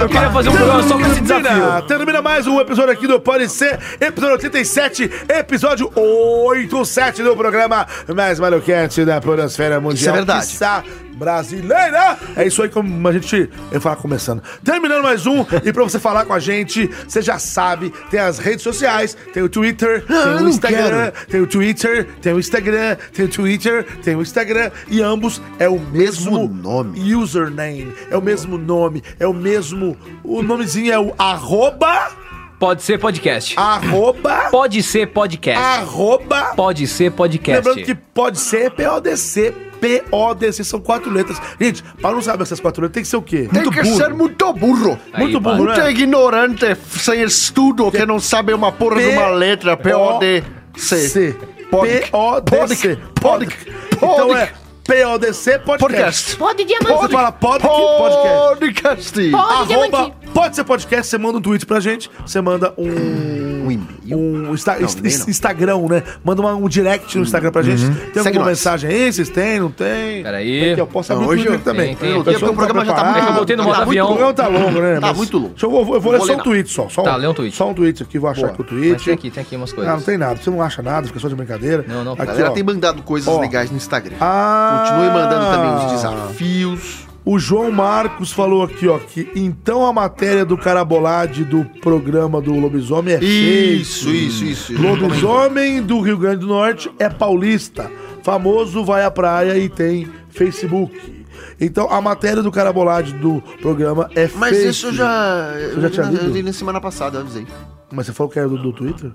[SPEAKER 1] Eu queria fazer um programa só com esse desafio.
[SPEAKER 2] Termina mais um episódio aqui do Pode Ser, episódio 87, episódio 87 do programa mais maluquete da Podosfera Mundial.
[SPEAKER 3] Isso é verdade.
[SPEAKER 2] quiçá, Brasileira! É isso aí como a gente. Eu falar começando. Terminando mais um, e pra você falar com a gente, você já sabe, tem as redes sociais, tem o Twitter,
[SPEAKER 3] Ah, eu
[SPEAKER 2] tem o
[SPEAKER 3] não
[SPEAKER 2] Instagram,
[SPEAKER 3] quero.
[SPEAKER 2] tem o Twitter, tem o Instagram, tem o Twitter, tem o Instagram, e ambos é o mesmo, nome. Username, é o mesmo nome, é o mesmo. O nomezinho é o arroba.
[SPEAKER 1] Pode ser podcast.
[SPEAKER 2] Arroba.
[SPEAKER 1] Pode ser podcast.
[SPEAKER 2] Arroba.
[SPEAKER 1] Pode ser podcast.
[SPEAKER 2] Lembrando que pode ser PODC. PODC são quatro letras. Gente, para não saber essas quatro letras, tem que ser o quê?
[SPEAKER 3] Tem que ser muito burro.
[SPEAKER 5] Tá.
[SPEAKER 2] Aí,
[SPEAKER 3] muito burro.
[SPEAKER 2] padre.
[SPEAKER 3] Muito ignorante, sem estudo, que não sabe uma porra de uma letra. P-O-D-C.
[SPEAKER 2] P-O-D-C. P-O-D-C. Pod. Então é PODC Podcast.
[SPEAKER 3] Podcast.
[SPEAKER 2] Pode
[SPEAKER 3] diamante.
[SPEAKER 2] Você fala pod que podcast.
[SPEAKER 3] Podcast. é. Pode
[SPEAKER 2] Arroba,
[SPEAKER 3] diamante.
[SPEAKER 2] pode ser podcast, você manda um tweet pra gente, você manda um... Um e-mail? Um insta inst-
[SPEAKER 3] nem não.
[SPEAKER 2] Instagram, né? Manda uma- um direct no Instagram pra gente. Tem
[SPEAKER 3] Segue
[SPEAKER 2] alguma
[SPEAKER 3] nós.
[SPEAKER 2] mensagem aí? Vocês têm? Não tem?
[SPEAKER 1] Peraí.
[SPEAKER 2] Tem que- Eu posso
[SPEAKER 1] Não,
[SPEAKER 2] abrir o
[SPEAKER 1] hoje
[SPEAKER 2] Twitter
[SPEAKER 1] eu-
[SPEAKER 2] também.
[SPEAKER 1] tem, tem.
[SPEAKER 2] O pessoal
[SPEAKER 1] O programa já tá
[SPEAKER 2] preparado.
[SPEAKER 1] muito- É que eu botei no modo
[SPEAKER 2] Tá muito-
[SPEAKER 1] avião.
[SPEAKER 2] O programa tá longo, né?
[SPEAKER 1] Tá
[SPEAKER 2] Mas-
[SPEAKER 1] muito longo.
[SPEAKER 2] Deixa eu, eu vou, eu vou
[SPEAKER 1] Não
[SPEAKER 2] ler
[SPEAKER 1] vou
[SPEAKER 2] só
[SPEAKER 1] ler
[SPEAKER 2] o
[SPEAKER 1] não.
[SPEAKER 2] tweet só. só
[SPEAKER 1] Tá,
[SPEAKER 2] um-
[SPEAKER 1] lê um tweet.
[SPEAKER 2] Só um tweet aqui, vou achar
[SPEAKER 1] Boa.
[SPEAKER 2] aqui o tweet.
[SPEAKER 1] Mas tem aqui, tem aqui umas coisas.
[SPEAKER 2] Ah, não tem nada. Você não acha nada, fica só de brincadeira. Não, não.
[SPEAKER 3] A galera tem mandado coisas legais no Instagram.
[SPEAKER 2] Ah.
[SPEAKER 3] Continue mandando também os desafios.
[SPEAKER 2] O João Marcos falou aqui, ó, que então a matéria do Carabolade do programa do Lobisomem é
[SPEAKER 3] Isso,
[SPEAKER 2] fake.
[SPEAKER 3] isso, isso.
[SPEAKER 2] Lobisomem do Rio Grande do Norte é paulista. Famoso vai à praia e tem Facebook. Então a matéria do Carabolade do programa é fake.
[SPEAKER 3] Mas isso eu já.
[SPEAKER 2] Você já tinha
[SPEAKER 3] eu,
[SPEAKER 2] lido?
[SPEAKER 3] li na semana passada, eu avisei.
[SPEAKER 2] Mas você falou que era do, do Twitter?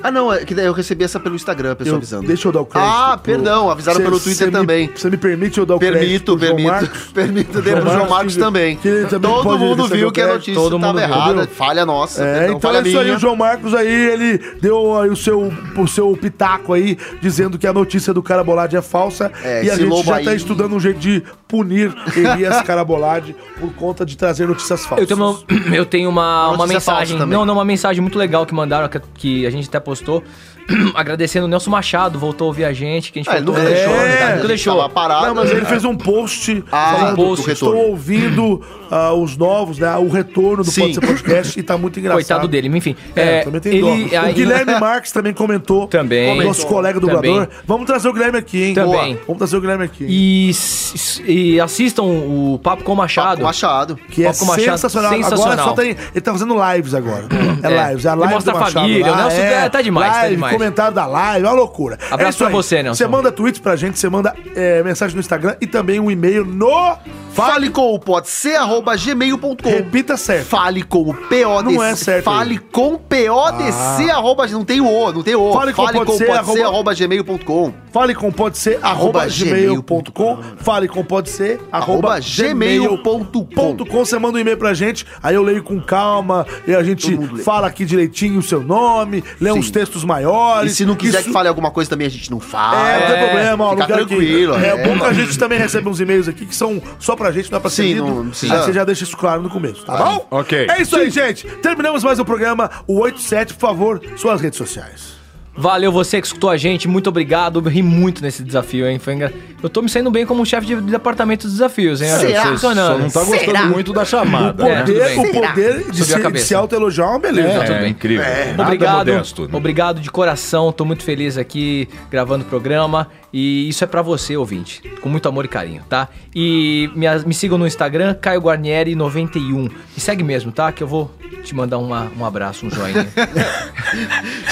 [SPEAKER 3] Ah, não, é que daí eu recebi essa pelo Instagram, a pessoa
[SPEAKER 2] Eu-
[SPEAKER 3] avisando.
[SPEAKER 2] Deixa eu dar o crédito.
[SPEAKER 3] Ah, perdão, avisaram pelo Twitter também.
[SPEAKER 2] Você me permite eu dar o
[SPEAKER 3] Permito,
[SPEAKER 2] crédito? pro João
[SPEAKER 3] permito.
[SPEAKER 2] Marcos?
[SPEAKER 3] Permito, dei
[SPEAKER 2] João
[SPEAKER 3] pro João
[SPEAKER 2] Marcos
[SPEAKER 3] Marcos
[SPEAKER 2] que-
[SPEAKER 3] também.
[SPEAKER 2] que ele também
[SPEAKER 3] Todo
[SPEAKER 2] pode
[SPEAKER 3] mundo
[SPEAKER 2] receber o
[SPEAKER 3] viu que a
[SPEAKER 2] crédito,
[SPEAKER 3] notícia
[SPEAKER 2] todo
[SPEAKER 3] estava
[SPEAKER 2] mundo viu,
[SPEAKER 3] errada.
[SPEAKER 2] viu?
[SPEAKER 3] Falha nossa.
[SPEAKER 2] É,
[SPEAKER 3] perdão,
[SPEAKER 2] então
[SPEAKER 3] falha
[SPEAKER 2] é isso aí,
[SPEAKER 3] né? minha.
[SPEAKER 2] o João Marcos aí, ele deu aí o seu, o seu pitaco aí, dizendo que a notícia do Carabolade é falsa.
[SPEAKER 3] É,
[SPEAKER 2] e a
[SPEAKER 3] esse
[SPEAKER 2] gente
[SPEAKER 3] lobo
[SPEAKER 2] já
[SPEAKER 3] aí-
[SPEAKER 2] tá estudando um jeito de punir Elias Carabolade por conta de trazer notícias
[SPEAKER 1] Eu
[SPEAKER 2] falsas.
[SPEAKER 1] tenho uma, eu tenho uma, uma
[SPEAKER 2] notícia
[SPEAKER 1] mensagem.
[SPEAKER 2] falsa também.
[SPEAKER 1] Não, não, uma mensagem muito legal que mandaram, que, que a gente até postou. agradecendo o Nelson Machado, voltou a ouvir a gente, que a gente
[SPEAKER 3] Ah, ele
[SPEAKER 1] voltou
[SPEAKER 3] nunca
[SPEAKER 1] a ouvir.
[SPEAKER 3] deixou, na verdade,
[SPEAKER 1] É,
[SPEAKER 3] ele
[SPEAKER 1] nunca deixou.
[SPEAKER 3] tava parado. né?
[SPEAKER 2] Não, mas ele fez um post
[SPEAKER 3] Ah,
[SPEAKER 2] falando,
[SPEAKER 3] um post.
[SPEAKER 2] do estou
[SPEAKER 3] retorno."
[SPEAKER 2] ouvindo ah, os novos, né, o retorno do Pode Ser Podcast e tá muito engraçado.
[SPEAKER 1] Coitado dele, enfim.
[SPEAKER 2] É,
[SPEAKER 1] É,
[SPEAKER 2] também tem
[SPEAKER 1] ele-
[SPEAKER 2] dó.
[SPEAKER 1] aí-
[SPEAKER 2] O Guilherme Marques também comentou.
[SPEAKER 1] Também.
[SPEAKER 2] Comentou. Nosso colega dublador.
[SPEAKER 1] Também.
[SPEAKER 2] Vamos trazer o Guilherme aqui, hein?
[SPEAKER 1] Também.
[SPEAKER 2] Boa. Vamos trazer o Guilherme aqui.
[SPEAKER 1] E, s- e assistam o Papo com o Machado. Papo
[SPEAKER 3] Machado.
[SPEAKER 2] um Que é sensacional. Agora só tem. Ele tá fazendo lives agora. É,
[SPEAKER 1] É.
[SPEAKER 2] lives. É a
[SPEAKER 1] E
[SPEAKER 2] live
[SPEAKER 1] mostra
[SPEAKER 2] do
[SPEAKER 1] a
[SPEAKER 2] Machado
[SPEAKER 1] família,
[SPEAKER 2] lá, é
[SPEAKER 1] o Nelson tá- tá demais, tá
[SPEAKER 2] live,
[SPEAKER 1] demais.
[SPEAKER 2] comentário da live, é uma loucura.
[SPEAKER 1] Abraço
[SPEAKER 2] é isso
[SPEAKER 1] pra
[SPEAKER 2] aí.
[SPEAKER 1] você, Nelson.
[SPEAKER 2] Você manda tweets pra gente, você manda é, mensagem no Instagram e também um e-mail no.
[SPEAKER 3] Fale com o pode ser arroba gmail.com.
[SPEAKER 2] Repita certo.
[SPEAKER 3] Fale com o PODC.
[SPEAKER 2] Não é certo
[SPEAKER 3] Fale
[SPEAKER 2] aí.
[SPEAKER 3] com o PODC
[SPEAKER 2] Ah.
[SPEAKER 3] arroba. Não tem o, não tem o.
[SPEAKER 2] Fale com o pode ser arroba-
[SPEAKER 3] arroba gmail.com.
[SPEAKER 2] Fale com pode ser arroba gmail.com. Fale com pode ser arroba
[SPEAKER 3] Arroba
[SPEAKER 2] gmail.com. Você manda um e-mail pra gente, aí eu leio com calma e a gente fala aqui direitinho o seu nome, lê uns textos
[SPEAKER 3] E
[SPEAKER 2] maiores.
[SPEAKER 3] se não quiser
[SPEAKER 2] Isso-
[SPEAKER 3] que fale alguma coisa também, a gente não fala.
[SPEAKER 2] É, não tem problema, ó,
[SPEAKER 3] Ah, Fica
[SPEAKER 2] lugar
[SPEAKER 3] tranquilo.
[SPEAKER 2] aqui. É, bom que a gente também recebe uns e-mails aqui que são só pra gente, não é pra ser
[SPEAKER 3] Sim,
[SPEAKER 2] lido.
[SPEAKER 3] não- não
[SPEAKER 2] Aí
[SPEAKER 3] precisa.
[SPEAKER 2] você já deixa isso claro no começo, tá
[SPEAKER 3] Tá.
[SPEAKER 2] bom?
[SPEAKER 5] Ok.
[SPEAKER 2] É isso aí, gente. Terminamos mais um programa, o 87, por favor, suas redes sociais.
[SPEAKER 1] Valeu você que escutou a gente, muito obrigado. Eu ri muito nesse desafio, hein? Foi engra... Eu tô me saindo bem como um chefe de de departamento dos desafios, hein?
[SPEAKER 5] Será?
[SPEAKER 1] Tá funcionando.
[SPEAKER 5] Só não tá gostando Será? muito da chamada,
[SPEAKER 1] O
[SPEAKER 5] né?
[SPEAKER 1] poder,
[SPEAKER 5] É, tudo
[SPEAKER 1] o
[SPEAKER 5] bem.
[SPEAKER 1] poder
[SPEAKER 2] Será?
[SPEAKER 1] de,
[SPEAKER 2] Subiu a
[SPEAKER 1] se, de
[SPEAKER 2] cabeça.
[SPEAKER 1] se
[SPEAKER 2] autoelogiar é uma beleza.
[SPEAKER 1] beleza.
[SPEAKER 2] É,
[SPEAKER 1] tudo bem.
[SPEAKER 5] incrível.
[SPEAKER 1] É,
[SPEAKER 5] Nada
[SPEAKER 1] obrigado,
[SPEAKER 5] modesto, né?
[SPEAKER 1] obrigado de coração. Tô muito feliz aqui gravando o programa. E isso é pra você, ouvinte. Com muito amor e carinho, tá? E me, me sigam no Instagram, Caio Guarnieri91. Me segue mesmo, tá? Que eu vou te mandar uma- um abraço, um joinha.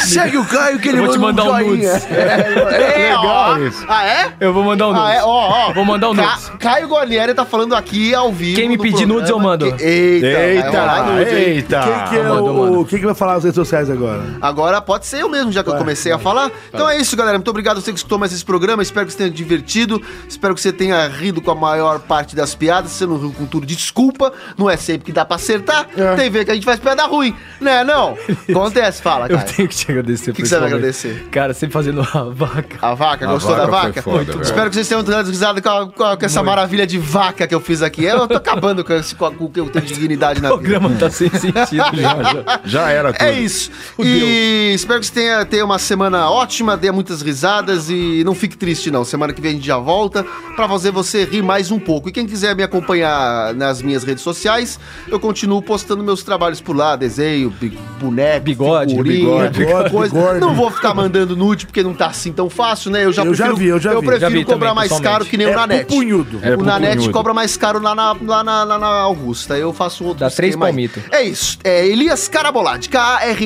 [SPEAKER 3] Segue o Caio que
[SPEAKER 1] Eu
[SPEAKER 3] ele
[SPEAKER 1] vou te
[SPEAKER 3] manda
[SPEAKER 1] mandar um
[SPEAKER 3] joinha.
[SPEAKER 1] nudes.
[SPEAKER 3] É, ó.
[SPEAKER 1] Legal isso.
[SPEAKER 3] Ah, é?
[SPEAKER 1] Eu vou mandar um nudes.
[SPEAKER 3] Ah, é? Ó, ó.
[SPEAKER 1] Vou mandar um
[SPEAKER 3] Ca-
[SPEAKER 1] nudes.
[SPEAKER 3] Caio Guarnieri tá falando aqui ao vivo.
[SPEAKER 1] Quem me
[SPEAKER 3] no
[SPEAKER 1] pedir nudes, eu
[SPEAKER 3] programa
[SPEAKER 1] mando.
[SPEAKER 3] que- Eita,
[SPEAKER 1] Eita,
[SPEAKER 3] vai rolar nudes, hein?
[SPEAKER 5] eita.
[SPEAKER 2] Quem que é
[SPEAKER 1] Manda,
[SPEAKER 2] o, quem que vai falar nas redes sociais agora?
[SPEAKER 3] Agora pode ser eu mesmo, já que eu comecei a falar. Então é isso, galera. Muito obrigado a você que escutou mais esse programa. Espero que você tenha divertido. Espero que você tenha rido com a maior parte das piadas. Se você não riu com tudo,
[SPEAKER 1] É.
[SPEAKER 3] desculpa. Não é sempre que dá pra acertar. Tem ver que a gente faz piada ruim, né? Não. Acontece, fala. Vai,
[SPEAKER 1] Eu
[SPEAKER 3] Caio.
[SPEAKER 1] tenho que te agradecer.
[SPEAKER 3] O que que você vai
[SPEAKER 1] principalmente. Cara, sempre fazendo a vaca.
[SPEAKER 3] A vaca,
[SPEAKER 1] A
[SPEAKER 3] gostou da
[SPEAKER 1] vaca foi
[SPEAKER 3] vaca?
[SPEAKER 1] foda, velho.
[SPEAKER 3] Espero que vocês tenham dado risada com, a- com a- com essa maravilha de vaca que eu fiz aqui. Eu tô acabando com, esse, com, a- com o que eu tenho de dignidade na vida. O programa
[SPEAKER 1] tá sem sentido já, já. Já era tudo.
[SPEAKER 3] É isso. E espero que você tenha, tenha uma semana ótima, dê muitas risadas e não fique triste, não. Semana que vem a gente já volta pra fazer você rir mais um pouco. E quem quiser me acompanhar nas minhas redes sociais, eu continuo postando meus trabalhos por lá, desenho, bi- boneco, bigode,
[SPEAKER 2] bigode, bigode,
[SPEAKER 3] coisa.
[SPEAKER 2] bigode.
[SPEAKER 3] Não vou ficar mandando nude porque não tá assim tão fácil, né? Eu já
[SPEAKER 2] Eu já vi, eu já vi.
[SPEAKER 3] prefiro
[SPEAKER 2] Já vi
[SPEAKER 3] cobrar
[SPEAKER 2] também,
[SPEAKER 3] mais
[SPEAKER 2] pessoalmente.
[SPEAKER 3] caro que nem
[SPEAKER 2] É
[SPEAKER 3] o Nanete.
[SPEAKER 2] pupunhudo. É
[SPEAKER 3] o Nanete
[SPEAKER 2] pupunhudo.
[SPEAKER 3] cobra mais caro lá na, lá na, lá na Augusta. Eu faço outro Dá
[SPEAKER 1] três palmito.
[SPEAKER 3] É isso. É Elias Carabolade.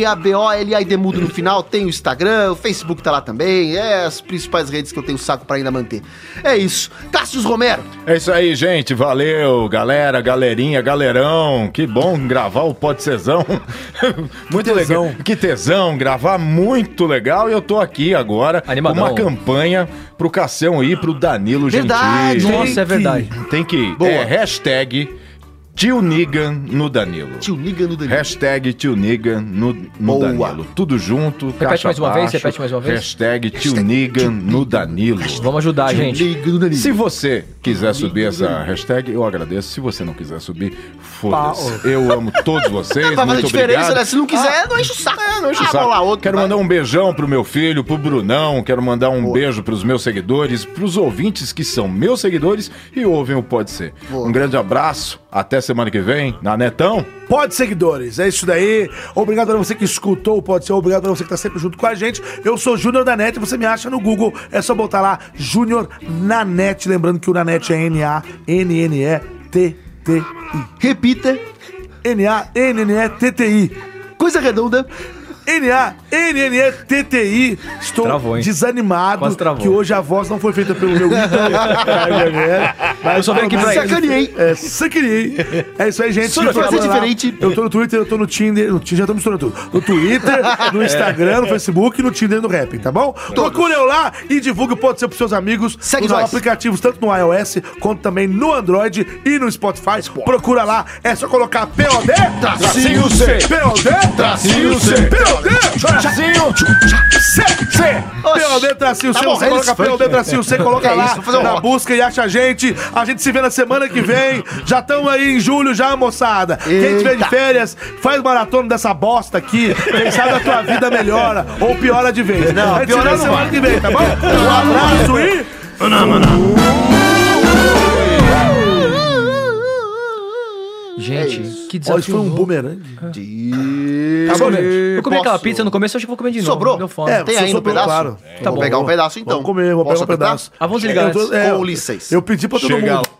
[SPEAKER 3] K-A-R-A-B-O-L-I-A-I Demudo no final. Tem o Instagram, o Facebook tá lá também. É as principais redes que eu tenho saco pra ainda manter. É isso. Cássio Romero.
[SPEAKER 5] É isso aí, gente. Valeu, galera, galerinha, galerão. Que bom gravar o Pode Cezão. muito legal. Que tesão gravar, muito legal. E eu tô aqui agora
[SPEAKER 1] Animadão.
[SPEAKER 5] com uma campanha pro Cassião ir pro Danilo
[SPEAKER 1] Verdade,
[SPEAKER 5] Gentili.
[SPEAKER 1] Nossa, é verdade.
[SPEAKER 5] Tem que ir.
[SPEAKER 1] Boa.
[SPEAKER 5] É hashtag Tio Nigan no Danilo.
[SPEAKER 3] Tio Nigan no Danilo.
[SPEAKER 5] Hashtag Tio Nigan no, no
[SPEAKER 1] Boa.
[SPEAKER 5] Danilo. Tudo junto. Repete
[SPEAKER 1] mais uma vez, repete mais uma vez.
[SPEAKER 5] Hashtag Tio Nigan no Danilo.
[SPEAKER 1] Vamos ajudar, gente.
[SPEAKER 5] Se você quiser subir essa hashtag, eu agradeço. Se você não quiser subir, foda-se. Eu amo todos vocês.
[SPEAKER 3] Não vai fazer
[SPEAKER 5] muito
[SPEAKER 3] diferença,
[SPEAKER 5] obrigado.
[SPEAKER 3] né? Se não quiser, não enche o saco. não enche
[SPEAKER 5] Ah, Quero mandar um beijão pro meu filho, pro Brunão. Quero mandar um beijo pros meus seguidores, pros ouvintes que são meus seguidores e ouvem o Pode Ser. Um grande abraço. Até semana que vem. Na Netão.
[SPEAKER 2] Pode seguidores, é isso daí. Obrigado pra você que escutou, o pode ser. Obrigado pra você que tá sempre junto com a gente. Eu sou Júnior da Net, você me acha no Google. É só botar lá Júnior na Net. Lembrando que o na Net é N-A-N-N-E-T-T-I.
[SPEAKER 3] Repita.
[SPEAKER 2] N-A-N-N-E-T-T-I.
[SPEAKER 3] Coisa redonda.
[SPEAKER 2] N-A-N-N-E-T-T-I. Estou
[SPEAKER 1] Travou, hein?
[SPEAKER 2] desanimado
[SPEAKER 1] Quase travou.
[SPEAKER 2] que hoje a voz não foi feita pelo meu ídolo, É, né? Caio Guarnieri. Mas
[SPEAKER 1] Eu só venho aqui pra isso.
[SPEAKER 3] Sacaneei.
[SPEAKER 2] É, sacaneei. É isso aí, gente.
[SPEAKER 3] Só não
[SPEAKER 2] Fica
[SPEAKER 3] fazer
[SPEAKER 2] lá.
[SPEAKER 3] diferente.
[SPEAKER 2] Eu tô no Twitter, eu tô no Tinder. No Tinder já tô misturando tudo. No Twitter, no Instagram, no Facebook, no Tinder e no Rap, tá bom? Procure eu lá e divulgue o Pode Ser pros seus amigos. Segue nos
[SPEAKER 3] nós.
[SPEAKER 2] aplicativos, tanto no iOS, quanto também no Android e no Spotify. Procura lá. É só colocar POD...
[SPEAKER 5] Tracinho C.
[SPEAKER 2] POD...
[SPEAKER 5] Tracinho C.
[SPEAKER 2] POD... Tracinho... C. C. POD tracinho C.
[SPEAKER 3] Tá bom,
[SPEAKER 2] Você
[SPEAKER 3] é
[SPEAKER 2] coloca
[SPEAKER 3] isso, funk.
[SPEAKER 2] POD tracinho C. Coloca
[SPEAKER 3] É
[SPEAKER 2] lá
[SPEAKER 3] isso, vou fazer um
[SPEAKER 2] na
[SPEAKER 3] rock.
[SPEAKER 2] busca e acha a gente. A gente se vê na semana que vem. Já estamos aí em julho, já, moçada. Quem tiver de férias, faz maratona dessa bosta aqui. Quem sabe a tua vida melhora ou piora de vez.
[SPEAKER 3] Não,
[SPEAKER 2] a gente se vê
[SPEAKER 3] piora
[SPEAKER 2] na
[SPEAKER 3] não
[SPEAKER 2] semana
[SPEAKER 3] vai.
[SPEAKER 2] que vem, tá bom? Um abraço e.
[SPEAKER 1] Gente, que
[SPEAKER 2] Olha, isso
[SPEAKER 1] desafio.
[SPEAKER 2] foi um bumerangue.
[SPEAKER 1] Tá bom, gente. Eu comi
[SPEAKER 3] Posso-
[SPEAKER 1] aquela pizza no começo, eu acho que vou comer de novo.
[SPEAKER 3] Sobrou?
[SPEAKER 1] Deu fome.
[SPEAKER 3] É, Tem ainda um
[SPEAKER 2] sobrou,
[SPEAKER 3] pedaço?
[SPEAKER 2] claro.
[SPEAKER 3] Tá bom. Vou pegar um pedaço, então.
[SPEAKER 2] Vou comer, vou
[SPEAKER 3] Posso
[SPEAKER 2] pegar um
[SPEAKER 3] apertar?
[SPEAKER 2] pedaço.
[SPEAKER 3] Ah, vamos desligar
[SPEAKER 2] Eu tô-
[SPEAKER 3] antes.
[SPEAKER 2] é,
[SPEAKER 3] Com licença.
[SPEAKER 2] Eu pedi pra todo
[SPEAKER 3] Chega
[SPEAKER 2] mundo.
[SPEAKER 3] lá.